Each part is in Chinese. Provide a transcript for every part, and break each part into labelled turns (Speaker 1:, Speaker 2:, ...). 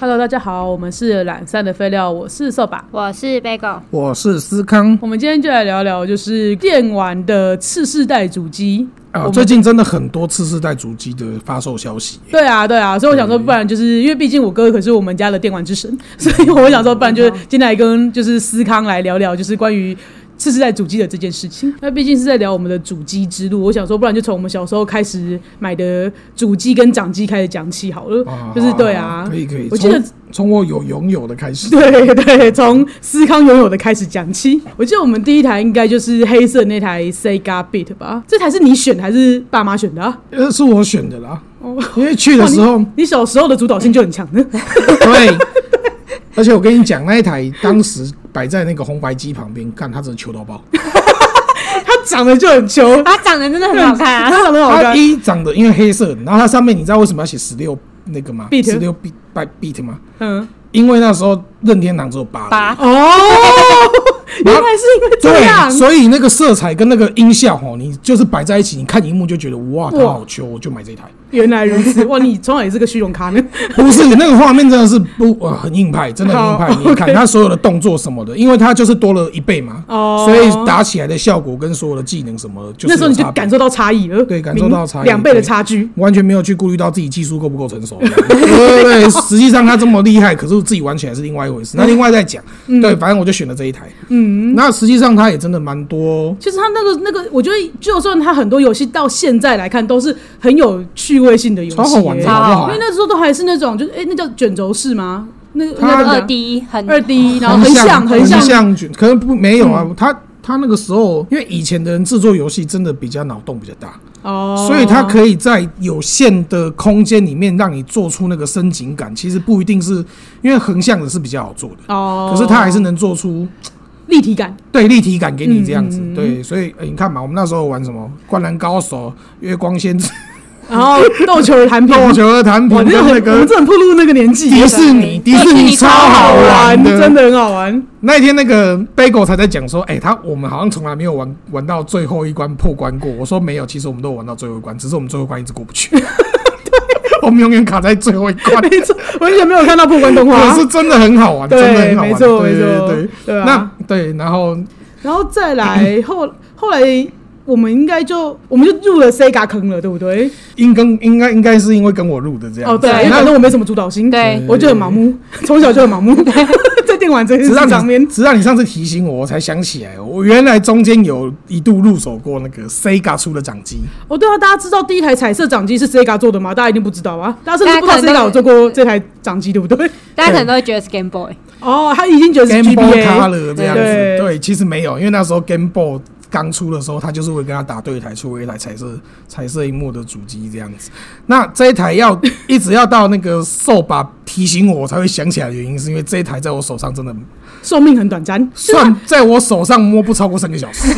Speaker 1: Hello，大家好，我们是懒散的废料，我是瘦吧。
Speaker 2: 我是 Bagel，
Speaker 3: 我是思康
Speaker 1: 我们今天就来聊聊，就是电玩的次世代主机。我
Speaker 3: 啊，
Speaker 1: 们
Speaker 3: 最近真的很多次世代主机的发售消息，
Speaker 1: 对啊，对啊，所以我想说，不然就是因为毕竟我哥可是我们家的电玩之神， 所以我想说，不然就是今天来跟就是思康来聊聊，就是关于。次世代主机的这件事情，那毕竟是在聊我们的主机之路。我想说，不然就从我们小时候开始买的主机跟掌机开始讲起好了。
Speaker 3: 啊
Speaker 1: 就是对啊，
Speaker 3: 可以可以，
Speaker 1: 我记得
Speaker 3: 从从我有拥有的开始，
Speaker 1: 对对，从思康拥有的开始讲起。我记得我们第一台应该就是黑色那台 Sega Beat 吧？这台是你选的还是爸妈选的、啊？
Speaker 3: 呃，是我选的啦，
Speaker 1: 哦
Speaker 3: 因为去的时候
Speaker 1: 你小时候的主导性就很 强呢。
Speaker 3: 对，而且我跟你讲，那一台当时摆在那个红白机旁边，看它真的球到爆，
Speaker 1: 它长得就很球，
Speaker 2: 他啊长得真的很好看啊！
Speaker 1: 它长得很好
Speaker 3: 它
Speaker 1: 看。
Speaker 3: 一长得因为黑色，然后它上面你知道为什么要写十六那个吗？
Speaker 1: Bit
Speaker 3: 十六 bit by bit 吗？
Speaker 1: 嗯，
Speaker 3: 因为那时候任天堂只有 八
Speaker 2: 八
Speaker 1: 哦， 原来是因为这样
Speaker 3: 对，。所以那个色彩跟那个音效哦，你就是摆在一起，你看荧幕就觉得哇，它
Speaker 1: 哇
Speaker 3: 好球，我就买这一台。
Speaker 1: 原来如此，哇，你从小也是个虚荣咖呢。
Speaker 3: 不是那个画面真的是不呃很硬派，真的很硬派。
Speaker 1: 好
Speaker 3: 你看
Speaker 1: OK
Speaker 3: 它所有的动作什么的，因为它就是多了一倍嘛，
Speaker 1: 哦
Speaker 3: 所以打起来的效果跟所有的技能什么的， 就是
Speaker 1: 那时候你
Speaker 3: 有
Speaker 1: 就
Speaker 3: 差别
Speaker 1: 感受到差异了，
Speaker 3: 对感受到差异
Speaker 1: 两倍的
Speaker 3: 对
Speaker 1: 差距。
Speaker 3: 完全没有去顾虑到自己技术够不够成熟。对对对，实际上他这么厉害，可是自己玩起来是另外一回事。那另外再讲，对，反正我就选了这一台。嗯，那实际上它也真的蛮多。
Speaker 1: 就是它那个那个，我觉得就算它很多游戏到现在来看都是很有趣味性的游戏、
Speaker 3: 超好玩的，
Speaker 1: 欸
Speaker 3: 好不好
Speaker 1: 因为？那时候都还是那种，就是哎、那叫卷轴式吗？那个
Speaker 3: 它
Speaker 2: 二 D 很
Speaker 1: 二 D，然后横向
Speaker 3: 横
Speaker 1: 横向嗯
Speaker 3: 向卷，可能不没有啊。他他那个时候，因为以前的人制作游戏真的比较脑洞比较大，
Speaker 1: 哦，
Speaker 3: 所以他可以在有限的空间里面让你做出那个深情感。其实不一定是因为横向的是比较好做的，
Speaker 1: 哦，
Speaker 3: 可是他还是能做出
Speaker 1: 立体感，
Speaker 3: 对立体感给你这样子
Speaker 1: 嗯嗯嗯。
Speaker 3: 对，所以、呃你看嘛，我们那时候玩什么《灌篮高手》《月光仙子
Speaker 1: 然后斗球的弹》
Speaker 3: 《
Speaker 1: 屏，
Speaker 3: 斗球儿弹屏
Speaker 1: 哇，》那
Speaker 3: 跟
Speaker 1: 很
Speaker 3: 那
Speaker 1: 我们
Speaker 3: 个
Speaker 1: 真的步入那个年纪，
Speaker 3: 迪士尼，迪士尼超
Speaker 1: 好
Speaker 3: 好玩的，
Speaker 1: 真的很好玩。
Speaker 3: 那一天那个 Bagel 才在讲说，哎、他我们好像从来没有玩玩到最后一关破关过。我说没有，其实我们都有玩到最后一关，只是我们最后一关一直过不去。 我们永远卡在最后一 关。
Speaker 1: 没错，完全没有看到破关动画
Speaker 3: 可，是真的很好玩，真的
Speaker 1: 对，
Speaker 3: 很好玩。
Speaker 1: 没错，
Speaker 3: 对
Speaker 1: 没错，
Speaker 3: 对对。
Speaker 1: 对啊。
Speaker 3: 那对，然后
Speaker 1: 然后再来后后来，我们应该就我们就入了 Sega 坑了，对不对？
Speaker 3: 应跟应该应该是因为跟我录的这样
Speaker 1: 哦，对，因为
Speaker 3: 那
Speaker 1: 反正我没什么主导心，
Speaker 2: 对
Speaker 1: 我就很盲目，从小就很盲目， 在电玩这件
Speaker 3: 直
Speaker 1: 事
Speaker 3: 到
Speaker 1: 上面
Speaker 3: 你，直到你上次提醒我，我才想起来，我原来中间有一度入手过那个 Sega 出的掌机。
Speaker 1: 哦，对啊，大家知道第一台彩色掌机是 Sega 做的吗？大家一定不知道啊，大家甚至不知道
Speaker 2: 大家可能
Speaker 1: Sega 有做过这台掌机，对不 对？
Speaker 2: 大家可能都会觉得是 Game Boy，
Speaker 1: 哦，他已经觉得是
Speaker 3: Game Boy
Speaker 1: GBA，
Speaker 3: Color 这样子，
Speaker 1: 对
Speaker 3: 对，其实没有，因为那时候 Game Boy 刚出的时候，他就是会跟他打对台，出了一台彩色彩色荧幕的主机这样子。那这一台要一直要到那个寿把提醒我，我才会想起来的原因，是因为这一台在我手上真的
Speaker 1: 寿命很短暂，
Speaker 3: 算在我手上摸不超过三个小时，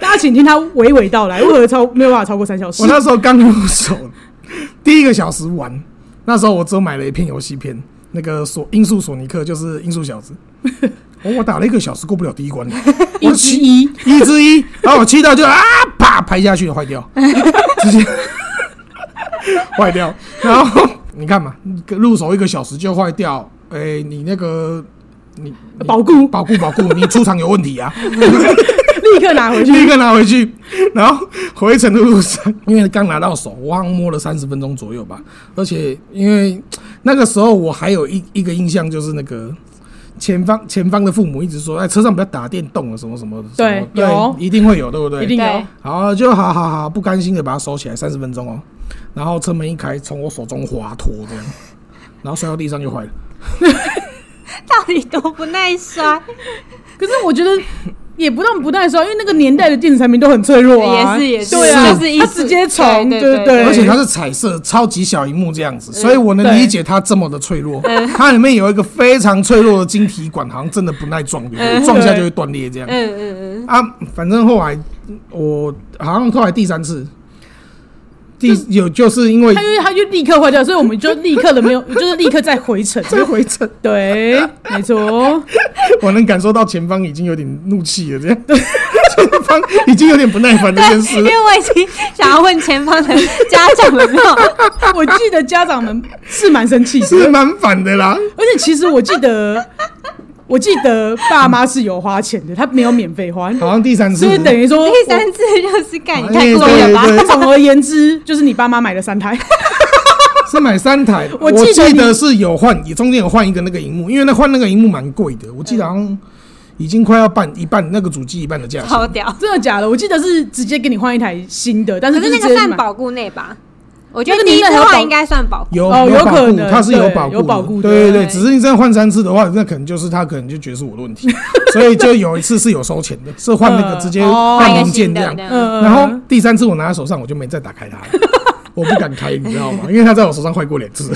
Speaker 1: 大家请听他娓娓道来，为何超没有办法超过三小时
Speaker 3: 我？那时候刚入手，第一个小时玩，那时候我只有买了一片游戏片，那个索音速索尼克就是音速小子。哦、我打了一个小时过不了第一关，我七一一之一，然后我气到就啊啪拍下去了，坏掉，直接坏掉。然后你看嘛，入手一个小时就坏掉，哎、你那个你你
Speaker 1: 保固
Speaker 3: 保固保固，你出厂有问题啊。
Speaker 1: 立刻拿回去。
Speaker 3: 立刻拿回去，然后回程的路上，因为刚拿到手，我好像摸了三十分钟左右吧。而且因为那个时候我还有一一个印象，就是那个前方前方的父母一直说，哎，车上不要打电动了，什么什么的，
Speaker 1: 对
Speaker 3: 什么对
Speaker 1: 有
Speaker 3: 一定会有，对不对？
Speaker 1: 一定有
Speaker 2: 对
Speaker 3: 好，就好好好，不甘心的把它收起来，三十分钟哦。然后车门一开，从我手中滑脱这样，然后摔到地上就坏了。
Speaker 2: 到底多不耐 摔？
Speaker 1: 可是我觉得。也不让不耐受，因为那个年代的电子产品都很脆弱啊，
Speaker 2: 也是也是
Speaker 1: 对啊，
Speaker 2: 就是一
Speaker 1: 它
Speaker 2: 直
Speaker 1: 直接从，
Speaker 2: 对
Speaker 1: 对
Speaker 2: 对
Speaker 1: 不
Speaker 2: 对
Speaker 1: 对，
Speaker 3: 而且它是彩色，超级小荧幕这样子，所以我能
Speaker 1: 对
Speaker 3: 理解它这么的脆弱。它里面有一个非常脆弱的晶体管，好像真的不耐撞，撞一下就会断裂这样。
Speaker 2: 嗯嗯嗯，
Speaker 3: 啊，反正后来我好像后来第三次第有就是因为
Speaker 1: 它就它就立刻坏掉，所以我们就立刻的没 有，就是立刻再回程。
Speaker 3: 这回程，
Speaker 1: 对，没错，
Speaker 3: 我能感受到前方已经有点怒气了，这样，前方已经有点不耐烦这件
Speaker 2: 因
Speaker 3: 事。
Speaker 2: 为我已经想要问前方的家长有 没有，
Speaker 1: 我记得家长们是蛮生 气的，
Speaker 3: 是蛮反的啦，
Speaker 1: 而且其实我记得，我记得爸妈是有花钱的，他没有免费花，
Speaker 3: 好像第三次
Speaker 1: 所以等于说
Speaker 2: 第三次就是干，你太
Speaker 3: 哎
Speaker 2: 过
Speaker 3: 对
Speaker 2: 了吧？
Speaker 3: 对
Speaker 1: 我。总而言之，就是你爸妈买了三台，
Speaker 3: 是买三台，
Speaker 1: 我
Speaker 3: 我
Speaker 1: 记得你
Speaker 3: 得是有换，也中间有换一个那个荧幕，因为那换那个荧幕蛮贵的，我记得好像已经快要半一半那个主机一半的价钱。
Speaker 2: 超屌。
Speaker 1: 真的假的？我记得是直接给你换一台新的，但
Speaker 2: 可
Speaker 1: 是
Speaker 2: 是那
Speaker 1: 直
Speaker 2: 个
Speaker 1: 接
Speaker 2: 算
Speaker 1: 买
Speaker 2: 保固内吧？我觉得
Speaker 1: 那个
Speaker 2: 第一
Speaker 1: 年代
Speaker 2: 次
Speaker 1: 有保
Speaker 2: 换应该算保固。
Speaker 3: 有
Speaker 1: 哦有
Speaker 3: 有保
Speaker 1: 可
Speaker 3: 固，
Speaker 1: 能
Speaker 3: 它是有
Speaker 1: 对
Speaker 3: 保固的，
Speaker 1: 有保固的
Speaker 3: 对对
Speaker 2: 对
Speaker 3: 对。只是你这样换三次的话，那可能就是他可能就觉得是我的问题， 所以就有一次是有收钱的，是换那个
Speaker 1: 嗯
Speaker 3: 直接
Speaker 1: 哦
Speaker 3: 换
Speaker 2: 换一个
Speaker 3: 零件
Speaker 2: 新的
Speaker 3: 这样。
Speaker 2: 这样
Speaker 1: 嗯，
Speaker 3: 然后第三次我拿在手上，我就没再打开它了，我不敢开，你知道吗？因为它在我手上坏过两次。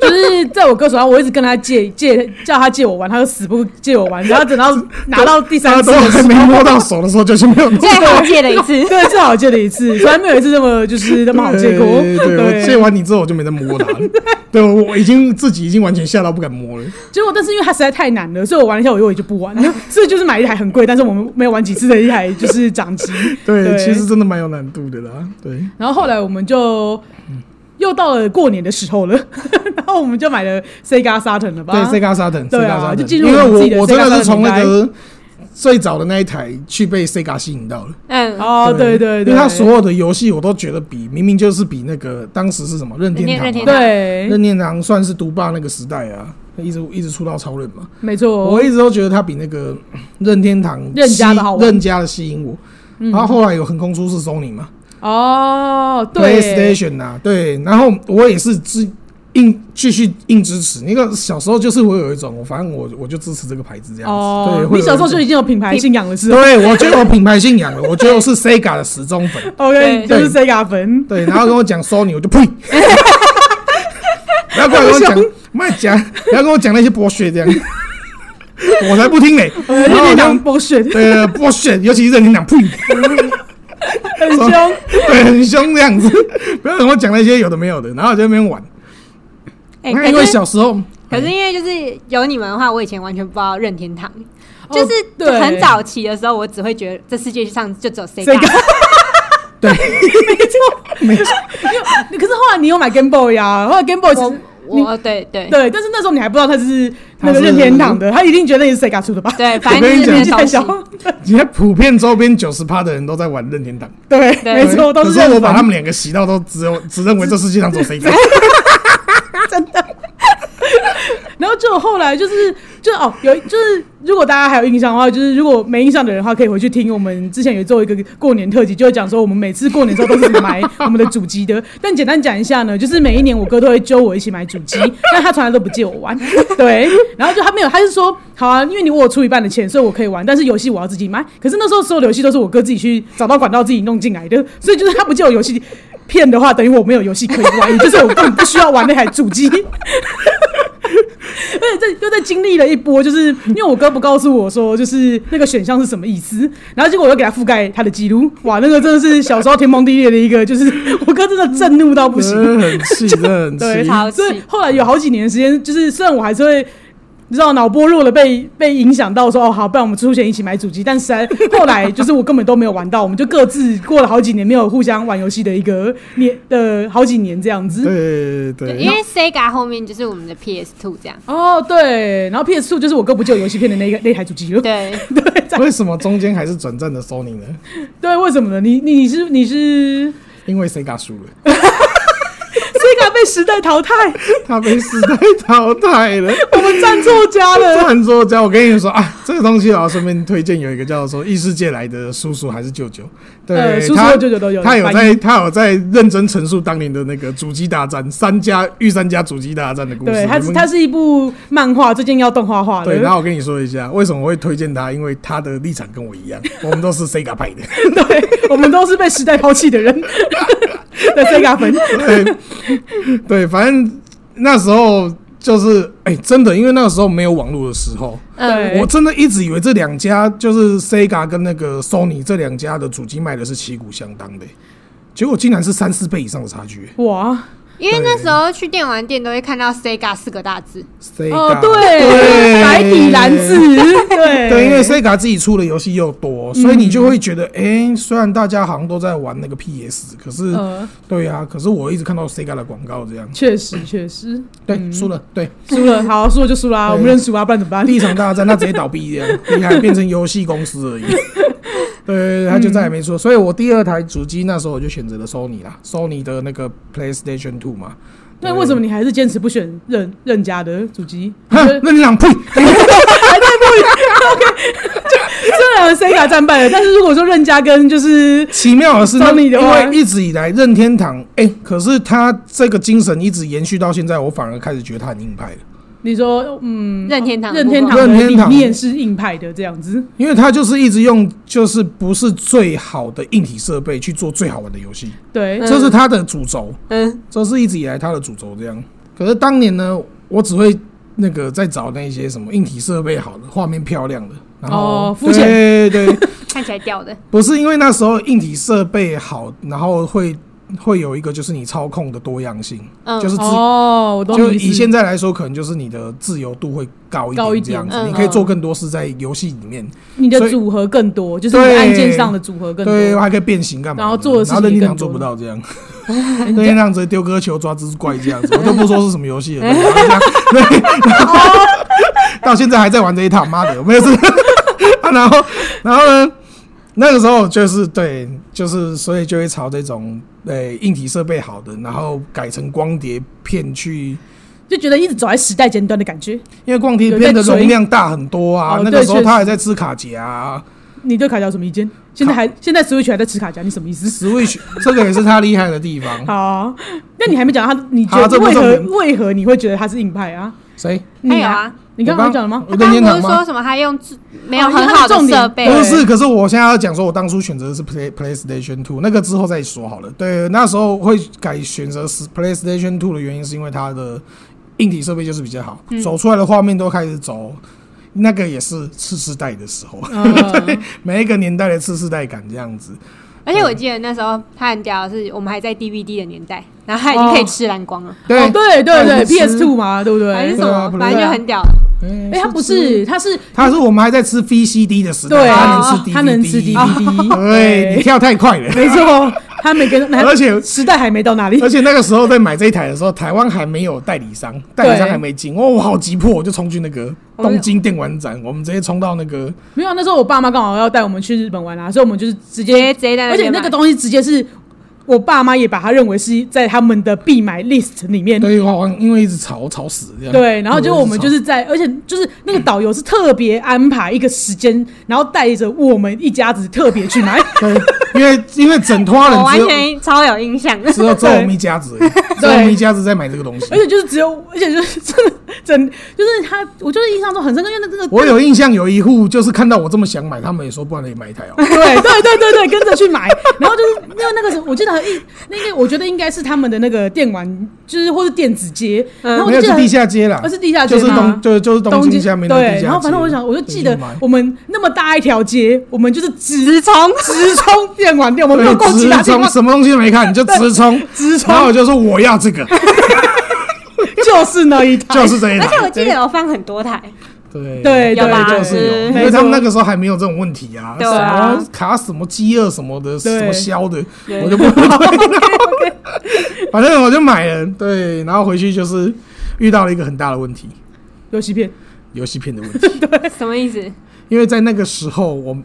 Speaker 1: 就是在我哥手上，我一直跟他借借，叫他借我玩，他就死不借我玩，然后等到拿到第 三
Speaker 3: 大家
Speaker 1: 次
Speaker 3: 都
Speaker 1: 的时
Speaker 3: 还
Speaker 1: 候，
Speaker 3: 没摸到手的时候，就是没有。
Speaker 2: 最好借了一次
Speaker 1: 对，至少借了一次，从来没有一次这么就是那么好借过。
Speaker 3: 对对对，我借完你之后我就没再 摸它了。 对，我我已经自己已经完全吓到不敢摸了。
Speaker 1: 结果但是因为它实在太难了，所以我玩了一下，我以为就不玩了，所以就是买一台很贵，但是我们没有玩几次的一台就是掌机。
Speaker 3: 对，
Speaker 1: 对
Speaker 3: 其实真的蛮有难度的啦。对，
Speaker 1: 然后后来我们就又到了过年的时候了， 然后我们就买了 Sega Saturn 了吧？
Speaker 3: 对，Sega Saturn，
Speaker 1: 对啊
Speaker 3: Sega
Speaker 1: 就
Speaker 3: Saturn，
Speaker 1: 进入
Speaker 3: 因
Speaker 1: 我们自己
Speaker 3: 为
Speaker 1: 的
Speaker 3: 我我
Speaker 1: Sega
Speaker 3: 真的是从那
Speaker 1: Saturn
Speaker 3: 个最早的那一台去被 Sega 吸引到了。
Speaker 2: 嗯，
Speaker 1: 哦，对对对，
Speaker 3: 因为它所有的游戏我都觉得比明明就是比那个当时是什么任天堂嘛，啊
Speaker 2: 任天堂
Speaker 1: 对，
Speaker 3: 任天堂算是独霸那个时代啊，一直一直出到超人嘛。
Speaker 1: 没错
Speaker 3: 我，一直都觉得它比那 个任天堂
Speaker 1: 哦任家的
Speaker 3: 吸
Speaker 1: 好玩嗯
Speaker 3: 任家的吸引我。然后后来有横空出世 Sony 嘛
Speaker 1: 哦，对，
Speaker 3: ，PlayStation 啊，对，然后我也是支硬继续硬支持。那个小时候就是我有一种，我反正我我就支持这个牌子这样子。对
Speaker 1: 哦，，
Speaker 3: 会有
Speaker 1: 你小时候
Speaker 3: 一
Speaker 1: 就
Speaker 3: 种
Speaker 1: 已经有品牌信仰了，是吧
Speaker 3: 对我就有品牌信仰了，我就是 Sega 的死忠粉。
Speaker 1: ？OK，
Speaker 2: 对
Speaker 1: 就是 Sega 粉，
Speaker 3: 对，然后跟我讲 Sony，我 就呸！不要过来跟我讲，卖讲，不要跟我讲那些剥 削这样，我才不听嘞。然
Speaker 1: 任
Speaker 3: 后
Speaker 1: 天
Speaker 3: 我
Speaker 1: 堂
Speaker 3: 就
Speaker 1: bullshit，
Speaker 3: 呃剥削，尤其是任天堂，呸，
Speaker 1: 很凶。
Speaker 3: 对，很凶这样子，不要跟我讲那些有的没有的。然后我就在那边玩，
Speaker 2: 哎
Speaker 3: 那因为
Speaker 2: 可是
Speaker 3: 小时候，
Speaker 2: 可是因为就是有你们的话，我以前完全不知道任天堂，
Speaker 1: 哦
Speaker 2: 就是
Speaker 1: 对
Speaker 2: 很早期的时候，我只会觉得这世界上就只有
Speaker 1: Sega
Speaker 2: Sega，
Speaker 3: 对， 没错，
Speaker 1: 可是后来你有买 Game Boy 呀，后来 Game Boy
Speaker 2: 我
Speaker 1: 是
Speaker 2: 我对对
Speaker 1: 对，但是那时候你还不知道它是那个
Speaker 3: 它是
Speaker 1: 任天堂的，他一定觉得你是 Sega 出的吧？
Speaker 2: 嗯对，
Speaker 3: 我
Speaker 2: 反
Speaker 3: 跟
Speaker 2: 正
Speaker 3: 你
Speaker 2: 就
Speaker 1: 年
Speaker 2: 是那
Speaker 3: 讲
Speaker 1: 纪
Speaker 2: 些
Speaker 1: 太
Speaker 2: 东西
Speaker 1: 小，
Speaker 3: 你看普遍周边九十趴的人都在玩任天堂，
Speaker 1: 对，
Speaker 2: 对
Speaker 1: 没错，都
Speaker 3: 可
Speaker 1: 是
Speaker 3: 是
Speaker 1: 任
Speaker 3: 我
Speaker 1: 天
Speaker 3: 把
Speaker 1: 堂
Speaker 3: 他们两个洗到都只有只认为这世界上只 有 Sega。
Speaker 1: 然后就后来就是就哦，有就是如果大家还有印象的话，就是如果没印象的人的话，可以回去听我们之前有做一个过年特辑，就会讲说我们每次过年的时候都是买我们的主机的。但简单讲一下呢，就是每一年我哥都会揪我一起买主机，但他从来都不借我玩。对，然后就他没有，他是说好啊，因为你我有出一半的钱，所以我可以玩，但是游戏我要自己买。可是那时候所有的游戏都是我哥自己去找到管道自己弄进来的，所以就是他不借我游戏片的话，等于我没有游戏可以玩，也就是我根本不需要玩那台主机。而且这又在经历了一波，就是因为我哥不告诉我说，就是那个选项是什么意思，然后结果我又给他覆盖他的记录，哇，那个真的是小时候天崩地裂的一个，就是 我哥真的震怒到不行。
Speaker 3: 真的很气，真的很
Speaker 1: 对，
Speaker 3: 气。
Speaker 2: 超气
Speaker 1: 所以后来有好几年的时间，就是虽然我还是会。你知道脑波弱了被被影响到说哦好，不然我们出钱一起买主机。但是啊后来就是我根本都没有玩到，我们就各自过了好几年没有互相玩游戏的一个年呃好几年这样子。
Speaker 3: 对
Speaker 2: 对，
Speaker 3: 对
Speaker 2: 因为 Sega 后面就是我们的 PS Two 这样，
Speaker 1: 哦对，然后 PS Two 就是我哥不就有游戏片的那个那台主机了。
Speaker 2: 对，
Speaker 1: 对，在
Speaker 3: 那为什么中间还是转战的 Sony 呢？
Speaker 1: 对，为什么呢？你你你是你是
Speaker 3: 因为 Sega 输了，
Speaker 1: Sega 被时代 淘汰，
Speaker 3: 他被时代淘汰了。
Speaker 1: 我们站错家了。
Speaker 3: 换作家，我跟你说啊，这个东西啊，顺便推荐有一个叫做异世界来的叔叔还是舅舅，
Speaker 1: 呃
Speaker 3: 对，
Speaker 1: 叔叔
Speaker 3: 他
Speaker 1: 和舅舅都有
Speaker 3: 他有
Speaker 1: 翻译
Speaker 3: 在他有在认真陈述当年的那个主机大战三家御三家主机大战的故事。
Speaker 1: 对，它
Speaker 3: 你
Speaker 1: 是
Speaker 3: 们
Speaker 1: 它是一部漫画，最近要动画化了。
Speaker 3: 对，然后我跟你说一下，为什么我会推荐他，因为他的立场跟我一样，我们都是 Sega 派的。
Speaker 1: 对我们都是被时代抛弃的 人的 Sega 粉。
Speaker 3: 对， 对，反正那时候就是，哎、真的，因为那个时候没有网络的时候，
Speaker 1: 对
Speaker 2: 嗯，
Speaker 3: 我真的一直以为这两家就是 Sega 跟那个 Sony 这两家的主机卖的是旗鼓相当的、结果竟然是三四倍以上的差距、欸。
Speaker 1: 哇，
Speaker 2: 因为那时候去电玩店都会看到 Sega 四个大字，
Speaker 3: Sega
Speaker 1: 哦，对，白底蓝字，对，
Speaker 3: 对，因为 Sega 自己出的游戏又多，所以你就会觉得，哎、虽然大家好像都在玩那个 PS，可是，
Speaker 1: 呃，
Speaker 3: 对啊，可是我一直看到 Sega 的广告这样。
Speaker 1: 确实确实
Speaker 3: 对，输、了，对，
Speaker 1: 输 了，好输了就输啦，
Speaker 3: 对
Speaker 1: 我们认输啊，不然怎么办？
Speaker 3: 第一场大战那直接倒闭 这样，厉害，变成游戏公司而已。对，他就再也
Speaker 1: 嗯
Speaker 3: 没出，所以我第二台主机那时候我就选择了 Sony 啦，Sony 的那个 PlayStation Two 嘛。
Speaker 1: 那为什么你还是坚持不选任任家的主机？
Speaker 3: 哼？那你想呸？
Speaker 1: 虽然 Sega 战败了，但是如果说任家跟就是
Speaker 3: 奇妙的是， 那
Speaker 1: Sony
Speaker 3: 因
Speaker 1: 的话
Speaker 3: 为一直以来任天堂，哎、可是他这个精神一直延续到现在，我反而开始觉得他很硬派了。
Speaker 1: 你说嗯，
Speaker 2: 任天堂
Speaker 1: 任天堂的
Speaker 3: 任
Speaker 1: 理
Speaker 3: 天堂
Speaker 1: 念是硬派的这样子，
Speaker 3: 因为他就是一直用就是不是最好的硬体设备去做最好玩的游戏，
Speaker 1: 对，
Speaker 3: 这是他的主轴，
Speaker 2: 嗯，
Speaker 3: 这是一直以来他的主轴这样。可是当年呢，我只会那个在找那些什么硬体设备好的、画面漂亮的，然后、
Speaker 1: 哦肤浅
Speaker 3: 对对对，
Speaker 2: 看起来掉的，
Speaker 3: 不是因为那时候硬体设备好，然后会会有一个就是你操控的多样性，
Speaker 2: 嗯
Speaker 3: 就是自
Speaker 1: 哦，我懂你
Speaker 3: 就
Speaker 1: 意
Speaker 3: 以
Speaker 1: 思
Speaker 3: 现在来说，可能就是你的自由度会高一
Speaker 1: 高一
Speaker 3: 点这样子，
Speaker 2: 点嗯
Speaker 3: 你可以做更多事在游戏里面。
Speaker 1: 你的
Speaker 3: 所以
Speaker 1: 组合更多，就是你
Speaker 3: 对
Speaker 1: 按键上的组合更
Speaker 3: 对，
Speaker 1: 多。
Speaker 3: 还可以变形干嘛的？
Speaker 1: 然后做的事
Speaker 3: 然后
Speaker 1: 情
Speaker 3: 任
Speaker 1: 也更
Speaker 3: 天堂
Speaker 1: 多
Speaker 3: 做不到这 样，任天堂直接丢个球抓只怪这样子，我都不说是什么游戏了，对然后这样 对，然后到现在还在玩这一套，妈的，没有事。 啊然后，然后呢？那个时候就是对，就是所以就会朝这种呃硬体设备好的，然后改成光碟片去
Speaker 1: 就觉得一直走在时代尖端的感觉。
Speaker 3: 因为光碟片的容量大很多啊
Speaker 1: 有在追，哦
Speaker 3: 那个时候
Speaker 1: 对确实
Speaker 3: 他还在吃卡夹、啊、
Speaker 1: 你对卡夹有什么意见？现在还现在 Switch 还在吃卡夹，你什么意思？
Speaker 3: ，Switch 这个也是他厉害的地方。
Speaker 1: 好啊，那你还没讲他，你觉
Speaker 3: 好
Speaker 1: 得
Speaker 3: 这不
Speaker 1: 为
Speaker 3: 是重
Speaker 1: 何
Speaker 3: 点
Speaker 1: 为何你会觉得他是硬派啊？
Speaker 3: 谁？
Speaker 1: 你
Speaker 2: 还有啊，
Speaker 1: 你刚刚讲了吗？
Speaker 3: 我
Speaker 2: 他
Speaker 3: 任
Speaker 2: 刚
Speaker 3: 天
Speaker 2: 不
Speaker 3: 堂
Speaker 2: 是
Speaker 3: 吗
Speaker 2: 说？什么他用自没
Speaker 1: 哦
Speaker 2: 有很好的设备
Speaker 1: 因为他
Speaker 3: 不
Speaker 1: 重点
Speaker 3: 是，可是我现在要讲说，我当初选择的是 Play PlayStation Two，那个之后再说好了。对，那时候会改选择是 PlayStation Two 的原因，是因为它的硬体设备就是比较好，
Speaker 1: 嗯
Speaker 3: 走出来的画面都开始走。那个也是次世代的时候，
Speaker 1: 嗯
Speaker 3: 每一个年代的次世代感这样子。
Speaker 2: 而且我记得那时候他很屌，的是我们还在 DVD 的年代，然后他已经可以吃蓝光了，
Speaker 3: 对、
Speaker 1: 哦对对对
Speaker 3: 还是
Speaker 1: ，PS Two 嘛，对不对？
Speaker 2: 还是什
Speaker 1: 哎，
Speaker 2: 么，哎
Speaker 3: 对啊
Speaker 2: 反正就很屌了。
Speaker 1: 他不是，他是
Speaker 3: 他是我们还在吃 VCD 的时代，
Speaker 1: 对啊
Speaker 3: 他能吃 DVD，
Speaker 1: 他能吃 DVD，
Speaker 3: 对你跳太快了。
Speaker 1: 没错，他每 个
Speaker 3: 而且
Speaker 1: 时代还没到哪里
Speaker 3: 而，且那个时候在买这一台的时候，台湾还没有代理商，代理商还没进，哦，我好急迫，我就冲去那个
Speaker 2: 我们
Speaker 3: 东京电玩展，我们直接冲到那个，
Speaker 1: 没有。那时候我爸妈刚好要带我们去日本玩啊，所以我们就是直
Speaker 2: 直
Speaker 1: 接
Speaker 2: 接直接在
Speaker 3: 嗯
Speaker 2: 那
Speaker 1: 而且
Speaker 2: 边买，
Speaker 1: 那个东西直接是我爸妈也把它认为是在他们的必买 list 里面。
Speaker 3: 对，好像因为一直吵吵死这样。
Speaker 1: 对，然后结果我们就
Speaker 3: 一直
Speaker 1: 是在，而且就是那个导游是特别安排一个时间，然后带着我们一家子特别去买。
Speaker 3: 吵对，因为因为整托人
Speaker 2: 我完
Speaker 3: 只有
Speaker 2: 全超有印象。
Speaker 3: 只有只有我们一家子而已，只有我们一家子在买这个东西
Speaker 1: 而。且就是只有，而且就是真的整，就是他，我就是印象中很深刻，因为那这个
Speaker 3: 我有印象，有一户就是看到我这么想买，他们也说不然你买一台哦、
Speaker 1: 对对对对对，跟着去买。 然后就是因为那个时候，我记得一那个，我觉得应该是他们的那个电玩，就是或是电子街。然 后我
Speaker 3: 嗯
Speaker 1: 就
Speaker 3: 没有
Speaker 1: 记
Speaker 3: 是
Speaker 1: 得哦
Speaker 3: 地下街啦
Speaker 1: 而，是地下街
Speaker 3: 就是
Speaker 1: 吗
Speaker 3: 东就就是东京
Speaker 1: 京
Speaker 3: 下面的地下
Speaker 1: 对，
Speaker 3: 街。
Speaker 1: 然后反正我想，我就记
Speaker 3: 就
Speaker 1: 得
Speaker 3: 是买
Speaker 1: 我们那么大一条街，我们就是直冲直冲电玩店，我们没有攻击
Speaker 3: 对
Speaker 1: 打
Speaker 3: 直
Speaker 1: 电
Speaker 3: 冲
Speaker 1: 话，
Speaker 3: 什么东西都没看，你就直冲，
Speaker 1: 直 冲
Speaker 3: 然后我就说我要这个，
Speaker 1: 就是那一套。
Speaker 3: 就是这一
Speaker 2: 而且
Speaker 3: 台。
Speaker 2: 我记得有放很多台，
Speaker 3: 对
Speaker 1: 对
Speaker 2: 有吧嗯
Speaker 1: 对对，
Speaker 3: 就是有，
Speaker 2: 是
Speaker 3: 因
Speaker 1: 没
Speaker 3: 为他
Speaker 1: 错
Speaker 3: 们那个时候还没有这种问题啊，
Speaker 2: 对
Speaker 3: 什
Speaker 2: 啊
Speaker 3: 么卡什么饥饿什么的，
Speaker 1: 对
Speaker 3: 什么消的，
Speaker 2: 对
Speaker 3: 我就不 反正我就买了，对，然后回去就是遇到了一个很大的问题，
Speaker 1: 游戏 片，
Speaker 3: 游戏片的问题，
Speaker 2: 什么意思？
Speaker 3: 因为在那个时候我。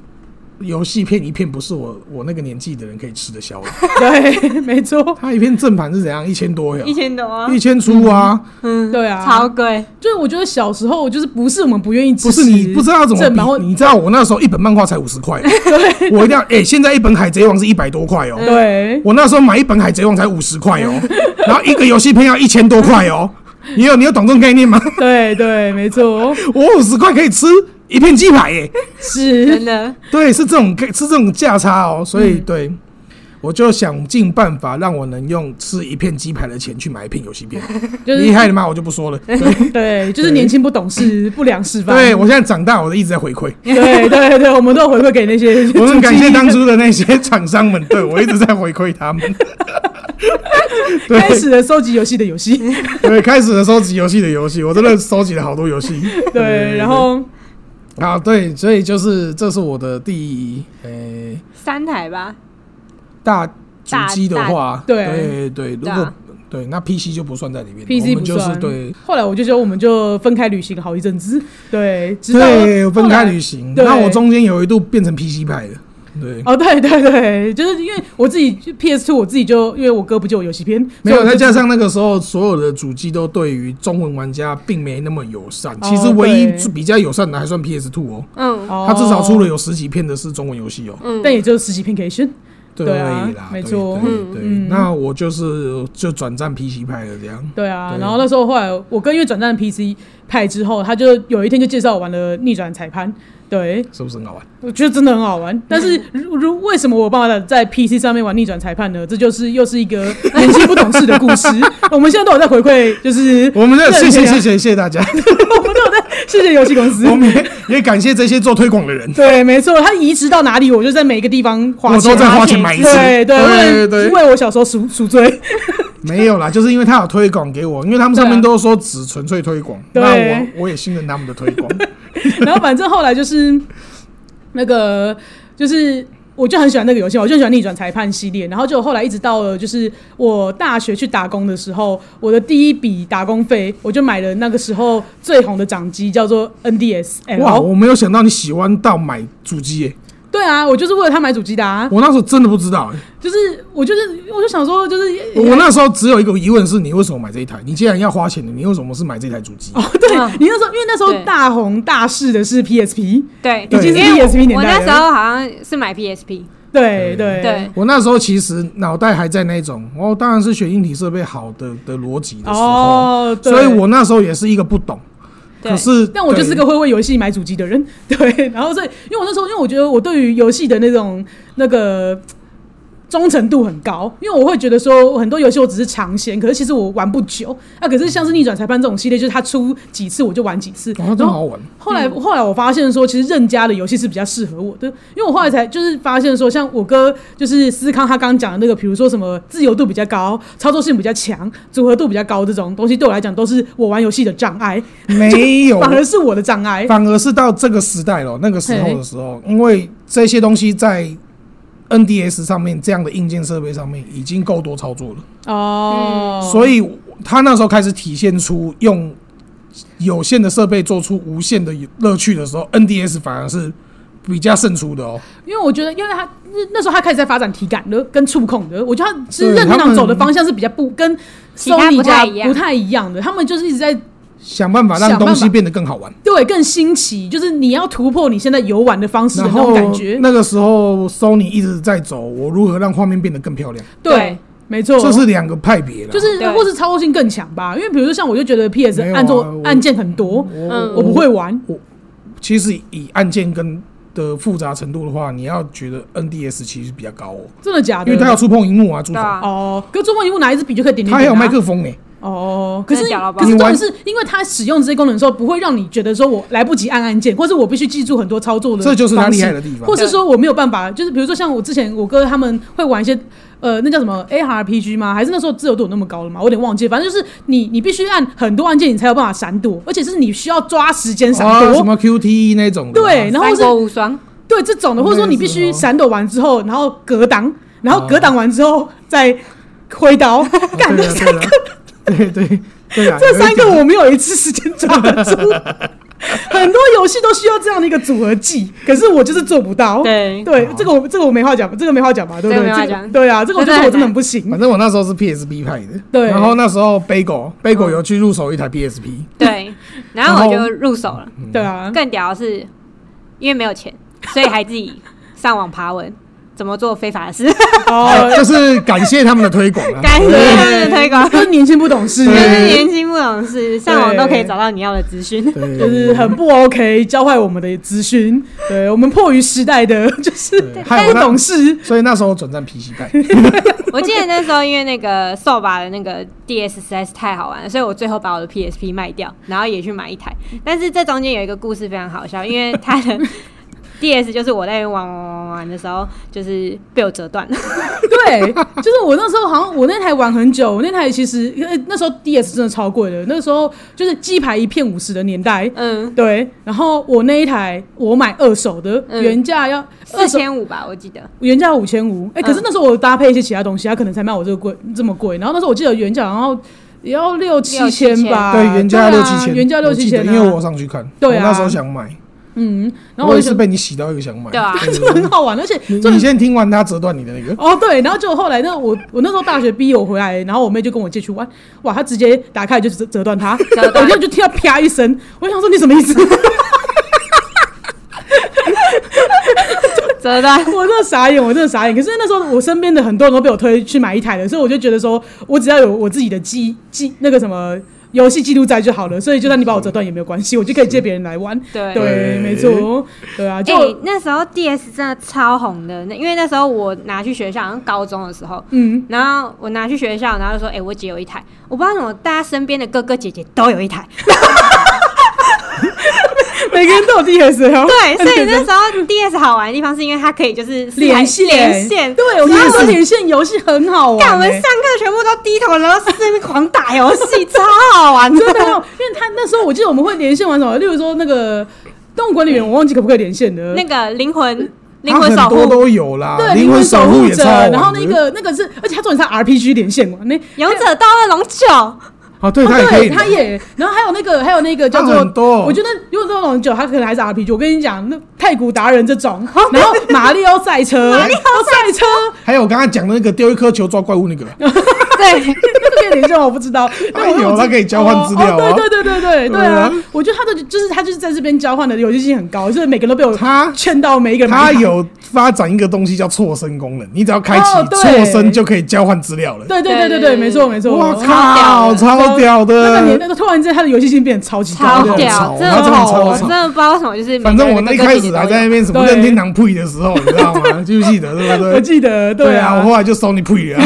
Speaker 3: 游戏片一片不是我我那个年纪的人可以吃得消的，
Speaker 1: 对，没错，
Speaker 3: 它一片正版是怎样一千多呀，
Speaker 2: 一千多啊，
Speaker 3: 一千出啊，
Speaker 2: 嗯，
Speaker 1: 对啊
Speaker 2: 超贵，
Speaker 1: 就是我觉得小时候就是不是我们不愿意支
Speaker 3: 不
Speaker 1: 持，
Speaker 3: 是你不知道怎
Speaker 1: 正版
Speaker 3: 么
Speaker 1: 或
Speaker 3: 比，你知道我那时候一本漫画才五 十块，我一定要哎、现在一本海贼王是一百多块哦、
Speaker 1: 对，
Speaker 3: 我那时候买一本海贼王才五十块 哦，然后一个游戏片要一千多块哦，你有你有懂这种概念吗？
Speaker 1: 对对，没错，
Speaker 3: 我五十块可以吃一片鸡排耶，
Speaker 1: 是
Speaker 2: 真的。
Speaker 1: 嗯
Speaker 3: 对，是这种是这种价差哦，所以对。我就想尽办法让我能用吃一片鸡排的钱去买一片游戏片。
Speaker 1: 就是
Speaker 3: 厉害的嘛，我就不说了。 对，
Speaker 1: 对，就是年轻不懂事、不良示范。
Speaker 3: 对我现在长大，我一直在回馈。
Speaker 1: 对对对，我们都有回馈给那些 主机。
Speaker 3: 我很感谢当初的那些厂商们，对我一直在回馈他 们。对
Speaker 1: 开始了收集游戏的游戏，
Speaker 3: 对，开始了收集游戏的游戏，我真的收集了好多游 戏。
Speaker 1: 对，然后
Speaker 3: 啊，对，所以就是这是我的第呃、
Speaker 2: 三台吧，
Speaker 3: 大主机的话，
Speaker 1: 大大
Speaker 3: 对对，如
Speaker 2: 对啊
Speaker 3: 果对那 PC 就不算在里面
Speaker 1: PC
Speaker 3: 我们
Speaker 1: 不
Speaker 3: 就是
Speaker 1: 算
Speaker 3: 对
Speaker 1: 后来我就说，我们就分开旅行了好一阵子，对，直到
Speaker 3: 对分开
Speaker 1: 后来
Speaker 3: 旅行。
Speaker 1: 对
Speaker 3: 那我中间有一度变成 PC 派的，对，
Speaker 1: 哦，对对对，就是因为我自己 PS Two，我自己就因为我哥不就有游戏片，
Speaker 3: 没
Speaker 1: 所以
Speaker 3: 有，
Speaker 1: 我
Speaker 3: 再
Speaker 1: 就
Speaker 3: 加上那个时候所有的主机都对于中文玩家并没那么友善。其实
Speaker 1: 哦
Speaker 3: 唯一
Speaker 1: 对
Speaker 3: 是比较友善的还算 PS Two 哦，
Speaker 2: 嗯
Speaker 1: 哦
Speaker 3: 它至少出了，有十几片的是中文游戏哦。
Speaker 2: 嗯，
Speaker 1: 但也就十几片可以选。对啊
Speaker 3: 啦，
Speaker 1: 没
Speaker 3: 对
Speaker 1: 错
Speaker 3: 对
Speaker 2: 嗯
Speaker 3: 对，
Speaker 1: 嗯
Speaker 3: 那我就是就转战 PC 派了这样。
Speaker 1: 对啊，
Speaker 3: 对
Speaker 1: 然后那时候后来我哥因为转战 PC 派之后，他就有一天就介绍我玩了逆转裁判，对，
Speaker 3: 是不是很好玩？
Speaker 1: 我觉得真的很好
Speaker 3: 嗯
Speaker 1: 玩，但是如如为什么我爸爸在 PC 上面玩逆转裁判呢？这就是又是一个年轻不懂事的故 事。我们现在都有在回馈，就是
Speaker 3: 我们 的
Speaker 1: 对
Speaker 3: 谢谢
Speaker 1: 对啊
Speaker 3: 谢谢谢谢 大家，
Speaker 1: 我们都有在谢谢游戏公司
Speaker 3: 我。们也也感谢这些做推广的人。
Speaker 1: 对，没错，他移植到哪里，我就在每个地方花
Speaker 3: 我
Speaker 1: 钱。
Speaker 3: 都在花钱买一次，
Speaker 1: 对对，为
Speaker 3: 对
Speaker 1: 了
Speaker 3: 对对，
Speaker 1: 为我小时候赎赎罪。
Speaker 3: 没有啦，就是因为他有推广给我，因为他们上面都说只纯粹推广，
Speaker 1: 啊对
Speaker 3: 那我我也信任他们的推广，
Speaker 1: 然后反正后来就是那个就是。我就很喜欢那个游戏，我就很喜欢逆转裁判系列。然后就后来一直到了就是我大学去打工的时候，我的第一笔打工费，我就买了那个时候最红的掌机，叫做 NDS
Speaker 3: 哇，哦
Speaker 1: L。
Speaker 3: 我没有想到你喜欢到买主 机耶、
Speaker 1: 对啊，我就是为了它买主机的啊。
Speaker 3: 我那时候真的不知道、欸，
Speaker 1: 就是我就是我就想说，就是
Speaker 3: 我 我那时候只有一个疑问是你为什么买这一台？你既然要花钱的，你为什么是买这台主机？
Speaker 1: 哦对
Speaker 2: 嗯
Speaker 1: 你那时候，因为那时候
Speaker 2: 对
Speaker 1: 大红大势的是 PSP，
Speaker 2: 对，
Speaker 1: 已经是
Speaker 2: 因为
Speaker 1: PSP E 年
Speaker 2: 我
Speaker 1: 代
Speaker 2: 那
Speaker 1: 了
Speaker 2: 时候好像是买 PSP，
Speaker 1: 对对
Speaker 3: 对
Speaker 2: 对，
Speaker 3: 我那时候其实脑袋还在那种，哦，当然是选硬体设备好的的逻辑的时候，
Speaker 1: 哦，对
Speaker 3: 所以我那时候也是一个不懂，
Speaker 2: 对
Speaker 3: 可是
Speaker 1: 但我就是个会为游戏买主机的人， 对。然后所以，因为我那时候，因为我觉得我对于游戏的那种那个嗯忠诚度很高，因为我会觉得说很多游戏我只是尝鲜，可是其实我玩不久。那、可是像是逆转裁判这种系列，就是它出几次我就玩几次，
Speaker 3: 对，哇，哦真
Speaker 1: 然后
Speaker 3: 的好玩。
Speaker 1: 后来，后来我发现说，其实任家的游戏是比较适合我的，因为我后来才就是发现说，像我哥就是思康他刚刚讲的那个，比如说什么自由度比较高、操作性比较强、组合度比较高这种东西，对我来讲都是我玩游戏的障碍，
Speaker 3: 没有，
Speaker 1: 反而是我的障碍。
Speaker 3: 反而是到这个时代了，那个时候的时候，因为这些东西在 NDS 上面这样的硬件设备上面已经够多操作了，
Speaker 1: 哦，
Speaker 3: 所以他那时候开始体现出用有限的设备做出无限的乐趣的时候，NDS 反而是比较胜出的哦。
Speaker 1: 因为我觉得，因为他那那时候他开始在发展体感的跟触控的，我觉得他是任天
Speaker 3: 他
Speaker 1: 堂
Speaker 3: 们
Speaker 1: 走的方向是比较不跟
Speaker 2: 其他
Speaker 1: Sony
Speaker 2: 不太
Speaker 1: 家
Speaker 2: 一样
Speaker 1: 不太一样的，他们就是一直在
Speaker 3: 想办法让
Speaker 1: 想办法
Speaker 3: 东西变得更好玩，
Speaker 1: 对更新奇，就是你要突破你现在游玩的方式的
Speaker 3: 然
Speaker 1: 那种
Speaker 3: 后
Speaker 1: 感觉。
Speaker 3: 那个时候，Sony 一直在走我如何让画面变得更漂亮，
Speaker 1: 对，没错，
Speaker 3: 这是两个派别了。
Speaker 1: 哦就是
Speaker 2: 对
Speaker 1: 或是操作性更强吧。因为比如说像我就觉得 PS
Speaker 3: 没有啊
Speaker 1: 按
Speaker 3: 我
Speaker 1: 做按键很多，
Speaker 2: 嗯
Speaker 1: 我不会玩。
Speaker 3: 其实以按键跟的复杂程度的话，你要觉得 NDS 其实比较高哦，
Speaker 1: 真的假的？
Speaker 3: 因为它要触碰荧幕啊，触
Speaker 2: 对
Speaker 3: 手，
Speaker 2: 啊，
Speaker 1: 哦，跟中文荧幕拿一支笔就可以点点点啊。
Speaker 3: 它还有麦克风呢、
Speaker 1: 哦，可是
Speaker 2: 真的假的吧
Speaker 1: 可是重
Speaker 3: 你玩
Speaker 1: 点是因为它使用这些功能的时候，不会让你觉得说我来不及按按键，或是我必须记住很多操作的，
Speaker 3: 这就是它厉害的地方
Speaker 1: 或。是说我没有办法，就是比如说像我之前我哥他们会玩一些呃，那叫什么 ARPG 吗？还是那时候自由度有那么高了吗？我有点忘记，反正就是你你必须按很多按键，你才有办法闪躲，而且是你需要抓时间闪
Speaker 3: 啊，
Speaker 1: 躲。
Speaker 3: 什么 QTE 那种的啊，
Speaker 1: 对，然后
Speaker 2: 三
Speaker 1: 是
Speaker 2: 国无双，
Speaker 1: 对这种的，或者说你必须闪躲完之后，然后格挡，然后
Speaker 3: 哦
Speaker 1: 格挡完之后再挥 刀，干这
Speaker 3: 对啊
Speaker 1: 三个，
Speaker 3: 对啊对对对 啊，
Speaker 1: 这三
Speaker 3: 有一
Speaker 1: 个
Speaker 3: 点
Speaker 1: 我没有一次时间抓得 住。很多游戏都需要这样的一个组合技，可是我就是做不到。
Speaker 2: 对
Speaker 1: 对
Speaker 3: 好，
Speaker 1: 这个我这个我没话讲，这个没话讲吧，对不
Speaker 2: 这
Speaker 1: 对？
Speaker 2: 个没话
Speaker 1: 这个
Speaker 2: 讲
Speaker 1: 对啊，这个我就
Speaker 2: 这
Speaker 1: 是
Speaker 2: 个
Speaker 1: 我真的
Speaker 2: 很
Speaker 1: 很不行
Speaker 3: 反。正我那时候是 PSP 派的，
Speaker 1: 对嗯
Speaker 3: 然后那时候 Bagel Bagel 有去入手一台 PSP，
Speaker 2: 对， 然后我
Speaker 3: 然后
Speaker 2: 就入手了。
Speaker 1: 对啊，
Speaker 2: 更屌的是，因为没有钱，所以还自己上网爬文，怎么做非法 的事，
Speaker 1: 哦，
Speaker 3: 就是感谢他们的推广 啊。
Speaker 2: 感谢他们的推广。
Speaker 1: 就是年轻不懂事，
Speaker 2: 就
Speaker 3: 对
Speaker 2: 是年轻不懂事，上网都可以找到你要的资讯。
Speaker 3: 对，
Speaker 1: 就是很不 OK，教坏我们的资讯。对我们迫于时代的，就是
Speaker 3: 对害
Speaker 1: 不
Speaker 3: 我那
Speaker 1: 懂事。
Speaker 3: 所以那时候转战 PC 带，
Speaker 2: 我记得那时候因为那个扫把的那个 DS 实在是太好玩了，所以我最后把我的 PSP 卖掉，然后也去买一台。但是这中间有一个故事非常好笑，因为它的 DS 就是我在玩玩玩玩玩的时候，就是被我折断了。
Speaker 1: 对，就是我那时候好像我那台玩很久，我那台其实因为那时候 DS 真的超贵的，那时候就是鸡排一片五十的年代。
Speaker 2: 嗯，
Speaker 1: 对，然后我那一台我买二手的，
Speaker 2: 嗯
Speaker 1: 原价要
Speaker 2: 四
Speaker 1: 二手，
Speaker 2: 千五嗯吧，我记得。
Speaker 1: 原价五千五。哎，可是那时候我搭配一些其他东西，它可能才卖我这个贵这么贵。然后那时候我记得原价，然后也要六七千吧，
Speaker 3: 对，原价
Speaker 1: 对
Speaker 3: 六
Speaker 1: 啊
Speaker 3: 七千，
Speaker 1: 原价六七千啊，
Speaker 3: 我记得因为我上去看，
Speaker 1: 对啊
Speaker 3: 我那时候想买，
Speaker 1: 嗯，然后
Speaker 3: 我
Speaker 1: 我
Speaker 3: 也
Speaker 1: 就是想
Speaker 3: 被你洗到一个想买，
Speaker 2: 对啊
Speaker 1: 这很好玩，而且
Speaker 3: 你
Speaker 1: 这
Speaker 3: 你先听完他折断你的那个，
Speaker 1: 哦对，然后就后来那我我那时候大学毕业我回来，然后我妹就跟我借去玩，哇，她直接打开就折折断它，
Speaker 2: 折断
Speaker 1: 我就就听到啪一声，我想说你什么意思？
Speaker 2: 折断。
Speaker 1: 我真的傻眼，我真的傻眼。可是那时候我身边的很多人都被我推去买一台了，所以我就觉得说我只要有我自己的记记那个什么。游戏记录在就好了，所以就算你把我折断也没有关系，我就可以借别人来玩。
Speaker 2: 对
Speaker 1: 对，没错，对啊，就、
Speaker 2: 哎、那时候 DS 真的超红的，那因为那时候我拿去学校，好像高中的时候，
Speaker 1: 嗯，
Speaker 2: 然后我拿去学校，然后就说：“哎、我姐有一台。”我不知道怎么，大家身边的哥哥姐姐都有一台。
Speaker 1: 每个人都有 DS 哦。
Speaker 2: 对， 所以那时候 DS 好玩的地方是因为它可以就是四台
Speaker 1: 连线，
Speaker 2: 连线。
Speaker 1: 对我
Speaker 2: 然
Speaker 1: 跟
Speaker 2: 后
Speaker 1: 你说，连线游戏很好玩、欸。
Speaker 2: 干我们上课全部都低头，然后四面狂打游戏，超好玩 的
Speaker 1: 真。的，因
Speaker 3: 啊
Speaker 1: 为他那时候我记得我们会连线玩什么，例如说那个动物管理员，我忘记可不可以连线的。
Speaker 2: 那个灵 魂灵
Speaker 3: 他
Speaker 2: 魂守
Speaker 3: 很多
Speaker 2: 护
Speaker 3: 都有啦，
Speaker 1: 对
Speaker 3: 啊灵
Speaker 1: 魂
Speaker 3: 守
Speaker 1: 护
Speaker 3: 也超好玩的
Speaker 1: 然后那个那个是，而且他重点是它 RPG 连线嘛，那
Speaker 2: 勇者斗恶龙九，
Speaker 3: 哦，对，他也
Speaker 1: 哦
Speaker 3: 可以，
Speaker 1: 他也，然后还有那个还有那个叫
Speaker 3: 它
Speaker 1: 做
Speaker 3: 很多
Speaker 1: 我觉得如果这种酒，他可能还是 RPG。我跟你讲，那太古达人这种，然后马里奥赛车，马里奥赛车，
Speaker 3: 还有我刚刚讲的那个丢一颗球抓怪 物那个，
Speaker 2: 对，
Speaker 1: 那个可以连线吗我不知道，但我
Speaker 3: 哎呦它可以交换资料啊
Speaker 1: 哦哦对对对对对对
Speaker 3: 对
Speaker 1: 啊
Speaker 3: 啊！
Speaker 1: 我觉得他的就是他就是在这边交换的游戏性很高，就是每个人都被我
Speaker 3: 他
Speaker 1: 劝到每一个人
Speaker 3: 他
Speaker 1: 买
Speaker 3: 有发展一个东西叫错身功能，你只要开启
Speaker 1: 哦对
Speaker 3: 错身就可以交换资料了。
Speaker 1: 对对对对
Speaker 2: 对
Speaker 1: 对，
Speaker 2: 对
Speaker 1: 没错没错。
Speaker 3: 哇
Speaker 2: 屌
Speaker 3: 靠，
Speaker 2: 的
Speaker 3: 超
Speaker 1: 那
Speaker 3: 屌
Speaker 1: 个年
Speaker 3: 的！
Speaker 1: 代，突然之间他的游戏性变得超级高的，
Speaker 2: 超
Speaker 3: 屌
Speaker 2: 屌，
Speaker 3: 超
Speaker 2: 真
Speaker 3: 他真
Speaker 2: 的
Speaker 3: 的
Speaker 2: 好
Speaker 3: 超
Speaker 2: 玩，
Speaker 3: 超
Speaker 2: 真的不知道为什么，就是每
Speaker 3: 反
Speaker 2: 个
Speaker 3: 正
Speaker 2: 人
Speaker 3: 我那一
Speaker 2: 哥哥
Speaker 3: 开
Speaker 2: 姐姐
Speaker 3: 始
Speaker 2: 都
Speaker 3: 还
Speaker 2: 有
Speaker 3: 在那边什么
Speaker 1: 对
Speaker 3: 任天堂配的时候，你知道吗？记不记得对不
Speaker 1: 我
Speaker 3: 对？
Speaker 1: 记得，
Speaker 3: 对啊，我
Speaker 1: 啊，
Speaker 3: 后来就收你配了，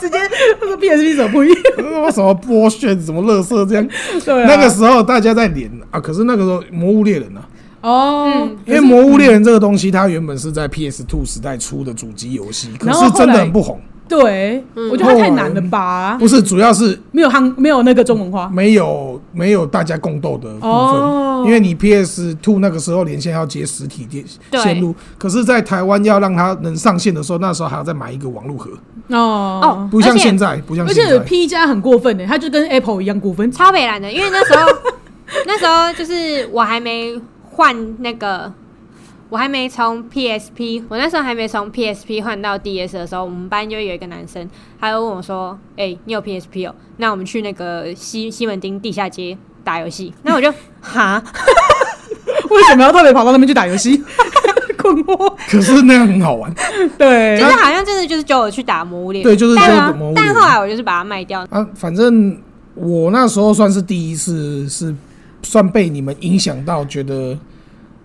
Speaker 1: 直接那个 PSP 怎么不一样？
Speaker 3: 我什么剥削什么乐色这样。
Speaker 1: 对啊，
Speaker 3: 那个时候大家在连啊，可是那个时候《魔物猎人》啊，
Speaker 1: 哦
Speaker 2: 嗯，
Speaker 3: 因为《魔物猎人》这个东西，它原本是在 PS Two 时代出的主机游戏，可
Speaker 1: 然后
Speaker 3: 是真的
Speaker 1: 后来
Speaker 3: 很不红。
Speaker 1: 对，我觉得他
Speaker 3: 嗯
Speaker 1: 太难了吧，
Speaker 3: 不是，主要是
Speaker 1: 没有汉没有那个中文化，
Speaker 3: 没有没有大家共斗的部分，
Speaker 1: 哦
Speaker 3: 因为你 PS Two 那个时候连线要接实体电
Speaker 2: 对
Speaker 3: 线路，可是，在台湾要让它能上线的时候，那时候还要再买一个网路盒，
Speaker 1: 哦
Speaker 2: 哦。
Speaker 3: 不像
Speaker 2: 而且
Speaker 3: 现在，不像
Speaker 1: 而
Speaker 3: 现
Speaker 1: 且
Speaker 3: 在。
Speaker 1: P 加很过分的，欸他就跟 Apple 一样过 分。
Speaker 2: 超北蓝的，因为那时候那时候就是我还没换那个，我还没从 PSP，我那时候还没从 PSP 换到 DS 的时候，我们班就有一个男生，他就问我说：“哎、你有 PSP 哦？那我们去那个西西门町地下街打游戏。”那我 就哈，
Speaker 1: 为什么要特别跑到那边去打游戏？ 困惑。
Speaker 3: 可是那样很好玩
Speaker 1: 对
Speaker 2: 就，是好像真的就是叫我去打魔物猎人，
Speaker 3: 对就是
Speaker 2: 但
Speaker 3: 叫我打魔物猎人
Speaker 2: 但后来我就是把它卖掉，
Speaker 3: 啊！反正我那时候算是第一次，是算被你们影响到，觉得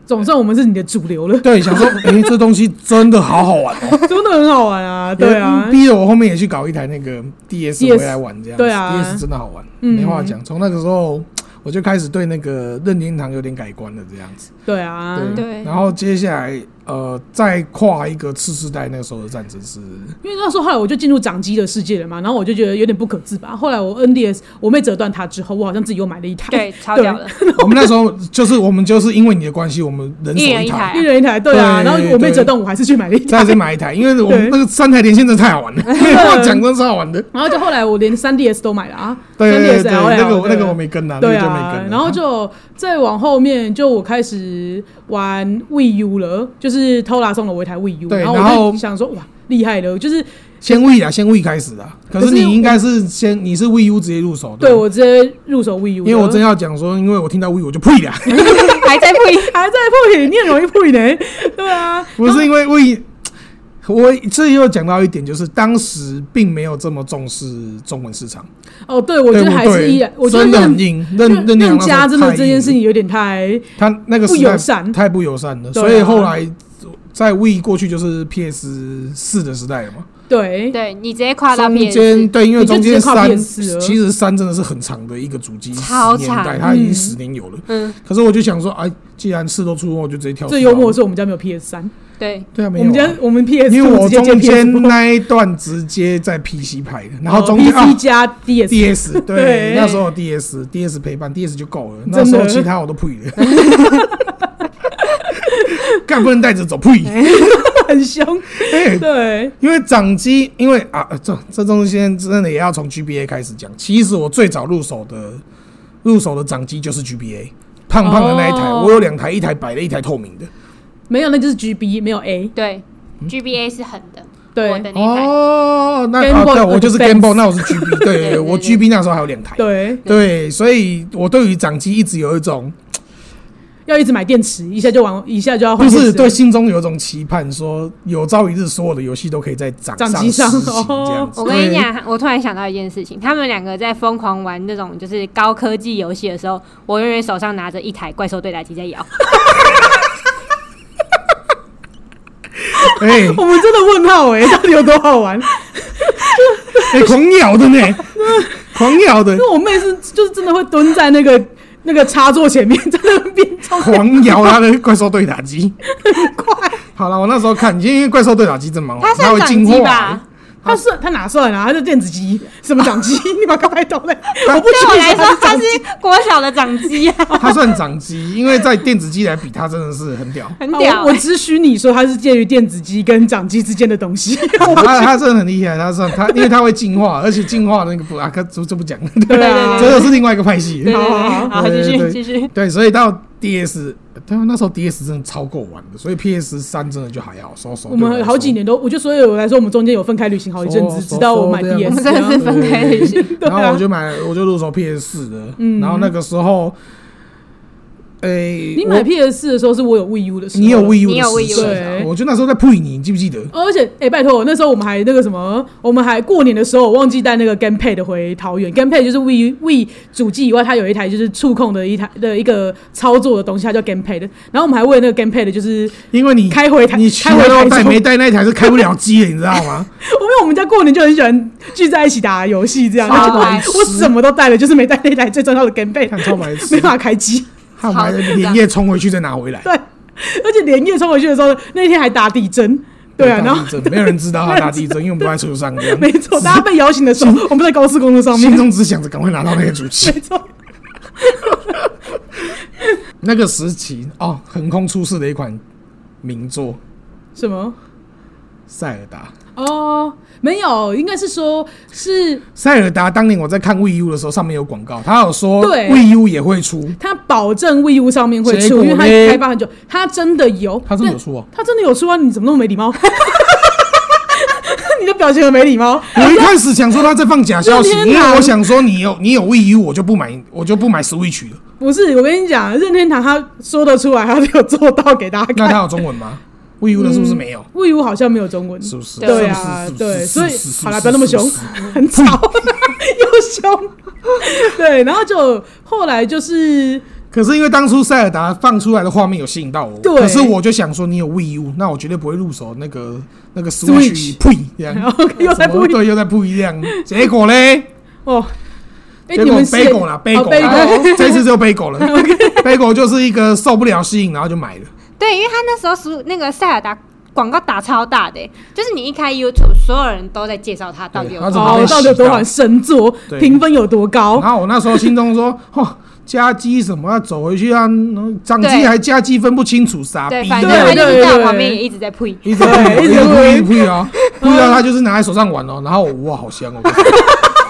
Speaker 1: 总算我们是你的主流了，
Speaker 3: 对，想说，哎、这东西真的好好玩哦、
Speaker 1: 真的很好玩啊！对啊，
Speaker 3: 嗯逼得我后面也去搞一台那个 DS 回来玩，这样子
Speaker 1: 对啊
Speaker 3: ，DS 真的好玩，
Speaker 1: 嗯
Speaker 3: 没话讲。从那个时候，我就开始对那个任天堂有点改观了，这样子。
Speaker 1: 对啊，
Speaker 2: 对
Speaker 3: 然后接下来，呃，再跨一个次世代那个时候的战争是，
Speaker 1: 因为那时候后来我就进入掌机的世界了嘛，然后我就觉得有点不可自拔。后来我 NDS 我妹折断它之后，我好像自己又买了一台，
Speaker 2: 对，超屌的，
Speaker 3: 我们那时候就是我们就是因为你的关系，我们人手
Speaker 2: 一人一
Speaker 3: 台，
Speaker 2: 台
Speaker 1: 一人一台，对啊。
Speaker 3: 对
Speaker 1: 然后我妹折断，我还是去买了一台。
Speaker 3: 再去买一台，因为我
Speaker 1: 对
Speaker 3: 们那个三台连线真的太好 玩了，没话讲，真的超好玩的。
Speaker 1: 然后就后来我连 3DS 都买了啊，
Speaker 3: 对对
Speaker 1: 3DS
Speaker 3: 对，
Speaker 1: LL
Speaker 3: 那个我
Speaker 1: 对
Speaker 3: 那个我没跟啊，那
Speaker 1: 对
Speaker 3: 个就没
Speaker 1: 啊
Speaker 3: 跟了。，
Speaker 1: 然后就再往后面，就我开始玩 Wii U 了，就是偷拉送了我一台 Wii U，
Speaker 3: 对
Speaker 1: 然后
Speaker 3: 然
Speaker 1: 我
Speaker 3: 后
Speaker 1: 就想说哇厉害了，就是
Speaker 3: 先 V 啊，先 V 开始的，可
Speaker 1: 可
Speaker 3: 是
Speaker 1: 是
Speaker 3: 你
Speaker 1: 我
Speaker 3: 应该是先你是 V U 直接入手，
Speaker 1: 对
Speaker 3: 吧
Speaker 1: 我直接入手 Wii U，
Speaker 3: 因为我
Speaker 1: 的
Speaker 3: 真要讲说，因为我听到 Wii 我就呸 啦，
Speaker 2: 还在不一
Speaker 1: 还在破影，你很容易破影呢，对啊，
Speaker 3: 不是因为 Wii 我这又讲到一点，就是当时并没有这么重视中文市场。
Speaker 1: 哦，对，我觉得
Speaker 3: 对
Speaker 1: 还是依然，
Speaker 3: 对
Speaker 1: 我觉得
Speaker 3: 真的
Speaker 1: 任
Speaker 3: 很硬，任任
Speaker 1: 任
Speaker 3: 亮
Speaker 1: 家真的这件事
Speaker 3: 情，
Speaker 1: 情有点太
Speaker 3: 他那个
Speaker 1: 不
Speaker 3: 时代
Speaker 1: 友善
Speaker 3: 太不友善了，
Speaker 1: 对啊
Speaker 3: 所以后来在 We 过去就是 PS 四的时代了嘛。
Speaker 1: 对
Speaker 2: 对你直接
Speaker 1: 啊
Speaker 2: 跨到
Speaker 3: 中
Speaker 2: PS，
Speaker 3: 间对，因为
Speaker 1: 你就
Speaker 3: 中
Speaker 1: 直接
Speaker 3: 间
Speaker 1: 跨
Speaker 3: 三
Speaker 1: PS 了
Speaker 3: 其实三真的是很长的一个主机
Speaker 2: 超
Speaker 3: 十年代，
Speaker 2: 长
Speaker 3: 它已经
Speaker 1: 嗯
Speaker 3: 十年有了。
Speaker 2: 嗯，
Speaker 3: 可是我就想说，哎，既然四都出，我就直接跳。
Speaker 1: 最幽默的，是我们家没有 PS 三，
Speaker 2: 对，
Speaker 3: 对啊，没
Speaker 1: 我
Speaker 3: 有
Speaker 1: 们
Speaker 3: 啊
Speaker 1: 家我们 PS
Speaker 3: 因为我
Speaker 1: 直接
Speaker 3: 中
Speaker 1: 接 PS
Speaker 3: 间那一段直接在 PC 拍的，
Speaker 1: 哦
Speaker 3: 然后中间、
Speaker 1: PC
Speaker 3: 啊
Speaker 1: 加 DS，
Speaker 3: DS 对
Speaker 1: 对，
Speaker 3: 那时候有 DS DS 陪伴 DS 就够了，
Speaker 1: 真的
Speaker 3: 那时候其他我都呸了， 干不能带着走呸，
Speaker 1: 很 凶，
Speaker 3: 哎
Speaker 1: 对，
Speaker 3: 因为掌机，因为啊，呃这这东西现在真的也要从 GBA 开始讲。其实我最早入手的入手的掌机就是 GBA，胖胖的那一台，
Speaker 1: 哦
Speaker 3: 我有两台，一台白的，一台透明的。
Speaker 1: 没有那就是 GB，没有 A，
Speaker 2: 对，GBA
Speaker 3: 嗯
Speaker 2: 是狠的，我
Speaker 1: 对
Speaker 2: 的那台，
Speaker 3: 哦，那
Speaker 1: Game
Speaker 3: 哦
Speaker 1: Boy
Speaker 3: 对，我就是
Speaker 1: Advance
Speaker 3: Game Boy，那我是 GB，
Speaker 2: 对
Speaker 3: 对对
Speaker 2: 对
Speaker 3: 对，我
Speaker 2: 对
Speaker 3: GB 那时候还有两台。
Speaker 1: 对，
Speaker 3: 对，所以我对于掌机一直有一种，
Speaker 1: 要一直买电池，一下就玩，一下就要换
Speaker 3: 不
Speaker 1: 电池
Speaker 3: 是
Speaker 1: 了，
Speaker 3: 对心中有一种期盼，说有朝一日所有的游戏都可以在掌
Speaker 1: 掌
Speaker 3: 上
Speaker 1: 机
Speaker 3: 实
Speaker 1: 上
Speaker 3: 行
Speaker 1: 哦
Speaker 3: 这样子。
Speaker 2: 我跟你
Speaker 3: 对，
Speaker 2: 讲，我突然想到一件事情，他们两个在疯狂玩那种就是高科技游戏的时候，我永远手上拿着一台怪兽对打机在摇。
Speaker 3: 哎
Speaker 1: 我们真的问号哎、 到底有多好玩？
Speaker 3: 哎，狂咬的呢， 狂咬的
Speaker 1: 因。为我妹是就是真的会蹲在那个那个插座前面， 在那边超
Speaker 3: 狂摇他的怪兽对打机，快！好了，我那时候看，因为怪兽对打机真蛮好
Speaker 2: 它
Speaker 3: 玩，它
Speaker 2: 算
Speaker 3: 会
Speaker 2: 掌
Speaker 3: 进
Speaker 2: 机
Speaker 3: 化
Speaker 2: 吧。？
Speaker 1: 她算她哪算啊？她是电子机，什么掌机？ 你把搞拍懂嘞？
Speaker 3: 对
Speaker 1: 我不
Speaker 2: 对我来
Speaker 1: 觉得
Speaker 2: 说，它是国小的掌机 啊，
Speaker 3: 它算掌机，因为在电子机来比，它真的是 很屌，
Speaker 2: 很屌
Speaker 1: 嗯我我
Speaker 2: 欸。
Speaker 1: 只许你说它是介于电子机跟掌机之间的东西。
Speaker 3: 它它真的很厉害，它算它，因为它会进化，而且进化那个不啊，可这这不讲，
Speaker 1: 对啊
Speaker 3: 这，个是另外一个派系
Speaker 2: 对。对对，
Speaker 1: 好好
Speaker 2: 好，
Speaker 3: 对
Speaker 2: 继
Speaker 3: 对
Speaker 2: 续
Speaker 3: 对
Speaker 2: 继续。
Speaker 3: 对，所以到 DS，但那时候 DS 真的超够玩的，所以 PS 三真的就还好，收收。
Speaker 1: 我
Speaker 3: 对
Speaker 1: 们
Speaker 3: 来
Speaker 1: 好几
Speaker 3: 说
Speaker 1: 年都，我就所以我来说，我们中间有分开旅行好一阵子，直
Speaker 3: 说
Speaker 1: 到我买
Speaker 3: 说说这
Speaker 2: 我
Speaker 3: 样
Speaker 1: DS
Speaker 2: 们真的是
Speaker 1: 啊。
Speaker 2: 分开旅行，
Speaker 1: 对
Speaker 3: 然
Speaker 1: 啊
Speaker 3: 后我就买，我就入手 PS 四的，然后那个时候，诶，
Speaker 1: 你
Speaker 3: 我
Speaker 1: 买 PS 四的时候，是我有 Wii U 的时候，
Speaker 3: 你有 Wii U
Speaker 2: 你有 Wii
Speaker 3: 的
Speaker 2: U
Speaker 3: 时
Speaker 1: 的时候
Speaker 3: 候，我就那时候在配你，你记不记得？
Speaker 1: 哦而且，哎、拜托，那时候我们还那个什么，我们还过年的时候，我忘记带那个 GamePad 回桃园。GamePad 就是 We We 主机以外，它有一台就是触控的一台的一个操作的东西，它叫 GamePad。然后我们还为那个 GamePad 就是，
Speaker 3: 因为你
Speaker 1: 开回台
Speaker 3: 你去
Speaker 1: 开回台
Speaker 3: 要
Speaker 1: 中
Speaker 3: 带没带那一台是开不了机的，你知道吗？
Speaker 1: 我因为我们家过年就很喜欢聚在一起打游戏这样，
Speaker 2: 超
Speaker 1: 然后就
Speaker 2: 白痴
Speaker 1: 我什么都带了，就是没带那台最重要的
Speaker 3: 看
Speaker 1: GamePad，
Speaker 3: 超白痴
Speaker 1: 没，办法开机。
Speaker 3: 他买了连夜冲回去再拿回来。
Speaker 1: 对，而且连夜冲回去的时候，那天还打地震。对啊，
Speaker 3: 打
Speaker 1: 然
Speaker 3: 地
Speaker 1: 后
Speaker 3: 震没有人知道他打地震，因为我们都在车上这 样。
Speaker 1: 没错，大家被摇醒的时候，我们在高速公路上面
Speaker 3: 心。中只想着赶快拿到那个主机
Speaker 1: 没。错，
Speaker 3: 那个时期哦，横空出世的一款名作《
Speaker 1: 什么？
Speaker 3: 塞尔达》。
Speaker 1: 哦，没有，应该是说是
Speaker 3: 塞尔达当年我在看 Wii U 的时候，上面有广告，他有说
Speaker 1: 对
Speaker 3: Wii U 也会出，
Speaker 1: 它保证 Wii U 上面会
Speaker 3: 结
Speaker 1: 出，
Speaker 3: 果
Speaker 1: 因为它
Speaker 3: 嘞
Speaker 1: 开发很久，它真的有，
Speaker 3: 他真的有
Speaker 1: 对，
Speaker 3: 出 哦。
Speaker 1: 它真的有出啊！你怎么那么没礼貌？ 你的表情很没礼貌。
Speaker 3: 我一开始想说他在放假消息，
Speaker 1: 任
Speaker 3: 因
Speaker 1: 天堂
Speaker 3: 为我想说你有你有 Wii U，我就不买我就不买 Switch 了。
Speaker 1: 不是，我跟你讲，任天堂他说得出来，他就有做到给大家
Speaker 3: 那
Speaker 1: 看。
Speaker 3: 它有中文吗？Wii U 的是不是没有？
Speaker 1: Wii U 好像没有中文，
Speaker 3: 是不是？
Speaker 1: 嗯对啊
Speaker 3: 是不，是
Speaker 1: 对，
Speaker 3: 是
Speaker 1: 所
Speaker 3: 不
Speaker 1: 以
Speaker 3: 是是是
Speaker 1: 好啦，不要那么
Speaker 3: 是
Speaker 1: 凶
Speaker 3: 不是，
Speaker 1: 很吵，又凶。对，然后就后来就是
Speaker 3: 可是因为当初塞尔达放出来的画面有吸引到我，
Speaker 1: 对
Speaker 3: 可是我就想说你有 Wii U，那我绝对不会入手那个那个
Speaker 1: Switch
Speaker 3: Switch，呸，这
Speaker 1: 然
Speaker 3: 样
Speaker 1: 后又在
Speaker 3: 怎
Speaker 1: 不
Speaker 3: 么会对，又在不一样。结果嘞，
Speaker 1: 哦，哎、
Speaker 3: 结
Speaker 1: 你
Speaker 3: 果
Speaker 1: 们
Speaker 3: b
Speaker 1: 是
Speaker 3: a g e 啦 b a
Speaker 1: 哦
Speaker 3: g e
Speaker 1: Bagel
Speaker 3: 啦，这次就 b a g e 了 b a g e 就是一个受不了吸引，然后就买了。
Speaker 2: 对，因为他那时候是那个塞尔达广告打超大的欸、就是你一开 YouTube，所有人都在介绍他到底有
Speaker 3: 对他
Speaker 2: 多
Speaker 3: 怎么
Speaker 2: 好。
Speaker 1: 哦，到底有多少神作，
Speaker 3: 对啊
Speaker 1: 评分有多高？
Speaker 3: 然后我那时候心中说， 嚯。加机什么要走回去啊？嗯掌机
Speaker 2: 对
Speaker 3: 还加机分不清楚，傻
Speaker 2: 对，
Speaker 3: 逼！
Speaker 2: 反正
Speaker 1: 对
Speaker 2: 他就是在
Speaker 1: 对
Speaker 2: 我
Speaker 1: 对
Speaker 2: 旁边也一直在呸。
Speaker 3: 一直
Speaker 1: 对一
Speaker 3: 一直
Speaker 1: 直
Speaker 3: 不
Speaker 1: 挥
Speaker 3: 一不一哦，不一哦，他就是拿在手上玩哦。然后我哇，好香哦！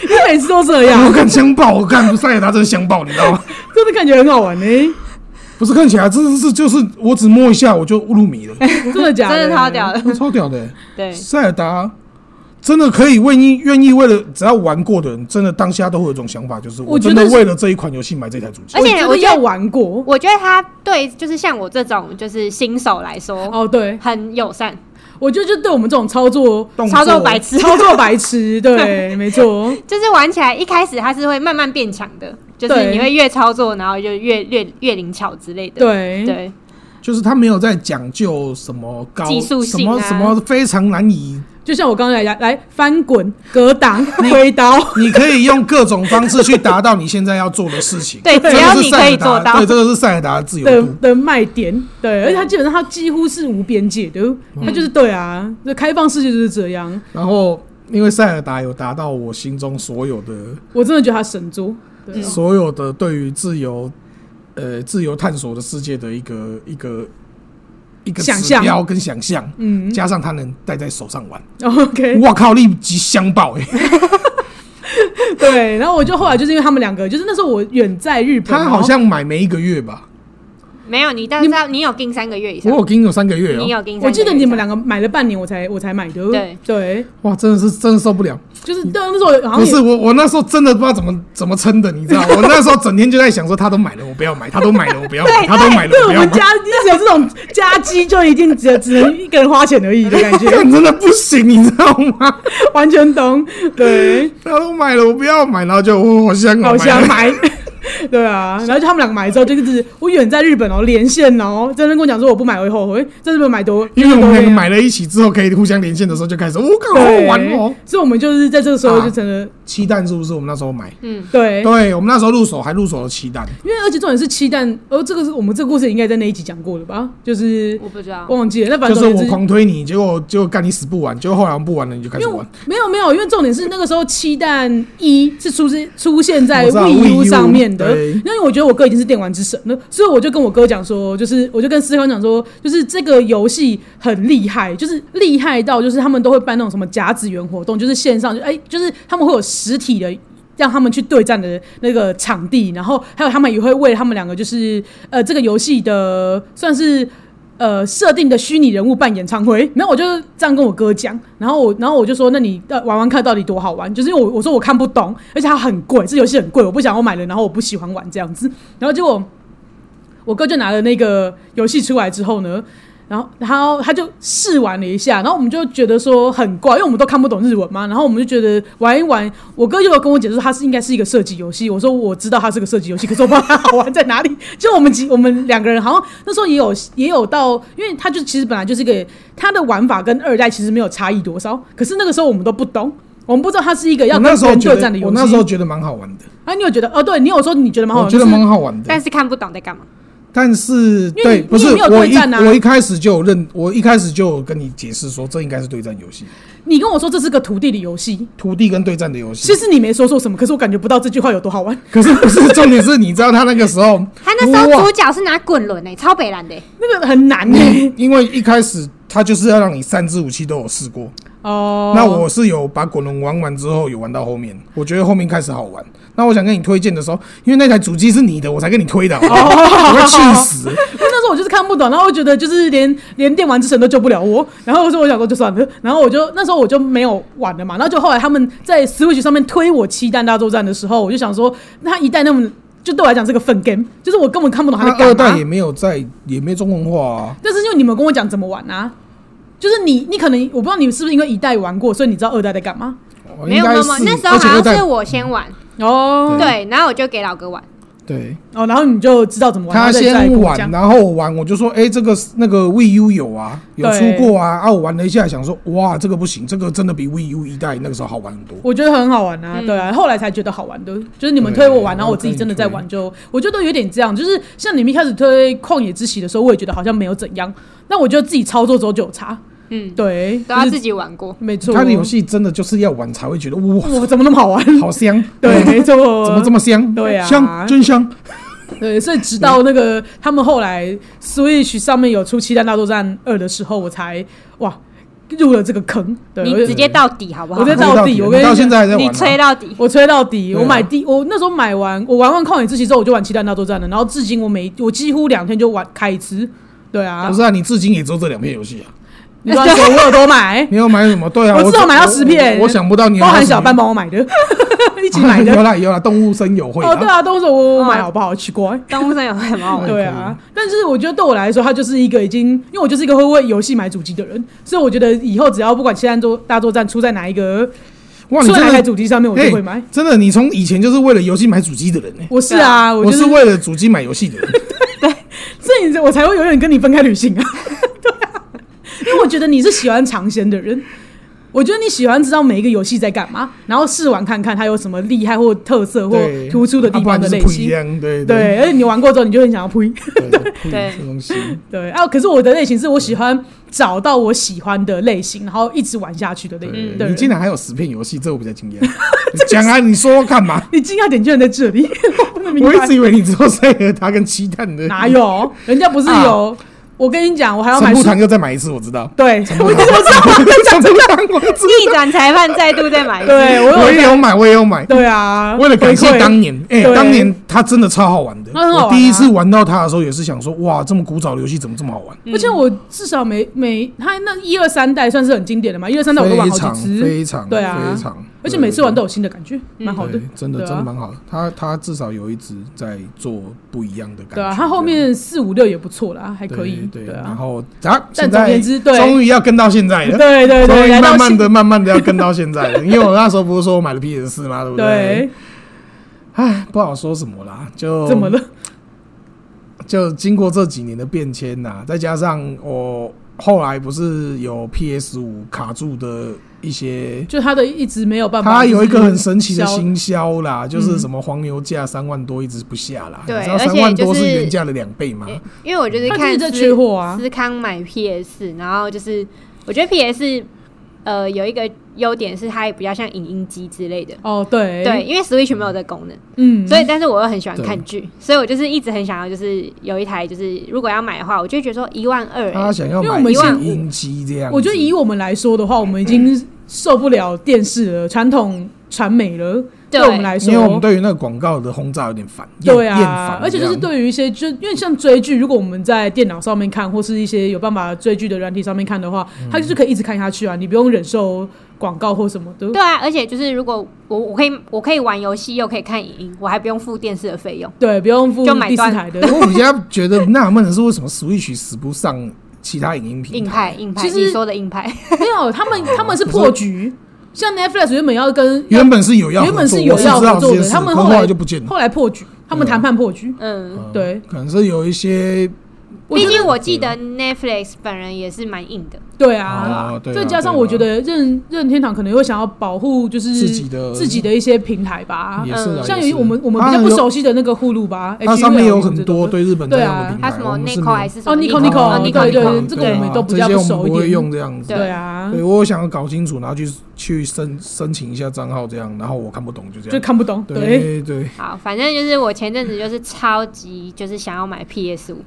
Speaker 1: 你每次都这样
Speaker 3: 我，看香爆，我看塞尔达真的香爆，你知道吗？
Speaker 1: 真的感觉很好玩呢、
Speaker 3: 不是看起来，这是就是我只摸一下我就入迷了，
Speaker 1: 真的假的？
Speaker 2: 真的超屌！的。
Speaker 3: 超屌的欸！
Speaker 2: 对，
Speaker 3: 塞尔达真的可以为你愿意为了只要玩过的人，真的当下都会有一种想法，就是我
Speaker 1: 我觉
Speaker 3: 真
Speaker 1: 得
Speaker 3: 的
Speaker 1: 是
Speaker 3: 为了这一款游戏买这台主机
Speaker 2: 而。且
Speaker 1: 我
Speaker 2: 我
Speaker 1: 真的
Speaker 2: 觉
Speaker 1: 要
Speaker 2: 得
Speaker 1: 玩过
Speaker 2: 我觉得他对就是像我这种就是新手来说，
Speaker 1: 哦，对
Speaker 2: 很友善。
Speaker 1: 我觉得就对我们这种操作
Speaker 3: 动
Speaker 2: 操作白 痴，
Speaker 1: 操作白痴， 对，没错，
Speaker 2: 就是玩起来一开始它是会慢慢变强的，就是
Speaker 1: 对
Speaker 2: 你会越操作，然后就越越越灵巧之类的。
Speaker 1: 对
Speaker 2: 对
Speaker 3: 就是他没有在讲究什么高
Speaker 2: 技术
Speaker 3: 什
Speaker 2: 性啊
Speaker 3: 么什么非常难以，
Speaker 1: 就像我刚才来来翻滚、格挡、挥 刀，
Speaker 3: 你可以用各种方式去达到你现在要做的事情。
Speaker 2: 对，
Speaker 3: 这
Speaker 2: 只
Speaker 3: 个
Speaker 2: 要
Speaker 3: 是
Speaker 2: 你
Speaker 3: 塞
Speaker 2: 可
Speaker 3: 尔
Speaker 2: 以
Speaker 3: 达
Speaker 2: 做到
Speaker 3: 对，，这个是塞尔达的自由
Speaker 1: 的
Speaker 3: 度。
Speaker 1: 的卖点，对，嗯而且它基本上它几乎是无边界的，它就是对啊，这开放世界就是这样，
Speaker 3: 然后，因为塞尔达有达到我心中所有的、
Speaker 1: 我真的觉得它神作，对啊，
Speaker 3: 所有的对于自由，呃，自由探索的世界的一个一个一个
Speaker 1: 想
Speaker 3: 指
Speaker 1: 象
Speaker 3: 标跟想象，
Speaker 1: 嗯
Speaker 3: 加上他能戴在手上玩，
Speaker 1: ，OK，
Speaker 3: 我靠，立即相爆哎、欸！
Speaker 1: 对，然后我就后来就是因为他们两个，就是那时候我远在日本，
Speaker 3: 他好像买没一个月吧，
Speaker 2: 没有你，但是要你有定三个月以
Speaker 3: 我
Speaker 2: 上，
Speaker 3: 有跟你有三个月哦、
Speaker 2: 你有定，
Speaker 1: 然后我记得你们两个买了半年，我才我才买的，
Speaker 2: 对
Speaker 1: 对，
Speaker 3: 哇，真的是真的受不了。
Speaker 1: 就是对那时候好像
Speaker 3: 不嗯是
Speaker 1: 也
Speaker 3: 我，我那时候真的不知道怎么怎么撑的，你知道？ 我那时候整天就在想说，他都买了，我不要买；他都买了，我不要买；他都买了，
Speaker 1: 哎对
Speaker 3: 我
Speaker 1: 我
Speaker 3: 不要
Speaker 1: 们
Speaker 3: 买
Speaker 1: 家。只有这种家机，就一定只只能一个人花钱而已的感觉，
Speaker 3: 干 真的不行，你知道吗？
Speaker 1: 完全懂，对。
Speaker 3: 他都买了，我不要买，然后就我好香，哦
Speaker 1: 好想
Speaker 3: 买了。
Speaker 1: 买。 对啊，然后就他们两个买之后，就是我远在日本哦，连线哦，在那边跟我讲说我不买会后悔，在日本买多，
Speaker 3: 因为我们两
Speaker 1: 多
Speaker 3: 个
Speaker 1: 那样
Speaker 3: 买了一起之后，可以互相连线的时候，就开始，我、靠，好好
Speaker 1: 啊对，
Speaker 3: 玩哦！
Speaker 1: 所以我们就是在这个时候就成了、
Speaker 3: 七蛋是不是我们那时候买？
Speaker 2: 嗯，
Speaker 1: 对，
Speaker 3: 对，我们那时候入手还入手了七蛋，
Speaker 1: 因为而且重点是七蛋，而、这个是我们这个故事应该在那一集讲过了吧？就是
Speaker 2: 我不知道，
Speaker 1: 忘记了，那反
Speaker 3: 就
Speaker 1: 正
Speaker 3: 是
Speaker 1: 总之
Speaker 3: 我狂推你，结果结果干你死不玩，结果后来我们不玩了，你就开
Speaker 1: 因
Speaker 3: 始
Speaker 1: 为我
Speaker 3: 玩。
Speaker 1: 没有没有，因为重点是那个时候七蛋一是出现出现在
Speaker 3: 我知道 Wii
Speaker 1: Wii
Speaker 3: U，
Speaker 1: U 上面的，
Speaker 3: 对
Speaker 1: 因为我觉得我哥已经是电玩之神了，所以我就跟我哥讲说，就是我就跟思康讲说，就是这个游戏很厉害，就是厉害到就是他们都会办那种什么甲子园活动，就是线上就哎、就是他们会有实体的。让他们去对战的那个场地，然后还有他们也会为他们两个就是呃这个游戏的算是呃设定的虚拟人物办演唱会，然后我就这样跟我哥讲，然后我然后我就说，那你呃玩玩看到底多好玩？就是因为我我说我看不懂，而且它很贵，这游戏很贵，我不想要买了，然后我不喜欢玩这样子，然后结果我哥就拿了那个游戏出来之后呢。然后，然后他就试玩了一下，然后我们就觉得说很怪，因为我们都看不懂日文嘛。然后我们就觉得玩一玩，我哥就有跟我解释说它是应该是一个射击游戏。我说我知道它是个射击游戏，可是我不知道它好玩在哪里。就我们 几我们两个人好像那时候也有也有到，因为它就其实本来就是一个它的玩法跟二代其实没有差异多少，可是那个时候我们都不懂，我们不知道它是一个要
Speaker 3: 我
Speaker 1: 跟
Speaker 3: 那时
Speaker 1: 别
Speaker 3: 候
Speaker 1: 人
Speaker 3: 觉
Speaker 1: 对战的
Speaker 3: 得，
Speaker 1: 游
Speaker 3: 我
Speaker 1: 戏。
Speaker 3: 那时候觉得蛮好玩的，
Speaker 1: 啊，你有觉得哦？对你有说你觉得蛮好
Speaker 3: 我
Speaker 1: 玩，
Speaker 3: 觉得
Speaker 1: 可是
Speaker 3: 蛮好玩的
Speaker 2: 但。是看不懂在干嘛。
Speaker 3: 但是
Speaker 1: 因为
Speaker 3: 对，
Speaker 1: 你
Speaker 3: 不
Speaker 1: 你
Speaker 3: 是
Speaker 1: 也没有
Speaker 3: 我
Speaker 1: 对
Speaker 3: 一
Speaker 1: 战啊
Speaker 3: 我一开始就有认，我一开始就有跟你解释说，这应该是对战游戏，
Speaker 1: 你跟我说这是个土地的游戏，
Speaker 3: 土地跟对战的游戏
Speaker 1: 其。实你没说错什么，可是我感觉不到这句话有多好玩。
Speaker 3: 可是不是重点是，你知道他那个时候，
Speaker 2: 他那时候
Speaker 3: 哇
Speaker 2: 主角是拿滚轮诶，超北蓝的、欸，
Speaker 1: 那个很难欸呢、
Speaker 3: 因为一开始他就是要让你三支武器都有试过。
Speaker 1: 哦，
Speaker 3: 那我是有把滚轮玩完之后，有玩到后面，我觉得后面开始好玩。那我想跟你推荐的时候，因为那台主机是你的，我才跟你推的，好不好
Speaker 2: 哦
Speaker 3: 我会气 死。
Speaker 1: 因为那时候我就是看不懂，然后我觉得就是连连电玩之神都救不了我，然后我说我想说就算了，然后我就那时候我就没有玩了嘛，然后就后来他们在 Switch 上面推我七代大作战的时候，我就想说，那他一代那么就对我来讲是个粪 game，就是我根本看不懂他
Speaker 3: 他
Speaker 1: 在干嘛。
Speaker 3: 二代也没有在，也没中文化啊。
Speaker 1: 但是因为你们跟我讲怎么玩啊，就是你你可能我不知道你是不是因为一代玩过，所以你知道二代在干嘛。
Speaker 3: 我
Speaker 2: 没有
Speaker 3: 哦应
Speaker 2: 没
Speaker 3: 该
Speaker 2: 有，
Speaker 3: 是
Speaker 2: 没有那时候
Speaker 3: 而且嗯
Speaker 2: 好像
Speaker 3: 二代
Speaker 2: 是我先玩，
Speaker 1: 哦
Speaker 2: 对，然后我就给老哥玩，
Speaker 3: 对，
Speaker 1: 哦，然后你就知道怎么玩，
Speaker 3: 他
Speaker 1: 然后再再
Speaker 3: 先
Speaker 1: 跟我
Speaker 3: 玩，啊
Speaker 1: 讲。
Speaker 3: 然后我玩，我就说，哎、这个那个 Wii U 有啊，有出
Speaker 1: 对
Speaker 3: 过啊，啊，我玩了一下，想说，哇，这个不行，这个真的比 Wii U 一代那个时候好玩很多。
Speaker 1: 我觉得很好玩啊，
Speaker 2: 嗯
Speaker 1: 对啊，后来才觉得好玩的，就是你们推我玩，
Speaker 3: 对
Speaker 1: 然后我自己真的在
Speaker 3: 嗯
Speaker 1: 玩就，我觉得有点这样，就是像你们一开始推《旷野之息》的时候，我也觉得好像没有怎样，那我觉得自己操作之后就有差，
Speaker 2: 嗯，
Speaker 1: 对，
Speaker 2: 都要
Speaker 1: 就是
Speaker 2: 自己玩过。
Speaker 1: 没错，
Speaker 3: 他的游戏真的就是要玩才会觉得，哇，
Speaker 1: 哇怎么那么好玩？
Speaker 3: 好香，
Speaker 1: 对，没错，
Speaker 3: 怎么这么香？
Speaker 1: 对啊
Speaker 3: 香真香。
Speaker 1: 对，所以直到那个他们后来 Switch 上面有出《七弹大作战二》的时候，我才哇入了这个坑，对，
Speaker 2: 你
Speaker 1: 我就
Speaker 2: 直接到底好不好
Speaker 1: 我？在
Speaker 3: 吹
Speaker 1: 到底
Speaker 3: 底，
Speaker 1: 我跟你
Speaker 3: 到现
Speaker 1: 讲
Speaker 3: 在还在玩
Speaker 2: 你
Speaker 3: 啊。
Speaker 2: 吹到底，
Speaker 1: 我吹到底，
Speaker 3: 对啊
Speaker 1: 我买第我那时候买完，我玩完旷野之息之后，我就玩七弹大作战了。然后至今我每我几乎两天就玩开一次。对啊
Speaker 3: 不，是啊，你至今也只有这两片游戏啊，
Speaker 1: 你说我有多买，
Speaker 3: 你要买什么？对啊，
Speaker 1: 我至少
Speaker 3: 只
Speaker 1: 买到10片
Speaker 3: 我我想不到你有
Speaker 1: 包含
Speaker 3: 什么
Speaker 1: 小半帮我买的。 一起买的
Speaker 3: 有。啦有啦，动物森友会
Speaker 1: 哦，对
Speaker 3: 啦，
Speaker 1: 啊，都是我我买
Speaker 2: 哦
Speaker 1: 好不好？奇怪。
Speaker 2: 动物森友会蛮 好玩的。
Speaker 1: 对啊，但是我觉得对我来说，它就是一个已经，因为我就是一个会为游戏买主机的人，所以我觉得以后只要不管《现在作大作战》出在哪一个
Speaker 3: 哇，你
Speaker 1: 出在哪
Speaker 3: 真
Speaker 1: 台
Speaker 3: 的
Speaker 1: 主机上面，我就
Speaker 3: 哎
Speaker 1: 会买。
Speaker 3: 真的，你从以前就是为了游戏买主机的人呢、欸
Speaker 1: 我是啊，我
Speaker 3: 我
Speaker 1: 就是
Speaker 3: 是为了主机买游戏的人，
Speaker 1: 所以你我才会永远跟你分开旅行 啊。对啊，因为我觉得你是喜欢尝鲜的人，我觉得你喜欢知道每一个游戏在干嘛，然后试玩看看它有什么厉害或特色或
Speaker 3: 对，
Speaker 1: 突出的地
Speaker 3: 啊不然
Speaker 1: 方的
Speaker 3: 就是
Speaker 1: 类
Speaker 3: 不一
Speaker 1: 型。
Speaker 3: 样，对
Speaker 1: 对，而且你玩过之后，你就很想要呸。
Speaker 3: 对对
Speaker 2: 对
Speaker 3: 这东西，
Speaker 1: 对啊，可是我的类型是我喜欢找到我喜欢的类型，然后一直玩下去的类型。
Speaker 3: 你竟然还有十片游戏，这我比较惊 讶。讲啊，你说干嘛？
Speaker 1: 你惊讶点居然在这里， 我不能明白
Speaker 3: 我一直以为你只有塞尔达跟七蛋的，
Speaker 1: 哪？有？人家不是有？我跟你讲，我还要
Speaker 3: 陈
Speaker 1: 买
Speaker 3: 步
Speaker 1: 书。
Speaker 3: 堂又再买一次，我知道。
Speaker 1: 对，我怎么知道？
Speaker 3: 陈步堂，我知道。
Speaker 2: 逆转裁判再度再买一次，
Speaker 1: 对我
Speaker 3: 我
Speaker 1: 有
Speaker 3: 也有买，我也有买。
Speaker 1: 对啊，
Speaker 3: 为了感谢
Speaker 1: 回馈
Speaker 3: 当年，哎、
Speaker 1: 对
Speaker 3: 当年它真的超好玩的。
Speaker 1: 它很好玩啊
Speaker 3: 我第一次玩到它的时候，也是想说，哇，这么古早的游戏怎么这么好玩？
Speaker 1: 而且我至少每每他那一二三代算是很经典的嘛，一二三代我都玩
Speaker 3: 非
Speaker 1: 好
Speaker 3: 常
Speaker 1: 几次，
Speaker 3: 非常
Speaker 1: 对啊
Speaker 3: 非常，
Speaker 1: 而且每次玩都
Speaker 3: 有
Speaker 1: 有新的感觉，蛮好的。
Speaker 3: 真的
Speaker 1: 对啊
Speaker 3: 真的蛮好的。它它至少有一直在做不一样的感觉。
Speaker 1: 对啊，他后面四五六也不错啦，还
Speaker 3: 对
Speaker 1: 可以。
Speaker 3: 对，然
Speaker 1: 啊，
Speaker 3: 后啊，
Speaker 1: 但
Speaker 3: 现
Speaker 1: 总而
Speaker 3: 在
Speaker 1: 言之对
Speaker 3: 终于要跟到现在了。
Speaker 1: 对对
Speaker 3: 终
Speaker 1: 对，
Speaker 3: 于
Speaker 1: 来到
Speaker 3: 哎慢慢
Speaker 1: 新
Speaker 3: 的、慢慢的要跟到现在了，因为我那时候不是说我买了 PS 四吗？对不
Speaker 1: 对？，
Speaker 3: 唉，不好说什么啦，就
Speaker 1: 怎么了？
Speaker 3: 就经过这几年的变迁呐、再加上我后来不是有 PS 五卡住的一些，
Speaker 1: 就他的一直没有办法，
Speaker 3: 它有一个很神奇的
Speaker 1: 消
Speaker 3: 行销啦，
Speaker 1: 嗯
Speaker 3: 就是什么黄牛价三万多一直不下啦，
Speaker 2: 对
Speaker 3: 你知道
Speaker 2: 而且
Speaker 3: 三万多
Speaker 2: 就是
Speaker 3: 是原价的两倍吗？
Speaker 2: 因为我就是
Speaker 1: 他
Speaker 2: 看
Speaker 1: 就是在
Speaker 2: 思
Speaker 1: 缺货啊
Speaker 2: 思康买 PS，然后就是我觉得 PS 呃有一个优点是它也比较像影音机之类的，
Speaker 1: 哦，对
Speaker 2: 对，，因为 Switch 没有这功能，
Speaker 1: 嗯，
Speaker 2: 所以但是我又很喜欢看
Speaker 3: 对
Speaker 2: 剧，所以我就是一直很想要就是有一台就是如果要买的话，我就会觉得说一万二、欸
Speaker 3: 他想要
Speaker 1: 因为
Speaker 3: 买
Speaker 1: 我们
Speaker 3: 影
Speaker 1: 现
Speaker 3: 音机这样子，
Speaker 1: 我觉得以我们来说的话，我们已经受不了电视了，传统传媒了，对
Speaker 2: 对
Speaker 1: 我们来说，
Speaker 3: 因为我们对于那个广告的轰炸有点烦，厌
Speaker 1: 对
Speaker 3: 厌
Speaker 1: 啊
Speaker 3: 烦，，
Speaker 1: 而且就是。对于一些，就因为像追剧，如果我们在电脑上面看，或是一些有办法追剧的软体上面看的话，
Speaker 3: 嗯
Speaker 1: 它就是可以一直看下去啊，你不用忍受广告或什么的。
Speaker 2: 对啊，而且就是如果我我可以我可以玩游戏又可以看影音，我还不用付电视的费用。
Speaker 1: 对，不用付
Speaker 2: 就买
Speaker 1: 第四
Speaker 2: 断
Speaker 1: 台的。
Speaker 3: 我比较觉得纳闷的是，为什么 Switch 使不上其他影音平
Speaker 2: 硬派硬派，
Speaker 1: 其实
Speaker 2: 你说的 硬派，
Speaker 1: 没有，他们他们是破局，像 Netflix 原本要跟
Speaker 3: 原本是有要合
Speaker 1: 原
Speaker 3: 作，
Speaker 1: 本是有要
Speaker 3: 我知道
Speaker 1: 合作
Speaker 3: 这件
Speaker 1: 的，
Speaker 3: 事
Speaker 1: 他们
Speaker 3: 可
Speaker 1: 后
Speaker 3: 后
Speaker 1: 来
Speaker 3: 就不见了。
Speaker 1: 后来破局，他们
Speaker 3: 对啊
Speaker 1: 谈判破局。
Speaker 2: 嗯，
Speaker 3: 嗯
Speaker 1: 对
Speaker 3: 可能是有一些
Speaker 1: 我
Speaker 2: 毕
Speaker 1: 觉得
Speaker 2: 竟我记得 Netflix 本人也是蛮硬的，
Speaker 1: 对啊
Speaker 3: 哦，对啊
Speaker 1: 再加上
Speaker 3: 对啊
Speaker 1: 我觉得任任天堂可能会想要保护就是
Speaker 3: 自己的
Speaker 1: 自己的一些平台吧，
Speaker 3: 也是啦啊
Speaker 2: 嗯
Speaker 1: 啊呃像
Speaker 3: 也
Speaker 1: 有
Speaker 3: 是
Speaker 1: 我们我们比较不熟悉的那个呼噜吧，
Speaker 3: 它
Speaker 1: HBO
Speaker 3: 上面有
Speaker 1: 什么
Speaker 3: 很
Speaker 1: 这种
Speaker 3: 多
Speaker 1: 的啊
Speaker 3: 对日本在用的平台，
Speaker 2: 它什么
Speaker 3: 我们是
Speaker 2: Nico
Speaker 3: 没有
Speaker 2: 还是什么
Speaker 1: 哦，Nico Nico，
Speaker 2: 哦
Speaker 1: 对对
Speaker 2: Nico Nico，
Speaker 1: 这个我们都比
Speaker 3: 对啊
Speaker 1: 较
Speaker 3: 这些
Speaker 1: 不
Speaker 3: 我们
Speaker 1: 熟一
Speaker 3: 不会
Speaker 1: 点
Speaker 3: 用这样子。
Speaker 2: 对
Speaker 1: 对啊，
Speaker 3: 对我想要搞清楚，然后去去申申请一下账号，这样，然后我看不懂就这
Speaker 1: 就
Speaker 3: 样。
Speaker 1: 看不懂，对，
Speaker 3: 对对，
Speaker 2: 好，反正就是我前阵子就是超级就是想要买 PS 五，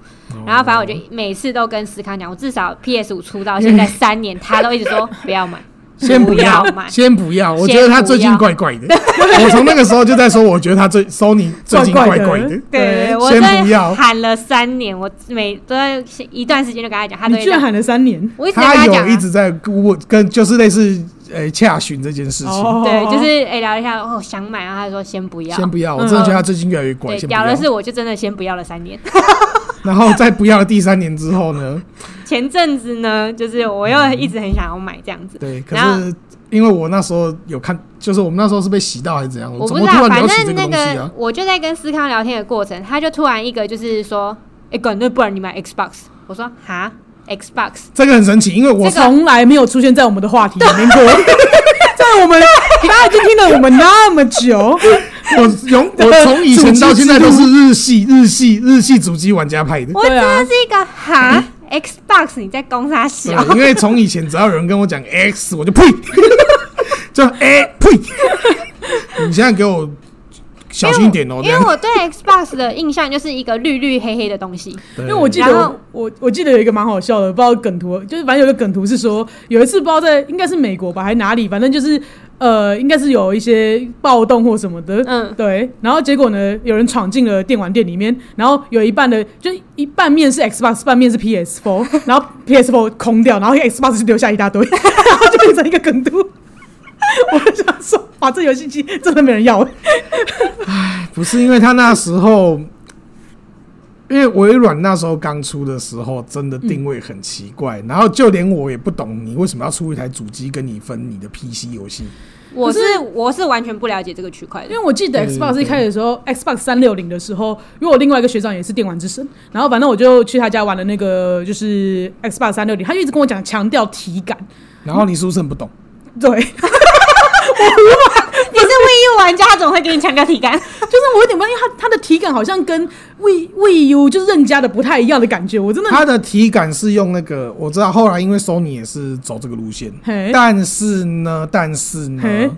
Speaker 2: 然后反正我就每次都跟思康讲，我至少 PS 五出到现在三年，他都一直说 不要买，
Speaker 3: 先不
Speaker 2: 要
Speaker 3: 要，
Speaker 2: 买。
Speaker 3: 先不要。我觉得他最近怪怪的， 我从那个时候就在说，我觉得他最 Sony 最近怪怪的。
Speaker 2: 对对，我
Speaker 3: 先
Speaker 2: 真
Speaker 3: 不
Speaker 2: 的
Speaker 3: 要
Speaker 2: 喊了三年，我每都在一段时间就跟他讲，他都
Speaker 1: 你
Speaker 2: 一
Speaker 1: 居
Speaker 2: 直
Speaker 1: 然，喊了三年，
Speaker 2: 我一直在
Speaker 3: 他
Speaker 2: 跟讲、
Speaker 3: 有一
Speaker 2: 啊。
Speaker 3: 直在我跟就是类似呃洽询这件事
Speaker 1: 哦
Speaker 3: 情，
Speaker 2: 对，就是哎、聊一下，哦，想买，然后他就说先不要，
Speaker 3: 哦先不要。我
Speaker 1: 嗯
Speaker 3: 真的觉得他最近越来越怪，
Speaker 2: 对
Speaker 3: 先，不
Speaker 2: 聊
Speaker 3: 要
Speaker 2: 的。是我就真的先不要了三年。
Speaker 3: 然后在不要的第三年之后 呢，
Speaker 2: 前阵子呢，就是我又一直很想要买这样子，
Speaker 3: 对，可
Speaker 2: 然后
Speaker 3: 是因为我那时候有看，就是我们那时候是被洗到还是怎样？
Speaker 2: 我
Speaker 3: 怎
Speaker 2: 不
Speaker 3: 么
Speaker 2: 知
Speaker 3: 突
Speaker 2: 道，
Speaker 3: 然
Speaker 2: 反
Speaker 3: 聊起这
Speaker 2: 正
Speaker 3: 个
Speaker 2: 那
Speaker 3: 东西啊？
Speaker 2: 我就在跟思康聊天的过程，他就突然一个就是说，哎、滚，那不然你买 Xbox？我说哈，Xbox
Speaker 3: 这个很神奇，因为我
Speaker 2: 这个
Speaker 1: 从来没有出现在我们的话题里面 过，在我们大家已经听了我们那么久，
Speaker 3: 我从我从以前到现在都是日系日系日系主机玩家派的，
Speaker 2: 我
Speaker 1: 对
Speaker 2: 真
Speaker 1: 啊
Speaker 2: 的是一个哈 Xbox，你在攻啥
Speaker 3: 嗯对啊
Speaker 2: 小？
Speaker 3: 因为从以前只要有人跟我讲 X，我就呸， 就哎 呸，你现在给我小心一点哦，
Speaker 2: 因
Speaker 3: 这
Speaker 2: 为
Speaker 3: 样
Speaker 2: 我对 Xbox 的印象就是一个绿绿黑黑的东西，
Speaker 3: 对
Speaker 1: 因为我记得
Speaker 2: 然后
Speaker 1: 我我我记得有一个蛮好笑的，不知道梗图，就是反正有一个梗图是说，有一次不知道在应该是美国吧，还是哪里，反正就是呃，应该是有一些暴动或什么的，
Speaker 2: 嗯
Speaker 1: 对。然后结果呢，有人闯进了电玩店里面，然后有一半的就一半面是 Xbox，半面是 PS4，然后 PS4 空掉，然后 Xbox 就留下一大堆，然后就变成一个梗图。 我想说，哇，这游戏机真的没人要。
Speaker 3: 不是因为他那时候，因为微软那时候刚出的时候，真的定位很奇怪，
Speaker 1: 嗯
Speaker 3: 然后就连我也不懂你为什么要出一台主机跟你分你的 PC 游戏。
Speaker 2: 我
Speaker 1: 可
Speaker 2: 是我是完全不了解这个区块
Speaker 1: 因
Speaker 2: 的，
Speaker 1: 为我记得
Speaker 3: 对
Speaker 1: Xbox
Speaker 3: 对
Speaker 1: 一开始的时候，Xbox 三六零的时候，因为我另外一个学长也是电玩之神，然后反正我就去他家玩了那个就是 Xbox 三六零，他就一直跟我讲强调体感，
Speaker 3: 然后你是不是很不懂？
Speaker 1: 对，
Speaker 2: 你是 Wii U 玩家，他怎么会给你强调体 感？
Speaker 1: 就是我有点不知道，因为它它的体感好像跟 We We U 就是任家的不太一样的感觉，我真的
Speaker 3: 它的体感是用那个，我知道后来因为 Sony 也是走这个路线，
Speaker 1: 嘿
Speaker 3: 但是呢，但是呢
Speaker 1: 嘿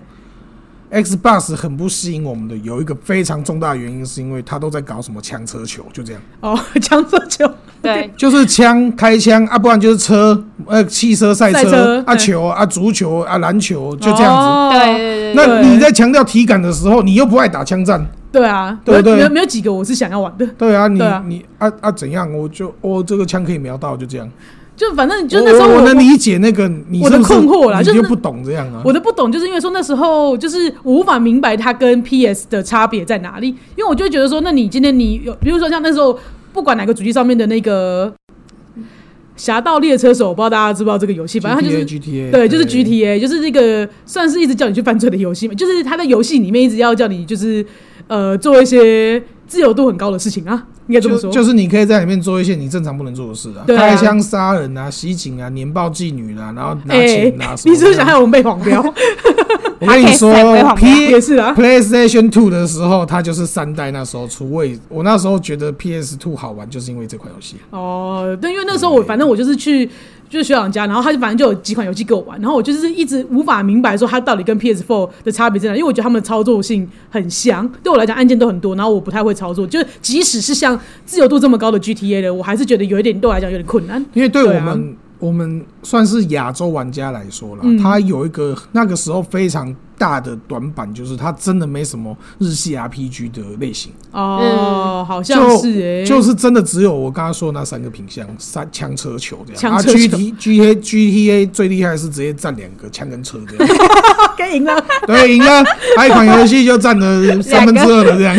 Speaker 3: ，Xbox 很不吸引我们的，有一个非常重大的原因，是因为它都在搞什么枪车球，就这样，
Speaker 1: 哦强射球，
Speaker 2: 对，
Speaker 3: 就是枪开枪啊，不然就是车，呃，汽车赛
Speaker 1: 赛车
Speaker 3: 啊，
Speaker 1: 嘿
Speaker 3: 球啊，足球啊，篮球，就这样子。
Speaker 1: 哦
Speaker 2: 对对对对
Speaker 3: 那
Speaker 1: 对
Speaker 3: 你在强调体感的时候，你又不爱打枪战，
Speaker 1: 对啊，
Speaker 3: 对对
Speaker 1: 没有没有几个我是想要玩的，
Speaker 3: 对啊，你
Speaker 1: 对啊
Speaker 3: 你啊啊怎样？我就哦，这个枪可以瞄到，就这样。
Speaker 1: 就反正就那时候
Speaker 3: 我我
Speaker 1: 我
Speaker 3: 能理解哦那个你
Speaker 1: 我的
Speaker 3: 是不是
Speaker 1: 困惑啦
Speaker 3: 你
Speaker 1: 就是
Speaker 3: 就
Speaker 1: 那
Speaker 3: 不懂这样啊。
Speaker 1: 我的不懂，就是因为说那时候就是我无法明白它跟 PS 的差别在哪里，因为我就会觉得说，那你今天你有，比如说像那时候不管哪个主机上面的那个《侠盗猎车手》，我不知道大家知不知道这个游戏，反正它就是
Speaker 3: GTA, GTA，
Speaker 1: 对，就是 GTA，就是那个算是一直叫你去犯罪的游戏嘛，就是它在游戏里面一直要叫你就是呃做一些自由度很高的事情啊，应该这么
Speaker 3: 就
Speaker 1: 说。
Speaker 3: 就是你可以在里面做一些你正常不能做的事啊，
Speaker 1: 对啊
Speaker 3: 开枪杀人啊，袭警啊，年暴妓女啊，然后拿
Speaker 1: 哎、
Speaker 3: 钱啊什
Speaker 1: 你
Speaker 3: 么的。
Speaker 1: 是不是想害我们被黄标？
Speaker 3: 我 跟你说
Speaker 2: 他可以塞回黄标
Speaker 1: 也
Speaker 3: ，P
Speaker 1: 是啊，
Speaker 3: PlayStation Two 的时候，它就是三代那时候出，我也我那时候觉得 PS Two 好玩，就是因为这款游戏。啊
Speaker 1: 哦，对，因为那时候我反正我就是去就是学长家，然后他就反正就有几款游戏给我玩，然后我就是一直无法明白说它到底跟 PS4 的差别在哪，因为我觉得他们的操作性很像，对我来讲按键都很多，然后我不太会操作，就是即使是像自由度这么高的 GTA 的，我还是觉得有一点对我来讲有点困难。
Speaker 3: 因为对
Speaker 1: 对
Speaker 3: 我
Speaker 1: 啊
Speaker 3: 们、我们算是亚洲玩家来说啦，
Speaker 1: 嗯
Speaker 3: 它有一个那个时候非常大的短板，就是它真的没什么日系 RPG 的类型，
Speaker 1: 哦，好
Speaker 3: 嗯就
Speaker 1: 像是哎、
Speaker 3: 就是真的只有我刚刚说的那三个品相，三枪车球这样。
Speaker 1: 枪车球
Speaker 3: 啊，G T G A G T A 最厉害的是直接占两个枪跟车这样，
Speaker 1: 该赢了，
Speaker 3: 对，赢了，还有一款游戏就占了三分之二了这样。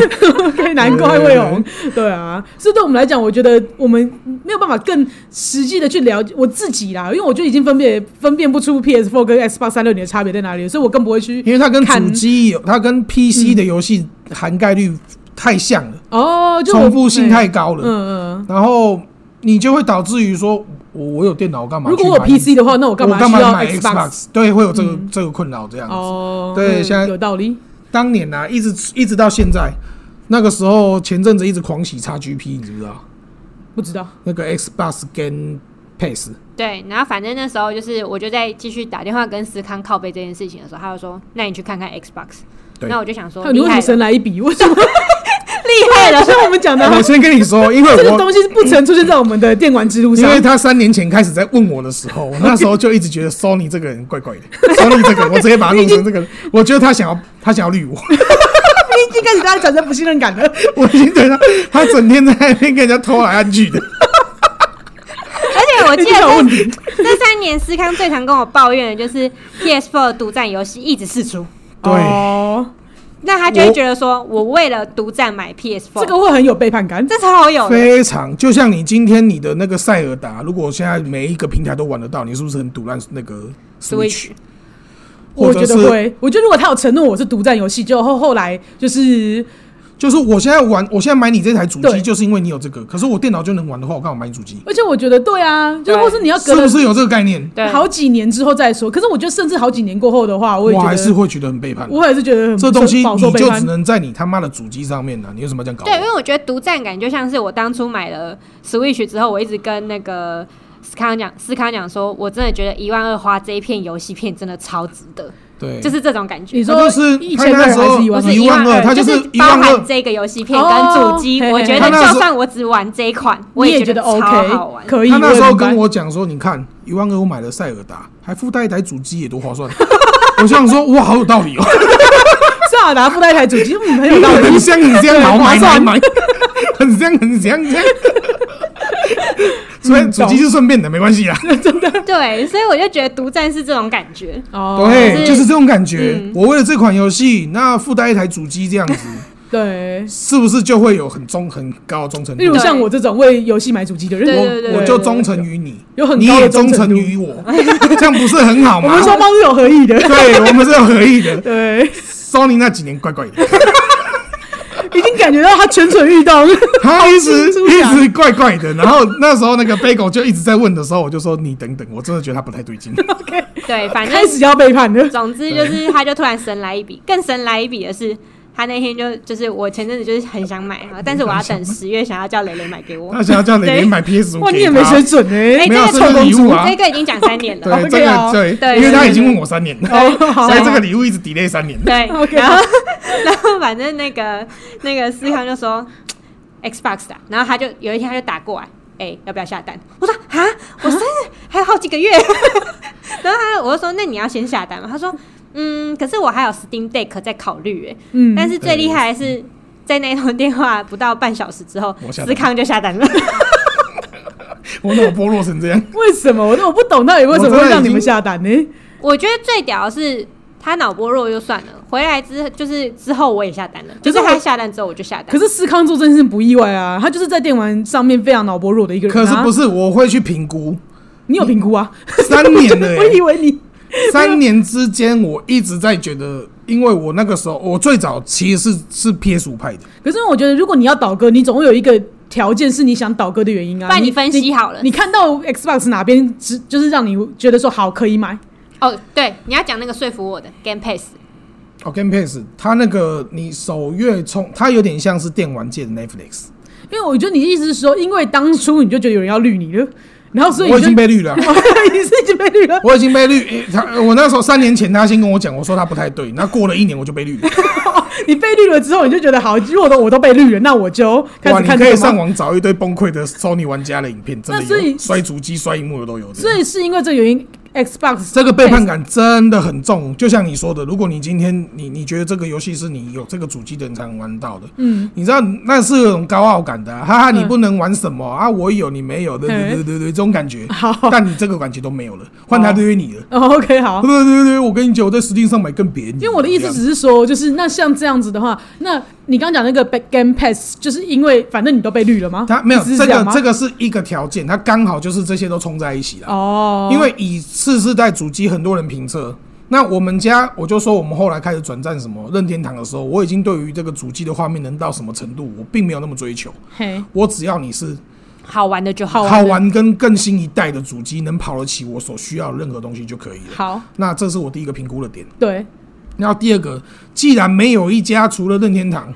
Speaker 1: 该难怪会红。对啊，所以对我们来讲，我觉得我们没有办法更实际的去了解我自己啦，因为我就已经分辨分辨不出 PS4 跟 Xbox 三六零的差别在哪里了，所以我更不会去
Speaker 3: 因为它跟
Speaker 1: 看嗯
Speaker 3: 主机有，它跟 PC 的游戏涵盖率太像了，
Speaker 1: 哦，就我
Speaker 3: 重复性太高了。
Speaker 1: 嗯嗯。
Speaker 3: 然后你就会导致于说，我我有电脑，我干嘛
Speaker 1: 如
Speaker 3: 去买？
Speaker 1: 果我有 PC 的话，那我
Speaker 3: 我
Speaker 1: 干
Speaker 3: 干
Speaker 1: 嘛需要
Speaker 3: 买
Speaker 1: Xbox？嗯
Speaker 3: 对，会有这个、这个困扰这样子。
Speaker 1: 哦，
Speaker 3: 对
Speaker 1: 嗯
Speaker 3: 现在
Speaker 1: 有道理。
Speaker 3: 当年啊，一直一直到现在，那个时候前阵子一直狂洗 XGP，你知不知道？
Speaker 1: 不知道，
Speaker 3: 那个 Xbox 跟 PS，
Speaker 2: 对，然后反正那时候就是，我就在继续打电话跟思康靠背这件事情的时候，他就说：“那你去看看 Xbox。”
Speaker 3: 对
Speaker 2: 那我就想说，
Speaker 1: 还有你
Speaker 2: 厉
Speaker 1: 为什
Speaker 2: 害
Speaker 1: 么
Speaker 2: 了，
Speaker 1: 神来一笔？为 什么？
Speaker 2: 厉 害了
Speaker 1: 就！像我们讲的啊，
Speaker 3: 我先跟你说，因
Speaker 1: 这
Speaker 3: 为
Speaker 1: 个
Speaker 3: 我
Speaker 1: 东西是不曾出现在我们的电玩之路
Speaker 3: 因
Speaker 1: 上。
Speaker 3: 为他三年前开始在问我的时候，我那时候就一直觉得 Sony 这个人怪怪的，Sony 这个我直接把他弄成这个，我觉得他想要他想要绿我，
Speaker 1: 已经开始大家产生不信任感了。
Speaker 3: 我已经对他他整天在那边跟人家偷来暗去的。
Speaker 2: 而且我记
Speaker 1: 哎这种问
Speaker 2: 得这这三年，思康最常跟我抱怨的就是 PS4 的独占游戏一直试出，
Speaker 3: 对
Speaker 1: 哦，
Speaker 2: 那他就会觉得说，我为了独占买 PS4，
Speaker 1: 这个会很有背叛感。
Speaker 2: 这超好有的。
Speaker 3: 非常，就像你今天你的那个塞尔达，如果现在每一个平台都玩得到，你是不是很赌烂那个 Switch？
Speaker 1: 我
Speaker 3: 或
Speaker 1: 觉
Speaker 3: 者
Speaker 1: 得
Speaker 3: 是
Speaker 1: 会，我觉得如果他有承诺我是独占游戏，就后后来就是
Speaker 3: 就是我现在玩，我现在买你这台主
Speaker 1: 对
Speaker 3: 机，就是因为你有这个。可是我电脑就能玩的话，我干嘛买主机？
Speaker 1: 而且我觉得对啊，就是
Speaker 2: 对
Speaker 1: 或是你要
Speaker 3: 是
Speaker 1: 隔
Speaker 3: 不
Speaker 1: 了
Speaker 3: 是有这个概念？
Speaker 2: 对，
Speaker 1: 好几年之后再说。可是我觉得，甚至好几年过后的话，我也
Speaker 3: 我
Speaker 1: 觉
Speaker 3: 还是
Speaker 1: 得，
Speaker 3: 会觉得很背叛。
Speaker 1: 我还是觉得很
Speaker 3: 这东西
Speaker 1: 饱
Speaker 3: 你
Speaker 1: 受背
Speaker 3: 就
Speaker 1: 叛
Speaker 3: 只。能在你他妈的主机上面了、啊你为什么要这样搞我？
Speaker 2: 对，因为我觉得独占感就像是我当初买了 Switch 之后，我一直跟那个思康讲，思康讲说，我真的觉得一万二花这一片游戏片真的超值得，
Speaker 3: 对，
Speaker 2: 就是这种感觉
Speaker 1: 你。
Speaker 3: 他
Speaker 1: 说
Speaker 3: 就是
Speaker 1: 一
Speaker 3: 他
Speaker 1: 千
Speaker 3: 那
Speaker 1: 二
Speaker 3: 时候
Speaker 1: 还是一
Speaker 2: 不
Speaker 1: 万
Speaker 2: 是
Speaker 1: 二？
Speaker 2: 一万
Speaker 3: 12,000它
Speaker 2: 就
Speaker 3: 就是
Speaker 2: 包
Speaker 3: 12,000
Speaker 2: 含这个游戏片跟主机。
Speaker 1: 哦
Speaker 2: 我觉
Speaker 1: 嘿
Speaker 2: 得
Speaker 1: 嘿
Speaker 3: 嘿
Speaker 2: 就算我只玩这一款，我
Speaker 1: 你也
Speaker 2: 觉
Speaker 1: 觉得
Speaker 2: 得超
Speaker 1: OK，
Speaker 2: 好玩。
Speaker 1: 可以。
Speaker 3: 他那时候
Speaker 1: 明白
Speaker 3: 跟我讲说，你看一万二我买了塞尔达，还附带一台主机，也多划算。 我想说，哇，好有道理哦。
Speaker 1: 塞尔啊达附带一台主机，嗯，很有道理。
Speaker 3: 很香很香，
Speaker 1: 对
Speaker 3: 好买
Speaker 1: 划算
Speaker 3: 买买，很香很香很香。所
Speaker 1: 嗯
Speaker 3: 以主机是顺便的，没关系啦。
Speaker 2: 对，所以我就觉得独占是这种感觉。
Speaker 1: 哦，
Speaker 3: 对，
Speaker 2: 是
Speaker 3: 就是这种感觉
Speaker 2: 嗯。
Speaker 3: 我为了这款游戏，那附带一台主机这样子，
Speaker 1: 对，
Speaker 3: 是不是就会有很忠很高的忠诚
Speaker 1: 例
Speaker 3: 度
Speaker 1: 如？
Speaker 2: 对
Speaker 1: 像我这种为游戏买主机的人，
Speaker 2: 对
Speaker 1: 我
Speaker 2: 对对
Speaker 3: 我就忠诚于你，
Speaker 1: 有很
Speaker 3: 你
Speaker 1: 高的
Speaker 3: 也
Speaker 1: 忠
Speaker 3: 忠
Speaker 1: 诚
Speaker 3: 诚
Speaker 1: 度
Speaker 3: 于我，这样不是很好
Speaker 1: 我
Speaker 3: 吗？。
Speaker 1: 们双方是有合意的
Speaker 3: 对，我们是有合意的。
Speaker 1: 对，
Speaker 3: Sony 那几年怪怪 的，
Speaker 1: 已经感觉到他蠢蠢欲动。
Speaker 3: 他一直
Speaker 1: 出
Speaker 3: 一
Speaker 1: 场
Speaker 3: 直怪怪的。然后那时候那个 Bagel 就一直在问的时候，我就说你等等，我真的觉得他不太 对劲。
Speaker 2: 对，反正
Speaker 1: 开始要背叛 了。
Speaker 2: 总之就是，他就突然神来一笔。更神来一笔的是，他那天就就是我前阵子就是很想买，啊但是我要等十月，想要叫蕾蕾买给我。
Speaker 3: 他想要叫蕾
Speaker 2: 对
Speaker 3: 蕾买 PS 五
Speaker 1: 哇，你
Speaker 3: 给
Speaker 1: 也没
Speaker 3: 他
Speaker 1: 水，准哎、
Speaker 2: 哎，
Speaker 1: 欸！
Speaker 2: 这
Speaker 3: 没有
Speaker 2: 个
Speaker 3: 这是
Speaker 2: 公
Speaker 3: 礼
Speaker 2: 主
Speaker 3: 物啊
Speaker 2: 这个已经讲三年 了。
Speaker 3: 对，
Speaker 1: OK 啊
Speaker 3: 真的对，
Speaker 2: 对
Speaker 3: 因为他
Speaker 2: 对
Speaker 3: 已经
Speaker 1: 对
Speaker 3: 问我三年了，
Speaker 1: 哦，好
Speaker 3: 所以这个礼物一直 delay 三年。
Speaker 2: 对，
Speaker 1: OK
Speaker 2: 然后 然后反正那个那个思康就说 Xbox 的，然后他就有一天他就打过来，哎、要不要下单？我说啊，我生日还有好几个月， 然后他我就说那你要先下单嘛，他说嗯，可是我还有 Steam Deck 在考虑哎、
Speaker 1: 嗯，
Speaker 2: 但是最厉害的是。在那通电话不到半小时之后，
Speaker 3: 我下单
Speaker 2: 思康就下单了。
Speaker 3: 我脑波弱成这样，
Speaker 1: 为什么我都我不懂到底为什么会让你们下单呢？
Speaker 2: 我觉得最屌的是他脑波弱就算了，回来之就是之后我也下单了，就是
Speaker 1: 可是我
Speaker 2: 他下单之后我就下单。
Speaker 1: 可是思康做这件事不意外啊，他就是在电玩上面非常脑波弱的一个人、
Speaker 3: 可
Speaker 1: 啊。
Speaker 3: 是不是我会去评估
Speaker 1: 你有评估啊？
Speaker 3: 三年了 耶，
Speaker 1: 我以为你
Speaker 3: 三年之间，我一直在觉得，因为我那个时候，我最早其实是是 PS 五派的，
Speaker 1: 可是我觉得，如果你要倒戈，你总会有一个条件是你想倒戈的原因啊。
Speaker 2: 不然你分析好了
Speaker 1: 你，你看到 Xbox 哪边只就是让你觉得说好可以买，
Speaker 2: 哦，对，你要讲那个说服我的 Game Pass，
Speaker 3: 哦，Game Pass，它那个你首月充，它有点像是电玩界的 Netflix，
Speaker 1: 因为我觉得你的意思是说，因为当初你就觉得有人要绿你了，然后所以
Speaker 3: 我
Speaker 1: 你
Speaker 3: 已
Speaker 1: 就
Speaker 3: 经被绿了啊。
Speaker 1: 你是已经被绿了。
Speaker 3: 我已经被绿，诶他我那时候三年前他先跟我讲，我说他不太对，那过了一年我就被绿了。
Speaker 1: 你被绿了之后，你就觉得好，如果都我都被绿了，那我就 开
Speaker 3: 哇，
Speaker 1: 始
Speaker 3: 你
Speaker 1: 看
Speaker 3: 可
Speaker 1: 这
Speaker 3: 以
Speaker 1: 个
Speaker 3: 上
Speaker 1: 吗。
Speaker 3: 网找一堆崩溃的 Sony 玩家的影片，真
Speaker 1: 那所
Speaker 3: 的
Speaker 1: 以
Speaker 3: 有摔主机、摔荧幕的都有。
Speaker 1: 所以是因为这个原因，Xbox
Speaker 3: 这个背叛感真的很重，就像你说的，如果你今天你你觉得这个游戏是你有这个主机的人才能玩到的，
Speaker 1: 嗯，
Speaker 3: 你知道那是有种高傲感的啊、哈哈，
Speaker 1: 嗯
Speaker 3: 你不能玩什么、啊？我有你没有，对对
Speaker 1: 嘿
Speaker 3: 对对对，这种感觉。
Speaker 1: 好
Speaker 3: 但你这个感觉都没有了，换他约你了。
Speaker 1: 哦，OK 好
Speaker 3: 对。对对对，我跟你讲，我在 Steam 上买更便宜。
Speaker 1: 因为我的意思只是说，就是那像这样子的话，那你刚讲那个 back Game Pass，就是因为反正你都被绿了吗？
Speaker 3: 他没有
Speaker 1: 你只是
Speaker 3: 这
Speaker 1: 样
Speaker 3: 个
Speaker 1: 吗
Speaker 3: 这个是一个条件，它刚好就是这些都冲在一起了。
Speaker 1: 哦，
Speaker 3: 因为以次世代主机，很多人评测。那我们家，我就说我们后来开始转战什么任天堂的时候，我已经对于这个主机的画面能到什么程度，我并没有那么追求。
Speaker 1: 嘿，
Speaker 3: 我只要你是
Speaker 2: 好玩的就好。
Speaker 3: 好玩跟更新一代的主机能跑得起我所需要的任何东西就可以了。
Speaker 1: 好，
Speaker 3: 那这是我第一个评估的点。
Speaker 1: 对，
Speaker 3: 然后第二个，既然没有一家除了任天堂，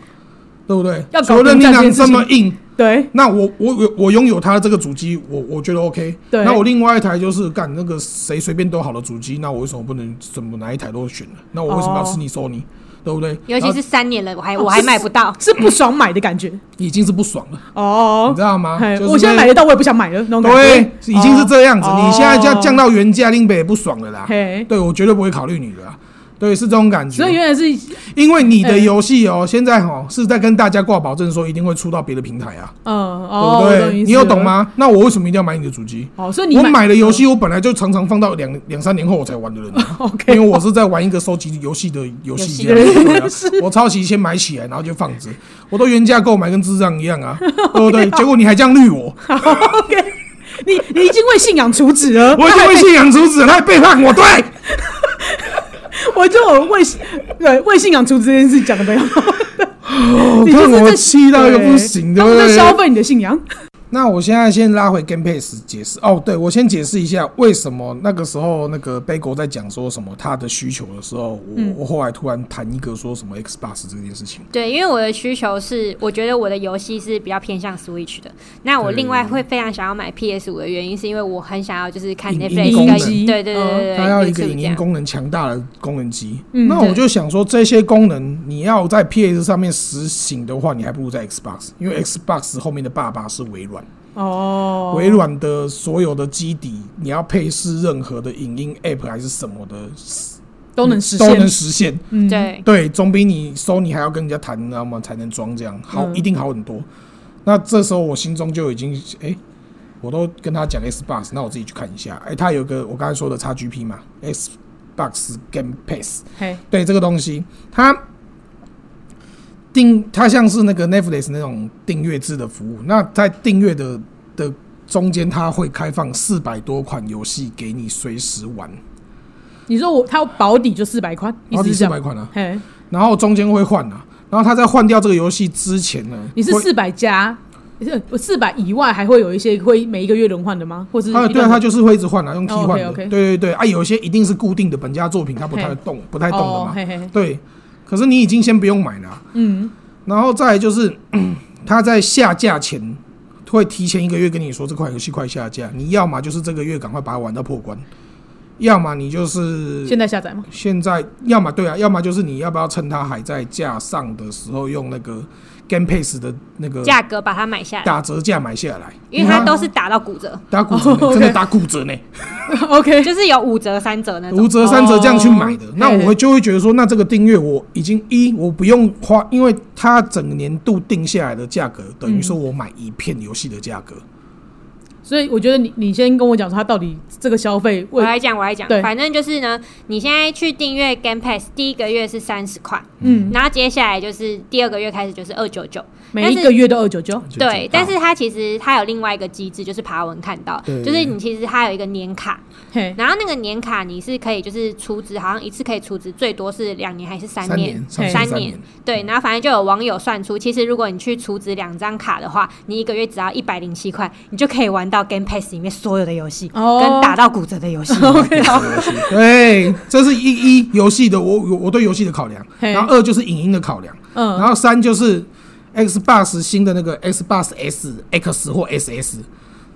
Speaker 3: 对不对？
Speaker 1: 要搞
Speaker 3: 除了任天堂这么
Speaker 1: 独占这
Speaker 3: 硬，
Speaker 1: 对，
Speaker 3: 那我我我我拥有它的这个主机，我我觉得 OK。
Speaker 1: 对
Speaker 3: 那我另外一台就是干那个谁随便都好的主机，那我为什么不能怎么哪一台都选呢？那我为什么要吃你 Sony？、对不对？
Speaker 2: 尤其
Speaker 3: 然后
Speaker 2: 是三年了，我还
Speaker 1: 哦
Speaker 2: 我还买不到。
Speaker 1: 是不爽买的感觉
Speaker 3: 已经是不爽了，你
Speaker 1: 哦
Speaker 3: 知。道吗？
Speaker 1: 嘿
Speaker 3: 就是
Speaker 1: 我现在买得到，我也不想买了，那种感
Speaker 3: 对
Speaker 1: 觉，
Speaker 3: 已经是这样子。
Speaker 1: 哦
Speaker 3: 你现在降降到原价，令北也不爽了啦。
Speaker 1: 嘿，
Speaker 3: 对我绝对不会考虑你的啦。对，是这种感觉
Speaker 1: 所以。原来是
Speaker 3: 因为你
Speaker 1: 哎
Speaker 3: 的游戏哦，现在哦是在跟大家挂保证说一定会出到别的平台啊，
Speaker 1: 嗯哦，
Speaker 3: 对
Speaker 1: 我
Speaker 3: 不
Speaker 1: 懂
Speaker 3: 对？
Speaker 1: 意思
Speaker 3: 你有懂
Speaker 1: 了？
Speaker 3: 吗？那我为什么一定要买你的主机？
Speaker 1: 哦， 所以你
Speaker 3: 我买的游戏，我本来就常常放到两两三年后我才玩 的人啊，因
Speaker 1: OK
Speaker 3: 为我是在玩一个收集游戏的游戏这
Speaker 1: 游戏
Speaker 3: 样对啊。 我抄袭先买起来，然后就放着，我都原价购买，跟智障一 样啊，对不对？结果你还这样绿我，
Speaker 1: OK，你 你已经为信仰除止了，
Speaker 3: 我已经被信仰阻止了，他还背 叛我，对，
Speaker 1: 我就有为对为信仰除止这件事讲的非常好，
Speaker 3: 我
Speaker 1: 你就是
Speaker 3: 看我
Speaker 1: 在
Speaker 3: 气到一个不行，对
Speaker 1: 他
Speaker 3: 不
Speaker 1: 们在消
Speaker 3: 对？
Speaker 1: 费你的信仰。
Speaker 3: 那我现在先拉回 Game Pass 解释哦，对我先解释一下为什么那个时候那个 b a g e 在讲说什么他的需求的时候，我、
Speaker 1: 嗯
Speaker 3: 我后来突然谈一个说什么 Xbox 这件事情。
Speaker 2: 对，因为我的需求是，我觉得我的游戏是比较偏向 Switch 的。那我
Speaker 3: 对
Speaker 2: 另外会非常想要买 PS 五的原因，是因为我很想要就是看
Speaker 3: 影
Speaker 2: Netflix 跟
Speaker 3: 音功能
Speaker 2: 对对对对对，
Speaker 3: 哦它要一个
Speaker 2: YouTube
Speaker 3: 影
Speaker 2: 这
Speaker 3: 音
Speaker 2: 样
Speaker 3: 功能强大的功能机。
Speaker 1: 嗯
Speaker 3: 那我就想说，这些功能你要在 PS 上面实行的话，你还不如在 Xbox，因为 Xbox 后面的爸爸是微软，
Speaker 1: 哦，
Speaker 3: 微软的所有的基底，你要配饰任何的影音 App 还是什么的，
Speaker 1: 都能实现，
Speaker 3: 都能实现。
Speaker 1: 嗯，
Speaker 2: 对。
Speaker 3: 对，总比你 Sony 还要跟人家谈，然后嘛才能装这样好，
Speaker 1: 嗯
Speaker 3: 一定好很多。那这时候我心中就已经哎。我都跟他讲 Xbox，那我自己去看一下。哎、它有个我刚才说的 XGP 嘛，Xbox Game Pass，
Speaker 1: 嘿，
Speaker 3: 对这个东西，它订它像是那个 Netflix 那种订阅制的服务。那在订阅的的中间，它会开放四百多款游戏给你随时玩，
Speaker 1: 你说我他保底就四百块，意
Speaker 3: 然后
Speaker 1: 思
Speaker 3: 第
Speaker 1: 是这
Speaker 3: 四百
Speaker 1: 样。
Speaker 3: 款啊，
Speaker 1: 嘿，
Speaker 3: 然后中间会换啊，然后它在换掉这个游戏之前呢，
Speaker 1: 你是
Speaker 3: 会
Speaker 1: 四百加，呃四百以外还会有一些会每一个月轮换的吗？或是
Speaker 3: 啊，
Speaker 1: 一
Speaker 3: 对啊，
Speaker 1: 段
Speaker 3: 他就是会一直换啊，用 T
Speaker 1: 哦，OK，
Speaker 3: 换的。
Speaker 1: OK
Speaker 3: 对对对，啊，有一些一定是固定的本家作品，它不太
Speaker 1: 嘿
Speaker 3: 动，不太动的
Speaker 1: 哦，
Speaker 3: 嘛。
Speaker 1: 嘿嘿，嘿
Speaker 3: 对，可是你已经先不用买了啊。
Speaker 1: 嗯，
Speaker 3: 然后再来就是， 他在下架前会提前一个月跟你说这款游戏快下架，你要么就是这个月赶快把它玩到破关，要么你就是
Speaker 1: 现在下载吗？
Speaker 3: 现在，要么对啊，要么就是你要不要趁它还在架上的时候用那个 Game Pass 的那个
Speaker 2: 价格把它买下来，
Speaker 3: 打折价买下来，嗯
Speaker 2: 因为它都是打到骨折，
Speaker 3: 打骨折呢，
Speaker 1: 哦
Speaker 3: 真的
Speaker 1: OK
Speaker 3: 打骨折呢。
Speaker 1: OK，
Speaker 2: 就是有五折、三折那
Speaker 3: 五
Speaker 2: 种。
Speaker 3: 折三折这样去买的，
Speaker 1: 哦
Speaker 3: 那
Speaker 1: 嘿
Speaker 3: 我会就会觉得说，那这个订阅我已经一我不用花，因为它整个年度定下来的价格，等于说我买一片游戏的价 格。
Speaker 1: 所以我觉得你你先跟我讲说他到底这个消费
Speaker 2: 我
Speaker 1: 为
Speaker 2: 来讲，我来讲
Speaker 1: 对，
Speaker 2: 反正就是呢，你现在去订阅 Game Pass，第一个月是三十块，
Speaker 1: 嗯
Speaker 2: 然后接下来就是第二个月开始就是二九九，
Speaker 1: 每一个月都二九九，
Speaker 3: 就
Speaker 2: 对
Speaker 3: 这样，
Speaker 2: 但是它其实它有另外一个机制，就是爬文看到，
Speaker 3: 对
Speaker 2: 就是你其实它有一个年卡，
Speaker 1: 嘿，
Speaker 2: 然后那个年卡你是可以就是储值，好像一次可以储值最多是两年还是三
Speaker 3: 三
Speaker 2: 年
Speaker 3: 年，？上
Speaker 1: 嘿
Speaker 3: 线
Speaker 2: 三
Speaker 3: 年
Speaker 2: 年，对，然后反正就有网友算出，其实如果你去储值两张卡的话，你一个月只要一百零七块，你就可以玩到 Game Pass 里面所有的游戏，
Speaker 1: 哦
Speaker 2: 跟打到骨折的游戏。
Speaker 3: 对，哎这是一一游戏的我我我对游戏的考量，
Speaker 1: 嘿
Speaker 3: 然后二就是影音的考量，然
Speaker 1: 嗯，
Speaker 3: 后三就是 Xbox 新的那个 Xbox S X 或 SS，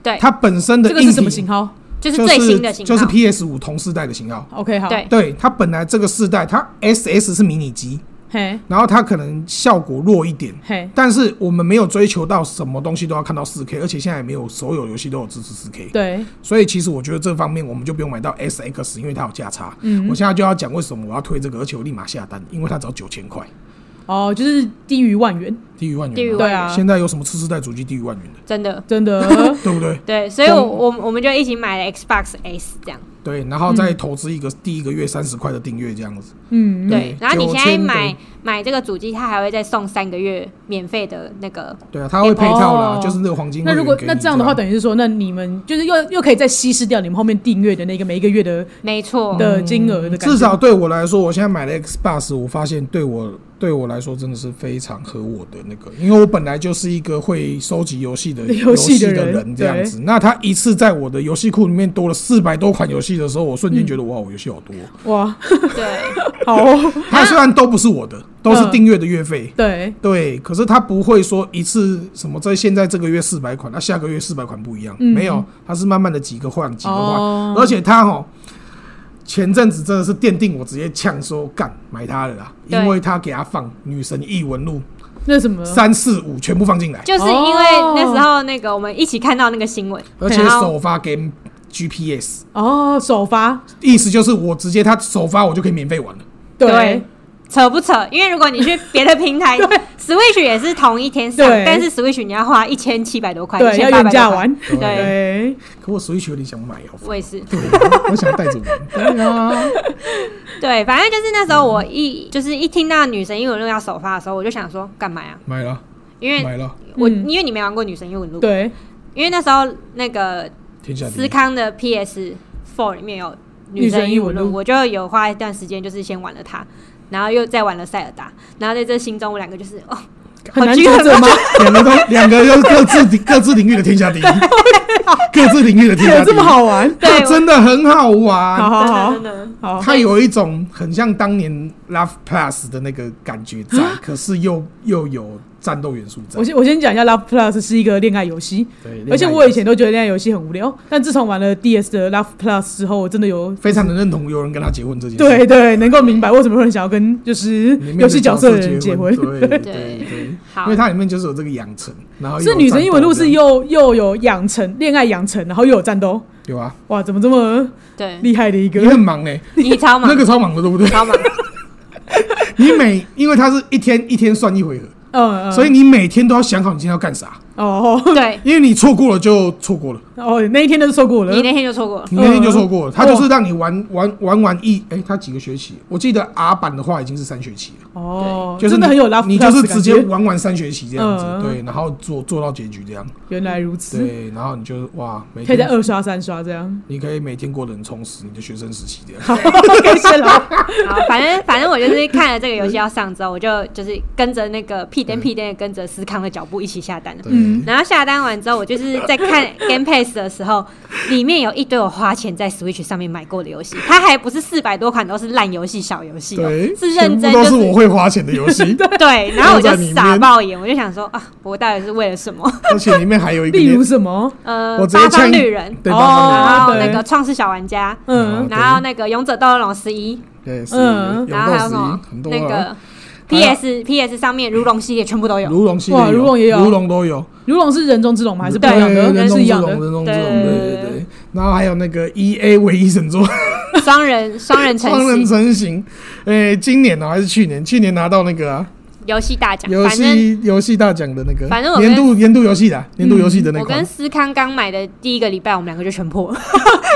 Speaker 2: 对，
Speaker 3: 它本身的
Speaker 1: 这个
Speaker 3: 硬
Speaker 1: 是
Speaker 3: 体
Speaker 1: 什么型号
Speaker 2: 就是
Speaker 3: 就
Speaker 2: 最新的型号，
Speaker 3: 就是 PS 五同世代的型号。
Speaker 1: ？OK，好，
Speaker 2: 对，
Speaker 3: 对，它本来这个世代，它 SS 是迷你机，
Speaker 1: 嘿，
Speaker 3: 然后它可能效果弱一点，
Speaker 1: 嘿，
Speaker 3: 但是我们没有追求到什么东西都要看到 4K，而且现在也没有所有游戏都有支持 4K，
Speaker 1: 对，
Speaker 3: 所以其实我觉得这方面我们就不用买到 SX，因为它有价差。
Speaker 1: 嗯
Speaker 3: 我现在就要讲为什么我要推这个，而且我立马下单，因为它只要九千块，
Speaker 1: 哦，就是低于万元，
Speaker 3: 低于万元。
Speaker 2: 低于万
Speaker 1: 对啊，
Speaker 3: 现在有什么次世代主机低于万元的，
Speaker 2: 真的。
Speaker 1: 真的
Speaker 3: 对不对？
Speaker 2: 对，所以我，
Speaker 3: 光
Speaker 2: 我我们就一起买了 Xbox S 这样。
Speaker 3: 对，然后再投资一个第一个月三十块的订阅这样子。
Speaker 1: 嗯，
Speaker 2: 对
Speaker 3: 对，
Speaker 2: 然后你现在
Speaker 3: 9000
Speaker 2: 买
Speaker 3: 对
Speaker 2: 买这个主机，它还会再送三个月免费的那个。
Speaker 3: 对啊，它会配套
Speaker 1: 哦
Speaker 3: 啦，就是那个黄金会
Speaker 1: 那
Speaker 3: 员给
Speaker 1: 如
Speaker 3: 你。
Speaker 1: 果那这样的话，
Speaker 3: 对啊
Speaker 1: 等于是说，那你们就是又又可以再稀释掉你们后面订阅的那个每一个月的
Speaker 2: 没错，
Speaker 1: 的金额的感觉，
Speaker 3: 至少对我来说，我现在买了 Xbox，我发现对我对我来说真的是非常合我的那个，因为我本来就是一个会收集游戏的
Speaker 1: 游戏的
Speaker 3: 的
Speaker 1: 人
Speaker 3: 这样子。那他一次在我的游戏库里面多了四百多款游戏的时候，我
Speaker 1: 嗯
Speaker 3: 瞬间觉得、哇，我游戏好多。
Speaker 1: 哇，
Speaker 2: 对，
Speaker 1: 好哦，
Speaker 3: 他虽然都不是我的，都是
Speaker 1: 嗯
Speaker 3: 订阅的月费。
Speaker 1: 对，
Speaker 3: 对，可是他不会说一次什么在现在这个月四百款，那、下个月四百款不一样，
Speaker 1: 嗯
Speaker 3: 没有，他是慢慢的几个换几个换，
Speaker 1: 哦
Speaker 3: 而且他哈前阵子真的是奠定我直接呛说干买他的啦，
Speaker 2: 对
Speaker 3: 因为他给他放《女神异闻录
Speaker 1: 那什么》，
Speaker 3: 三四五全部放进来，
Speaker 2: 就是因
Speaker 1: 哦
Speaker 2: 为那时候那个我们一起看到那个新闻，
Speaker 3: 而且
Speaker 2: 然后
Speaker 3: 首发 Game GPS，
Speaker 1: 哦，首发，
Speaker 3: 意思就是我直接他首发我就可以免费玩了。
Speaker 1: 对
Speaker 2: 对，扯不扯？因为如果你去别的 平台，Switch 也是同一天上
Speaker 1: 对，
Speaker 2: 但是 Switch 你要花一千七百多块，
Speaker 1: 对，要
Speaker 2: 1800
Speaker 1: 原价
Speaker 2: 多块。
Speaker 1: 玩，
Speaker 2: 对，
Speaker 3: 对
Speaker 1: 对，
Speaker 3: 可我 Switch 有点想买哦，
Speaker 2: 我也是。
Speaker 3: 对，我想带着玩。对啊，
Speaker 2: 对，反正就是那时候我一就是一听到女神英文录要首发的时候，我就想说干嘛呀？
Speaker 3: 买了，
Speaker 2: 因为
Speaker 3: 买了，
Speaker 2: 我、
Speaker 1: 嗯
Speaker 2: 因为你没玩过女神英文录，
Speaker 1: 对，
Speaker 2: 因为那时候那个
Speaker 3: 天下第
Speaker 2: 思
Speaker 3: 一。
Speaker 2: 康的 PS Four 里面有
Speaker 1: 女
Speaker 2: 女
Speaker 1: 神
Speaker 2: 神
Speaker 1: 异
Speaker 2: 异
Speaker 1: 闻
Speaker 2: 闻录，
Speaker 3: 哦
Speaker 1: 录
Speaker 2: 我就有花一段时间，就是先玩了它，然后又再玩了塞尔达，然后在这心中我两个就是哦，
Speaker 1: 很难
Speaker 2: 好
Speaker 1: 抉
Speaker 2: 饥饿
Speaker 1: 择吗？
Speaker 3: 两个都两个都是各自各自领域的 天下第一，各自领域的天下
Speaker 1: 有
Speaker 3: 第
Speaker 1: 啊这
Speaker 3: 一，
Speaker 1: 么好玩？
Speaker 2: 对
Speaker 3: 它 真的很好
Speaker 1: 好
Speaker 3: 玩。
Speaker 1: 好好
Speaker 2: 真的真的
Speaker 1: 好，
Speaker 3: 它有一种很像当年 Love Plus 的那个感觉在，可是又又有战斗元素在
Speaker 1: 啊我。先我先讲一下，Love Plus 是一个恋爱游戏，
Speaker 3: 对，
Speaker 1: 而且
Speaker 3: 另外
Speaker 1: 我
Speaker 3: 一
Speaker 1: 以前都觉得恋爱游戏很无聊，但自从玩了 DS 的 Love Plus 之后，我真的有
Speaker 3: 个非常的认同有人跟他结婚这件事。
Speaker 1: 对对能够明白为什么会想要跟就是
Speaker 3: 里面的
Speaker 1: 游戏角色的人
Speaker 3: 结
Speaker 1: 结婚。
Speaker 3: 对 对
Speaker 2: 对
Speaker 3: 对对，因
Speaker 2: 好
Speaker 3: 为它里面就是有这个养成，然后又
Speaker 1: 是
Speaker 3: 有
Speaker 1: 女神
Speaker 3: 战
Speaker 1: 异闻
Speaker 3: 斗
Speaker 1: 录
Speaker 3: 这
Speaker 1: 是
Speaker 3: 样
Speaker 1: 又又有养成恋爱养成，然后又有战斗，
Speaker 3: 有啊，
Speaker 1: 哇，怎么这么
Speaker 2: 对，
Speaker 1: 厉害的一
Speaker 3: 你
Speaker 1: 个
Speaker 3: 很忙嘞，
Speaker 2: 你超忙
Speaker 3: 那，个超忙的对不对？
Speaker 2: 超忙，
Speaker 3: 你每因为它是一天一天算一回合，
Speaker 1: 嗯嗯，
Speaker 3: 所以你每天都要想好你今天要干啥。
Speaker 1: 哦
Speaker 2: 对，
Speaker 3: 因为你错过了就错过了，
Speaker 1: 哦，那一天都错过
Speaker 3: 呃
Speaker 1: 了
Speaker 2: 你。那天就错过了。
Speaker 3: 你那天就错
Speaker 1: 嗯
Speaker 3: 过了。他就是让你玩玩玩完一，哎、他几个学期？我记得 R 版的话已经是三学期了，
Speaker 1: 哦，
Speaker 3: 就是
Speaker 1: 真的
Speaker 3: 你
Speaker 1: 很有拉夫
Speaker 3: 你
Speaker 1: 拉
Speaker 3: 就
Speaker 1: 斯
Speaker 3: 是
Speaker 1: 感
Speaker 3: 直接
Speaker 1: 觉
Speaker 3: 玩完三学期这样子，
Speaker 1: 嗯
Speaker 3: 对，然后做做到结局这样，
Speaker 1: 原来如此，
Speaker 3: 对，然后你就哇，每
Speaker 1: 可以再
Speaker 3: 天
Speaker 1: 二刷三刷这样。
Speaker 3: 你可以每天过得很充实，你的学生时期这样。
Speaker 1: OK，谢了。
Speaker 2: 好，反正反正我就是看了这个游戏要上之后，我就就是跟着那个屁颠屁颠的跟着思康的脚步一起下单了。
Speaker 1: 嗯
Speaker 3: 嗯，
Speaker 2: 然后下单完之后，我就是在看 Game Pass 的时候，里面有一堆我花钱在 Switch 上面买过的游戏，它还不是四百多款都是烂游戏、小游戏哦、
Speaker 3: 对，
Speaker 2: 是认
Speaker 3: 全
Speaker 2: 真就
Speaker 3: 部都是我会花钱的游 戏，
Speaker 2: 对。然后我就
Speaker 3: 都在里
Speaker 2: 傻
Speaker 3: 面
Speaker 2: 爆眼，我就想说啊，我到底是为了什么？
Speaker 3: 而且 里面还有一个
Speaker 1: 例
Speaker 3: 连，
Speaker 1: 如什么？
Speaker 2: 呃，
Speaker 3: 我直接
Speaker 2: 八方
Speaker 3: 呛
Speaker 2: 绿人，
Speaker 3: 对
Speaker 1: 哦
Speaker 3: 吧？
Speaker 2: 然后
Speaker 1: 对
Speaker 2: 那个创世小玩家，
Speaker 1: 嗯，
Speaker 3: 对
Speaker 2: 然后那个勇者斗恶龙十一，
Speaker 3: 对，是
Speaker 1: 嗯
Speaker 3: 有
Speaker 2: 然后还有什
Speaker 3: 到
Speaker 2: 么
Speaker 3: 十一，很多
Speaker 2: 那
Speaker 3: 啊。
Speaker 2: 个 PS PS 上面如龙系列全部都有。
Speaker 3: 如龙系列
Speaker 1: 哇
Speaker 3: 有
Speaker 1: 如龙也有
Speaker 3: 如龙都有，
Speaker 1: 如龙是人中之龙吗？还是不
Speaker 3: 对
Speaker 1: 一样
Speaker 3: 人
Speaker 1: 的？
Speaker 3: 中
Speaker 1: 是
Speaker 3: 之
Speaker 1: 一样
Speaker 3: 龙，
Speaker 1: 的。
Speaker 3: 人中之
Speaker 2: 对
Speaker 3: 龙，对对
Speaker 2: 对
Speaker 3: 对。然后还有那个 E A 唯一神作
Speaker 2: 双人双人成
Speaker 3: 双人
Speaker 2: 型
Speaker 3: 成型，哎，今年呢还是去年？去年拿到那个啊
Speaker 2: 游戏大奖，
Speaker 3: 游
Speaker 2: 反正
Speaker 3: 戏游戏大奖的那个，
Speaker 2: 反正我跟嗯
Speaker 3: 年度年度游戏的啊年度游戏的那
Speaker 2: 我跟
Speaker 3: 款，
Speaker 2: 思康刚买的第一个礼拜，我们两个就全破了，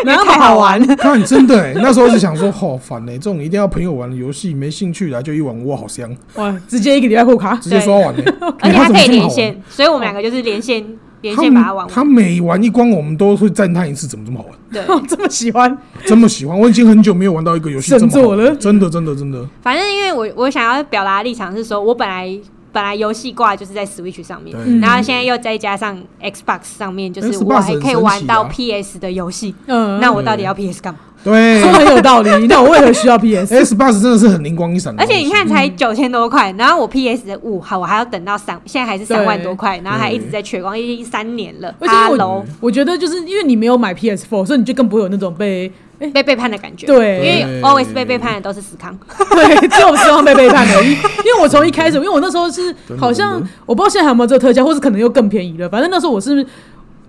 Speaker 1: 哪有那
Speaker 2: 太
Speaker 1: 么好
Speaker 2: 好
Speaker 1: 玩
Speaker 2: 玩？
Speaker 3: 看真的哎，那时候是想说好烦哎，这种一定要朋友玩的游戏，没兴趣的啊就一网窝好香，
Speaker 1: 哇，直接一个礼拜破卡。
Speaker 3: 直接刷完哎，
Speaker 2: 而且
Speaker 3: 它
Speaker 2: 它可
Speaker 3: 怎么
Speaker 2: 以
Speaker 3: 这么
Speaker 2: 连
Speaker 3: 好玩？
Speaker 2: 线，所以我们两个就是连线连
Speaker 3: 他
Speaker 2: 线把它
Speaker 3: 们
Speaker 2: 玩
Speaker 3: 哦他
Speaker 2: 完。
Speaker 3: 每玩一关，我们都会赞叹一次，怎么这么好玩，
Speaker 2: 对，
Speaker 1: 这么喜欢，
Speaker 3: 这么喜欢。我已经很久没有玩到一个游戏这么好
Speaker 1: 神作
Speaker 3: 玩
Speaker 1: 了
Speaker 3: 真的，真的，真的。
Speaker 2: 反正因为我我想要表达的立场是说，我本来本来游戏挂就是在 Switch 上面，
Speaker 3: 对
Speaker 2: 然后现在又再加上 Xbox 上面，就是我
Speaker 3: Xbox
Speaker 2: 还可以
Speaker 3: 很神奇啊嗯
Speaker 2: 玩到 PS 的游戏，
Speaker 1: 嗯，
Speaker 2: 那我到底要 PS 干嘛？
Speaker 3: 对
Speaker 1: 说很有道 理。那我为何需要 PS？
Speaker 3: ，S 八十真的是很灵光一闪的
Speaker 2: 而
Speaker 3: 东西。
Speaker 2: 且你看，才九千多块，然后我 PS 五好，我还要等到三，现在还是三万多块，然后还一直在缺光，已经三年了。
Speaker 1: 而且因为
Speaker 2: Hello，
Speaker 1: 我我觉得就是因为你没有买 PS4，所以你就更不会有那种被
Speaker 3: 嗯
Speaker 2: 被背叛的感觉。因
Speaker 1: 对
Speaker 2: 为 always 被背叛的都是死康，
Speaker 3: 哦
Speaker 1: 对，只有失望被背叛而已。因为我从一开始，因为我那时候是
Speaker 3: 真的
Speaker 1: 好像
Speaker 3: 真的
Speaker 1: 我不知道现在还有没有这个特价，或是可能又更便宜了。反正那时候我是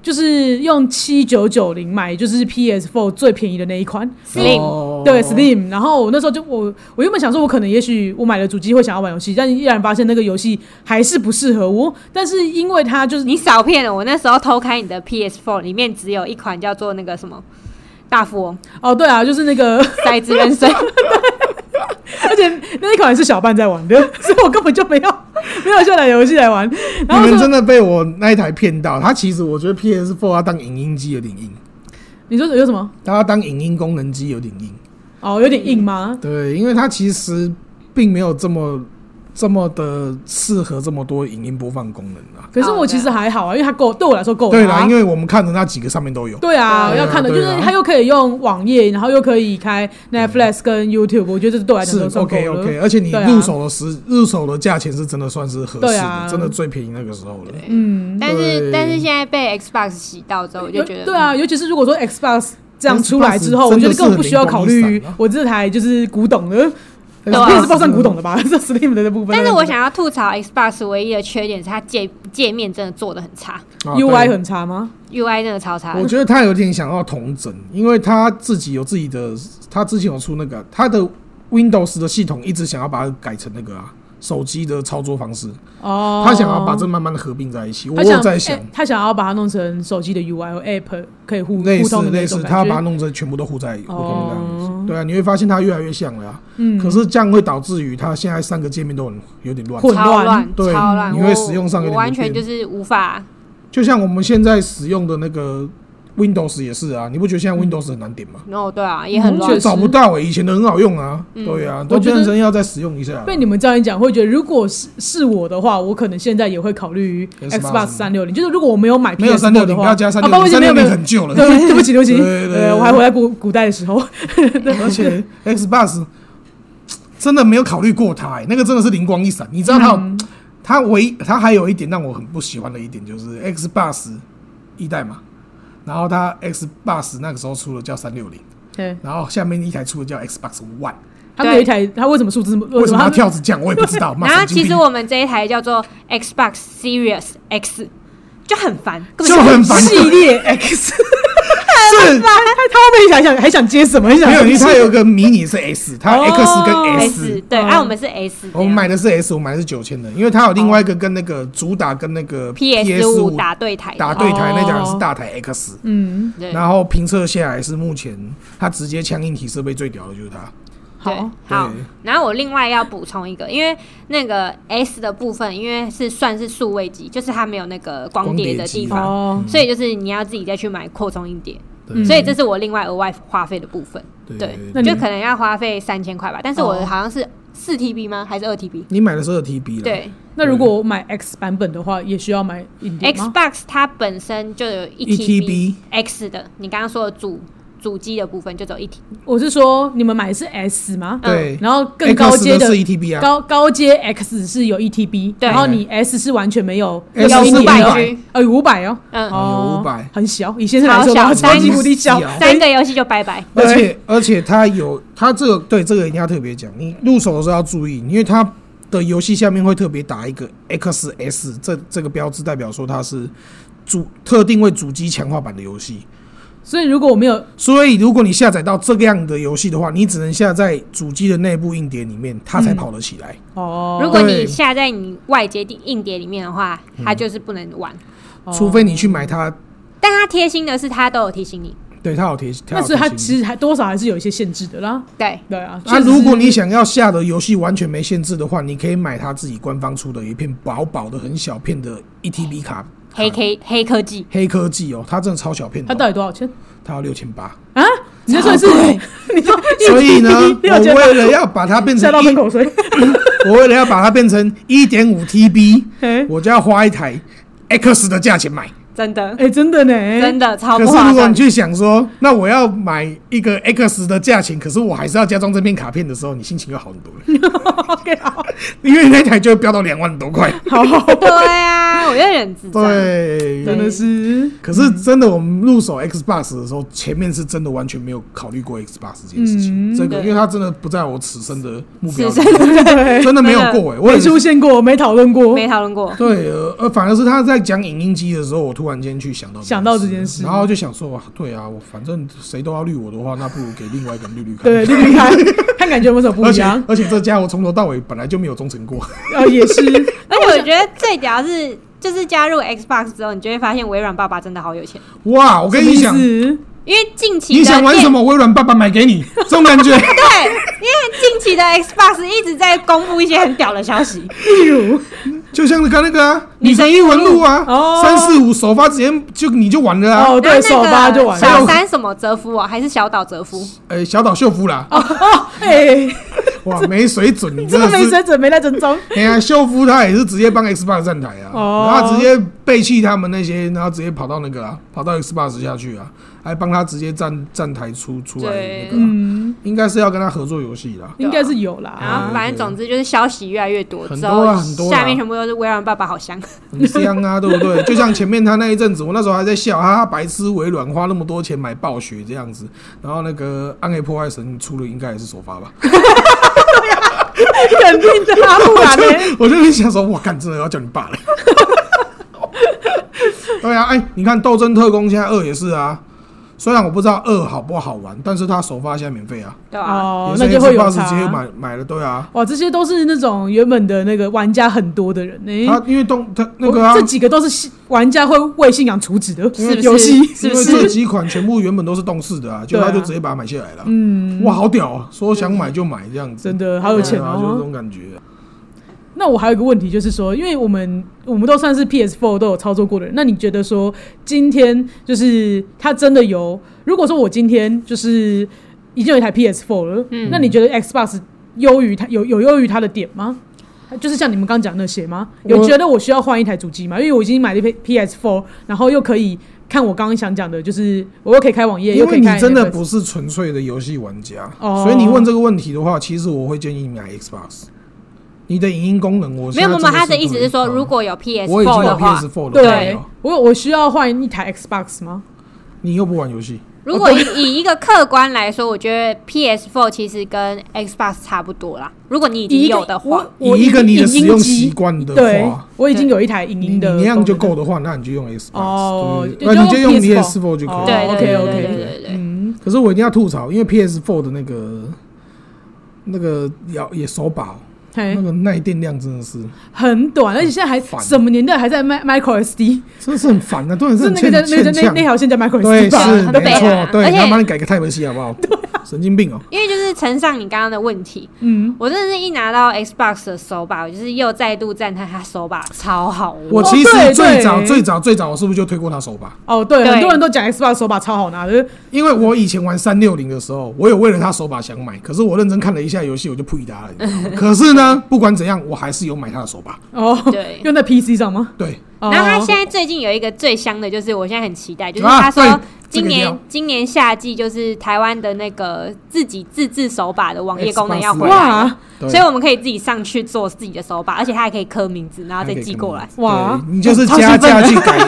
Speaker 1: 就是用七九九零买，就是 PS4 最便宜的那一款。
Speaker 2: Slim
Speaker 3: 哦
Speaker 1: 对 Steam，然后我那时候就我我原本想说，我可能也许我买了主机会想要玩游戏，但依然发现那个游戏还是不适合我。但是因为它就是
Speaker 2: 你少骗了我。那时候偷开你的 PS4，里面只有一款叫做那个什么大富翁
Speaker 1: 哦，对啊，就是那个，
Speaker 2: 骰子人 生，
Speaker 1: 而且那一款是小半在玩的， 所以我根本就没有没有下载游戏来玩。然后
Speaker 3: 你们
Speaker 1: 说
Speaker 3: 真的被我那一台骗到。它其实我觉得 PS Four 它当影音机有点硬，
Speaker 1: 你说有什么？
Speaker 3: 它要当影音功能机有点硬。
Speaker 1: 哦，有点硬吗？
Speaker 3: 对，因为它其实并没有这么这么的适合这么多影音播放功能啊。
Speaker 2: 哦
Speaker 1: 可是我其实还好啊，因为它够对我来说够
Speaker 3: 对
Speaker 1: 啦
Speaker 3: 啦，因。为我们看的那几个上面都有。
Speaker 1: 对啊，
Speaker 2: 对啊
Speaker 1: 要看的就
Speaker 3: 对
Speaker 1: 是
Speaker 3: 啊嗯
Speaker 1: 它又可以用网页，然后又可以开 Netflix 跟 YouTube，我觉得这对我来讲
Speaker 3: 是
Speaker 1: 啊都算够
Speaker 3: OK
Speaker 1: 了。
Speaker 3: OK，而且你
Speaker 1: 对啊
Speaker 3: 入手的时、入手的价钱是真的算是合
Speaker 1: 对
Speaker 3: 适的，
Speaker 1: 啊
Speaker 3: 真的最便宜那个时候了。
Speaker 1: 嗯，
Speaker 2: 但是
Speaker 3: 对
Speaker 2: 但是现在被 Xbox 洗到之后，我就觉得
Speaker 1: 对，啊，尤其是如果说 Xbox 这样出来之后，
Speaker 3: Xbox
Speaker 1: 我觉得根本不需要考
Speaker 3: 真的是
Speaker 1: 虑
Speaker 3: 很灵光一闪啊
Speaker 1: 我这台就是古董了。
Speaker 3: 对
Speaker 2: 啊
Speaker 1: PS 算古董的吧？这 Steam 的部分。
Speaker 2: 但是我想要吐槽 Xbox 唯一的缺点是它界界面真的做的很差
Speaker 3: 啊
Speaker 1: UI 很差吗？
Speaker 2: ，UI 真的超差
Speaker 3: 我。觉得他有点想要同整，因为他自己有自己的，他之前有出那个他的 Windows 的系统，一直想要把它改成那个啊手机的操作方式，
Speaker 1: 哦，
Speaker 3: 他想要把这慢慢的合并在一起。我
Speaker 1: 他想
Speaker 3: 有在
Speaker 1: 哎
Speaker 3: 想，
Speaker 1: 他想要把它弄成手机的 UI 和 App 可以互
Speaker 3: 类
Speaker 1: 互
Speaker 3: 似
Speaker 1: 通的那
Speaker 3: 类
Speaker 1: 种
Speaker 3: 似，
Speaker 1: 感
Speaker 3: 他把它
Speaker 1: 觉。
Speaker 3: 弄成全部都互在互通这样
Speaker 1: 哦
Speaker 3: 子。对啊，你会发现它越来越像了啊。
Speaker 1: 嗯，
Speaker 3: 可是这样会导致于它现在三个界面都很有点乱。
Speaker 1: 混
Speaker 2: 超
Speaker 1: 乱
Speaker 2: 乱，
Speaker 3: 对
Speaker 2: 超乱！
Speaker 3: 你
Speaker 2: 我
Speaker 3: 会使用上有
Speaker 2: 我
Speaker 3: 点
Speaker 2: 完
Speaker 3: 不
Speaker 2: 全
Speaker 3: 便
Speaker 2: 就是无法
Speaker 3: 就像我们现在使用的那个 Windows 也是啊，你不觉得现在 Windows 很难点吗？
Speaker 2: 哦，对啊，也很
Speaker 1: 嗯
Speaker 2: 乱
Speaker 1: 确
Speaker 3: 就
Speaker 1: 实。
Speaker 3: 找不到哎、以前的很好用啊，
Speaker 2: 嗯
Speaker 3: 对啊，
Speaker 1: 我
Speaker 3: 都
Speaker 1: 觉得
Speaker 3: 变成要再使用一下。
Speaker 1: 被你们这样一讲，会觉得如果是是我的话，我可能现在也会考虑
Speaker 3: Xbox
Speaker 1: Xbox 三六零。就是如果我没有买
Speaker 3: 没有
Speaker 1: PS
Speaker 3: 三六
Speaker 1: 的
Speaker 3: 零，不
Speaker 1: 话，
Speaker 3: 要加三
Speaker 1: 啊抱
Speaker 3: 六零，
Speaker 1: 歉
Speaker 3: 三
Speaker 1: 没有
Speaker 3: 六
Speaker 1: 没
Speaker 3: 零
Speaker 1: 有，
Speaker 3: 很旧了。
Speaker 1: 对不起对不起对不起，
Speaker 3: 对对
Speaker 1: 呃，我还活在古古代的时 候。
Speaker 3: 而且 Xbox 真的没有考虑过它、欸，那个真的是灵光一闪。你知道它有、
Speaker 1: 嗯
Speaker 3: 它唯一它还有一点让我很不喜欢的一点就是 Xbox 一代嘛，然后它 Xbox 那个时候出了叫三六零，
Speaker 1: 对，
Speaker 3: 然后下面一台出的叫 Xbox One，
Speaker 1: 他们有一台，他为什么数字这么啊
Speaker 3: 为什么要
Speaker 1: 他
Speaker 3: 跳着讲我也不知道。妈
Speaker 2: 然后
Speaker 3: 神经
Speaker 2: 其实
Speaker 3: 病
Speaker 2: 我们这一台叫做 Xbox Series X，就很烦，根本
Speaker 3: 就很
Speaker 1: 系
Speaker 3: 烦
Speaker 1: 列 X？
Speaker 3: 是
Speaker 1: 他他后面还想还想接什么？还想
Speaker 3: 没有，因为它
Speaker 1: 他
Speaker 3: 有个迷你是 S，它
Speaker 1: 哦
Speaker 3: X 跟
Speaker 2: S
Speaker 3: S。
Speaker 2: 对，
Speaker 1: 嗯
Speaker 2: 啊，我们是 S，
Speaker 3: 我们哦买的是 S，我买的是九千的，因为它有另外一个跟那个主打跟那个
Speaker 2: PS
Speaker 3: 五
Speaker 2: 五打对台的，
Speaker 3: 打对台那
Speaker 1: 哦
Speaker 3: 讲是大台 X，
Speaker 1: 嗯，
Speaker 2: 对
Speaker 3: 然后评测下来是目前它直接强硬体设备最屌的就是它。
Speaker 2: 对
Speaker 1: 好，
Speaker 2: 好
Speaker 3: 对。
Speaker 2: 然后我另外要补充一个，因为那个 S 的部分，因为是算是数位机，就是它没有那个光碟的地
Speaker 3: 光
Speaker 2: 方，
Speaker 1: 哦，
Speaker 2: 所以就是你要自己再去买扩充硬碟，
Speaker 3: 对
Speaker 2: 所以这是我另外额外花费的部分，对
Speaker 3: 对，
Speaker 1: 那
Speaker 3: 对
Speaker 1: 你
Speaker 2: 就可能要花费三千块吧。但是我
Speaker 1: 哦
Speaker 2: 好像是四 TB 吗？还是二 TB？
Speaker 3: 你买的是二 TB 了，，
Speaker 2: 对
Speaker 1: 那如果我买 X 版本的话，也需要买硬碟吗？
Speaker 2: ，Xbox 它本身就有一
Speaker 3: 1TB
Speaker 2: X 的，你刚刚说的主主机的部分就只有一 T，
Speaker 1: 我是说，你们买的是 S 吗？
Speaker 2: 呃
Speaker 3: 对
Speaker 1: 嗯然后更高
Speaker 3: X
Speaker 1: 阶
Speaker 3: 的
Speaker 1: 的
Speaker 3: 是 1TB 啊，
Speaker 1: 高高阶 X 是有 ETB，
Speaker 2: 对
Speaker 1: 然后你 S 是完全没有
Speaker 3: S
Speaker 1: 有
Speaker 2: 有
Speaker 3: 是
Speaker 1: 硬
Speaker 2: 五
Speaker 1: 碟
Speaker 2: 百
Speaker 1: 的
Speaker 3: 500
Speaker 2: G，
Speaker 1: 呃五百哦，
Speaker 2: 嗯，
Speaker 1: 哦
Speaker 3: 有500
Speaker 1: 很小，以现在来说，
Speaker 2: 超小
Speaker 1: 它超级无敌小
Speaker 3: 超级小，
Speaker 2: 三个游戏就拜拜。
Speaker 3: 而且而且它有它这个对这个一定要特别讲，你入手的时候要注意，因为它的游戏下面会特别打一个 XS 这这个标志，代表说它是主特定为主机强化版的游戏。
Speaker 1: 所以如果我没有
Speaker 3: 所以如果你下载到这个样的游戏的话，你只能下在主机的内部硬碟里面，它才跑得起来。
Speaker 1: 哦，
Speaker 2: 如果你
Speaker 3: 对嗯
Speaker 2: 下在你外接硬碟里面的话，它就是不能玩。
Speaker 1: 哦
Speaker 3: 除非你去买它，
Speaker 2: 但它贴心的是，它都有提醒你。
Speaker 3: 对它有贴，
Speaker 1: 哦那所以它
Speaker 3: 它
Speaker 1: 其实还多少还是有一些限制的啦，
Speaker 2: 对，
Speaker 1: 对啊。
Speaker 3: 那、
Speaker 1: 确实是
Speaker 3: 如果你想要下的游戏完全没限制的话，你可以买它自己官方出的一片薄薄的、很小片的 ETB 卡
Speaker 2: 黑科黑科技，
Speaker 3: 黑科技哦，它真的超小片的
Speaker 1: 它
Speaker 3: 哦、
Speaker 1: 到底多少钱
Speaker 3: 它要六 千八。
Speaker 1: 啊？你这算是你说
Speaker 3: 所以呢，我
Speaker 1: 六
Speaker 3: 为了要把它变成
Speaker 1: 吓到喷
Speaker 3: 一，
Speaker 1: 口水，
Speaker 3: 我为了要把它变成一点五 TB，
Speaker 1: 嘿
Speaker 3: 我就要花一台 X 的价钱买。
Speaker 2: 真的
Speaker 1: 哎，真的呢，
Speaker 2: 真的超
Speaker 3: 可
Speaker 2: 不
Speaker 3: 是
Speaker 2: 划
Speaker 3: 如果
Speaker 2: 算。
Speaker 3: 你去想说，那我要买一个 X 的价钱，可是我还是要加装这片卡片的时候，你心情又好很多 了，
Speaker 1: OK 好，
Speaker 3: 因为那台就会飙到两万多 块。
Speaker 1: 好好，
Speaker 2: 对啊，我有点智障。
Speaker 3: 对，
Speaker 1: 真的是
Speaker 3: 可是真的，我们入手 Xbox 的时候，前面是真的完全没有考虑过 Xbox 这件事情。
Speaker 1: 嗯
Speaker 3: 这个，
Speaker 2: 对
Speaker 3: 因为它真的不在我此生的目标
Speaker 2: 此
Speaker 3: 里
Speaker 2: 生
Speaker 3: 面，
Speaker 1: 对，啊
Speaker 3: 真的没有过哎、我
Speaker 1: 没
Speaker 3: 也是
Speaker 1: 出现过，没讨论过，
Speaker 2: 没讨论 过，
Speaker 3: 对，呃，呃反而是他在讲影音机的时候，我突然间去想到
Speaker 1: 想到这件事
Speaker 3: 然后就想说，哇，对啊，我反正谁都要绿我的话，那不如给另外一个人绿绿看。
Speaker 1: 对，绿绿看 看感觉有没有什么不
Speaker 3: 而
Speaker 1: 一
Speaker 3: 且
Speaker 1: 样？
Speaker 3: 而且这家伙从头到尾本来就没有忠诚过，
Speaker 1: 呃，也是，
Speaker 2: 而且我觉得最屌是，就是加入 Xbox 之后，你就会发现微软爸爸真的好有钱，
Speaker 3: 哇！我跟你
Speaker 1: 什
Speaker 3: 讲
Speaker 1: 么，意思
Speaker 2: 因为近期的
Speaker 3: 你想玩
Speaker 2: 电
Speaker 3: 什？么，微软爸爸买 给你，这种感觉。
Speaker 2: 对，因为近期的 Xbox 一直在公布一些很屌的消息，
Speaker 1: 例如
Speaker 3: 就像刚那个啊，
Speaker 2: 女
Speaker 3: 女
Speaker 2: 神
Speaker 3: 神异闻录啊
Speaker 1: 哦，
Speaker 3: 三四五首发直接就你就完了啊。
Speaker 1: 哦，对
Speaker 2: 然后
Speaker 1: 手
Speaker 2: 那
Speaker 1: 吧
Speaker 2: 个
Speaker 1: 就完
Speaker 2: 小
Speaker 1: 了，
Speaker 2: 三什么折夫啊，还是小岛折夫？
Speaker 3: 呃，小岛秀夫啦，
Speaker 1: 哎，
Speaker 3: 哇，没水准，你
Speaker 1: 哦 这个
Speaker 3: 真的
Speaker 1: 没
Speaker 3: 是。
Speaker 1: 水准，没那尊重，
Speaker 3: 哎呀，秀夫他也是直接帮 Xbox 站台啊，
Speaker 1: 哦
Speaker 3: 他直接背弃他们那些，然后直接跑到那个啊，跑到 Xbox 下去啊，还帮他直接站站台出出来那个啊，
Speaker 1: 嗯，
Speaker 3: 应该是要跟他合作游戏啦。
Speaker 1: 应该是有
Speaker 2: 然
Speaker 3: 啊
Speaker 1: 啦。
Speaker 2: 后反正总之就是消息越来越多，
Speaker 3: 很
Speaker 2: 之
Speaker 3: 多
Speaker 2: 后
Speaker 3: 啊很多啊
Speaker 2: 下面全部都是微软爸爸好香，
Speaker 3: 很香啊，对不对？就像前面他那一阵子，我那时候还在笑，哈哈，白痴微软花那么多钱买暴雪这样子，然后那个《暗黑破坏神》出了，应该也是首发吧？
Speaker 1: 肯定的啊，不 然呢？
Speaker 3: 我就在想说，哇，干，真的要叫你爸了。对啊，哎，你看《斗争特工》现在二也是啊，虽然我不知道二好不好玩，但是它首发现在免费啊，
Speaker 2: 对吧、
Speaker 1: 哦，
Speaker 3: 也
Speaker 1: 那
Speaker 3: 是
Speaker 1: 就会有
Speaker 3: Xbox 直接
Speaker 1: 差。
Speaker 3: 买买了，对啊，
Speaker 1: 哇，这些都是那种原本的那个玩家很多的人呢。
Speaker 3: 它因为动它那个啊
Speaker 1: 这。几个都是信玩家会为信仰处置的
Speaker 2: 是不是
Speaker 1: 游戏，
Speaker 2: 是
Speaker 3: 因
Speaker 2: 不
Speaker 3: 为这
Speaker 2: 是？
Speaker 3: 几款全部原本都是动视的啊，就
Speaker 1: 对啊
Speaker 3: 他就直接把它买下来了。
Speaker 1: 嗯，
Speaker 3: 哇，好屌啊！说想买就买这样 子，
Speaker 1: 真的好有钱
Speaker 3: 对啊，就是这
Speaker 1: 哦。
Speaker 3: 种感觉。
Speaker 1: 那我还有一个问题，就是说，因为我们我们都算是 PS4 都有操作过的人，那你觉得说今天就是它真的有？如果说我今天就是已经有一台 PS4 了，
Speaker 2: 嗯
Speaker 1: 那你觉得 Xbox 优于它有有优于它的点吗？就是像你们刚讲那些吗？
Speaker 3: 我
Speaker 1: 有觉得我需要换一台主机吗？因为我已经买了 P PS4，然后又可以看我刚刚想讲的，就是我又可以开网页，
Speaker 3: 因
Speaker 1: 又可
Speaker 3: 为
Speaker 1: 以
Speaker 3: 你
Speaker 1: 看
Speaker 3: 真的
Speaker 1: Netflix
Speaker 3: 不是纯粹的游戏玩家，
Speaker 1: 哦
Speaker 3: 所以你问这个问题的话，其实我会建议你买 Xbox。你的影音功能我
Speaker 2: 没有没有，他
Speaker 3: 的
Speaker 2: 的意思是说，
Speaker 3: 嗯
Speaker 2: 如果有
Speaker 3: 我已经
Speaker 2: PS4
Speaker 3: 有
Speaker 2: 的话，
Speaker 3: PS4 了，
Speaker 1: 对
Speaker 3: 了，
Speaker 1: 我有我需要换一台 Xbox 吗？
Speaker 3: 你又不玩游戏，
Speaker 2: 如如果以以一个客观来说，我觉得 PS4 其实跟 Xbox 差不多啦。如果你已
Speaker 1: 以
Speaker 2: 经
Speaker 1: 一个
Speaker 2: 有的话，
Speaker 1: 我
Speaker 3: 以一个
Speaker 1: 已经
Speaker 3: 你的
Speaker 1: 影
Speaker 3: 使
Speaker 1: 音
Speaker 3: 用
Speaker 1: 机
Speaker 3: 习惯的
Speaker 1: 对
Speaker 3: 话，，
Speaker 1: 我已经有一台影
Speaker 3: 你
Speaker 1: 音
Speaker 3: 你
Speaker 1: 的
Speaker 3: 那样就
Speaker 1: 功能
Speaker 3: 够的话，那你就用 S
Speaker 1: 哦
Speaker 3: 那
Speaker 1: 就
Speaker 3: 你就
Speaker 1: 用
Speaker 3: 用
Speaker 1: PS4
Speaker 3: PS4 就可以了。
Speaker 2: 对
Speaker 1: 哦
Speaker 2: 对对
Speaker 1: OK，OK
Speaker 2: 对对对对，
Speaker 1: 嗯，
Speaker 3: 可是我一定要吐槽，因为 PS4 的那个那个摇也手把哦，
Speaker 1: 嘿
Speaker 3: 那，个耐电量真的是，
Speaker 1: 很短，而且现在还
Speaker 3: 烦
Speaker 1: 什么年代还在 mi- micro SD，
Speaker 3: 真的是 很烦的，真的是
Speaker 1: 是
Speaker 3: 很
Speaker 1: 那个
Speaker 3: 欠
Speaker 1: 在那个
Speaker 3: 欠
Speaker 1: 在那那
Speaker 3: 呛。
Speaker 1: 条线叫 micro SD
Speaker 3: 对，是
Speaker 1: 吧？
Speaker 2: 很
Speaker 3: 没
Speaker 2: 北
Speaker 3: 错
Speaker 2: 啊，
Speaker 3: 对，
Speaker 2: 而且
Speaker 3: 他帮你改个泰文系好不好？神经病哦！
Speaker 2: 因为就是承上你刚刚的问题，
Speaker 1: 嗯，
Speaker 2: 我真的是一拿到 Xbox 的手把，我就是又再度赞叹它手把超好握。
Speaker 3: 我其实
Speaker 1: 对
Speaker 3: 最早
Speaker 1: 对
Speaker 3: 最早最早，我是不是就推过他手把？
Speaker 1: 哦，对，
Speaker 2: 对
Speaker 1: 很多人都讲 Xbox 手把超好拿的，
Speaker 3: 因为我以前玩三六零的时候，我有为了他手把想买，可是我认真看了一下游戏，我就不理他了。你知 道吗可是呢，不管怎样，我还是有买他的手把。
Speaker 1: 哦，
Speaker 2: 对
Speaker 1: 用在 PC 上吗？
Speaker 3: 对，
Speaker 1: 哦
Speaker 2: 然后它现在最近有一个最香的，就是我现在很期待，就是
Speaker 3: 啊
Speaker 2: 他
Speaker 3: 对
Speaker 2: 说
Speaker 3: 这
Speaker 2: 今
Speaker 3: 个一定
Speaker 2: 年、
Speaker 3: 要
Speaker 2: 今年夏季就是台湾的那个自己自制手把的网页功能要回来，
Speaker 1: 哇
Speaker 3: 对
Speaker 2: 所以我们可以自己上去做自己的手把，而且它还可以刻名字，然后再寄过来。
Speaker 1: 哇
Speaker 3: 对，你就是
Speaker 1: 超
Speaker 3: 加
Speaker 1: 兴奋
Speaker 3: 价
Speaker 1: 的
Speaker 3: 去 改，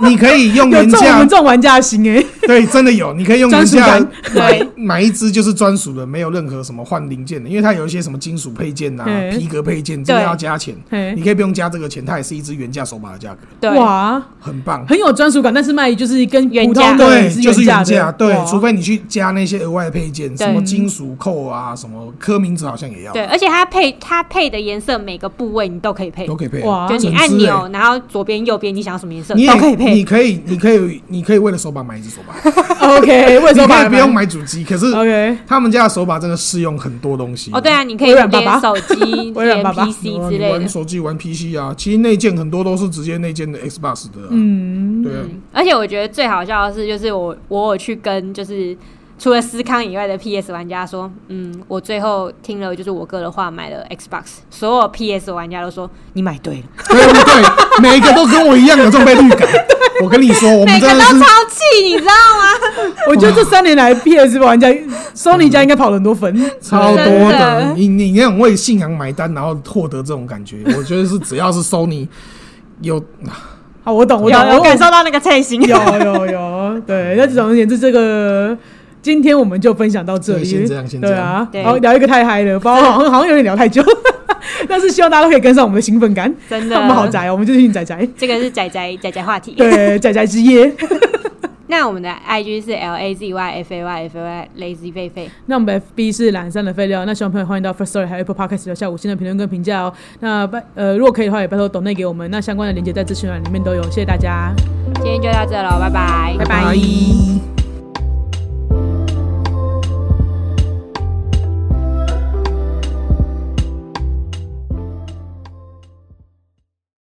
Speaker 3: 你你可以用
Speaker 1: 有
Speaker 3: 原
Speaker 1: 中我
Speaker 3: 价
Speaker 1: 们这，种玩家的心哎，
Speaker 3: 对，真的有，你可以用原价
Speaker 1: 专属
Speaker 3: 买买一只就是专属的，没有任何什么换零件的，因为它有一些什么金属配件啊、
Speaker 1: 嗯
Speaker 3: 皮革配件，真的要加钱。
Speaker 1: 嘿
Speaker 3: 你可以不用加这个钱，它也是一只原价手把的价格，
Speaker 2: 对，
Speaker 1: 哇，
Speaker 3: 很棒。
Speaker 1: 很有专属感，但是卖就是跟普
Speaker 2: 原
Speaker 1: 通
Speaker 2: 价
Speaker 1: 的
Speaker 3: 对
Speaker 1: 也，
Speaker 3: 就是
Speaker 1: 原价
Speaker 3: 原价，
Speaker 1: 的，
Speaker 3: 对
Speaker 1: 哇，
Speaker 3: 除非你去加那些额外的配件，
Speaker 2: 对
Speaker 3: 什么金属扣啊，什么科明子好像也要，
Speaker 2: 对，而且它配它配的颜色每个部位你都可以配
Speaker 3: 都，可以配。
Speaker 1: 哇
Speaker 2: 就你
Speaker 3: 整
Speaker 2: 按
Speaker 3: 只
Speaker 2: 钮，
Speaker 3: 欸，
Speaker 2: 然后左边右边你想要什么颜色
Speaker 3: 你
Speaker 2: 都可以
Speaker 3: 也你
Speaker 2: 配。
Speaker 3: 可以，你可以，你可以为了手把买一只手 把，
Speaker 1: OK，为
Speaker 3: 你
Speaker 1: 什
Speaker 3: 可以
Speaker 1: 么
Speaker 3: 不用买主机，可是
Speaker 1: OK，
Speaker 3: 他们家的手把真的适用很多东西。
Speaker 2: 哦，对啊，你可以
Speaker 1: 微软爸
Speaker 2: 连
Speaker 1: 爸
Speaker 2: 手机、
Speaker 1: 微软
Speaker 2: 连
Speaker 1: 爸爸
Speaker 2: PC
Speaker 3: 对啊，
Speaker 2: 之
Speaker 3: 你
Speaker 2: 类
Speaker 3: 玩
Speaker 2: 的。
Speaker 3: 手机玩 PC 啊，其实内建很多都是直接内建的 Xbox 的、嗯，对啊，
Speaker 2: 而且我觉得最好笑的是，就是我我有去跟就是除了思康以外的 PS 玩家说，嗯，我最后听了就是我哥的话买了 Xbox，所有 PS 玩家都说你买对了，
Speaker 3: 对不对？每个都跟我一样有这种被绿感。我跟你说，我 们
Speaker 2: 每个都
Speaker 3: 真的是
Speaker 2: 超气，你知道吗？
Speaker 1: 我觉得这三年来 PS 玩 家，Sony 家应该跑了很多粉，
Speaker 3: 超多
Speaker 2: 真
Speaker 3: 的，
Speaker 2: 的
Speaker 3: 你你那种为信仰买单，然后获得这种感觉，我觉得是只要是 Sony 有
Speaker 1: 好，我懂，我懂，
Speaker 2: 有
Speaker 1: 我
Speaker 2: 有感受到那个脆心，
Speaker 1: 有有有，对。那总而言之，这个今天我们就分享到这里。
Speaker 3: 对先这样先这
Speaker 1: 对
Speaker 3: 样
Speaker 1: 啊，
Speaker 2: 对
Speaker 1: 好聊一个太嗨了，包好像好像有点聊太久， 但是希望大家都可以跟上我们的兴奋感。
Speaker 2: 真
Speaker 1: 我们好
Speaker 2: 的。
Speaker 1: 宅哦，我们就是一群宅 宅，
Speaker 2: 这个是仔仔仔仔话题。
Speaker 1: 对，宅宅之夜。
Speaker 2: 那我们的 IG 是 L A Z Y F A Y F A Y Lazy 狒狒。
Speaker 1: 那我们的 FB 是懒散的废料，那希望朋友欢迎到 First Story 还有 Apple Podcast 留下五星的评论跟评价哦。那拜呃，如果可以的话，也拜托抖内给我们，那相关的链接在资讯栏里面都有，谢谢大家，
Speaker 2: 今天就到这了，拜拜
Speaker 1: 拜拜
Speaker 3: 拜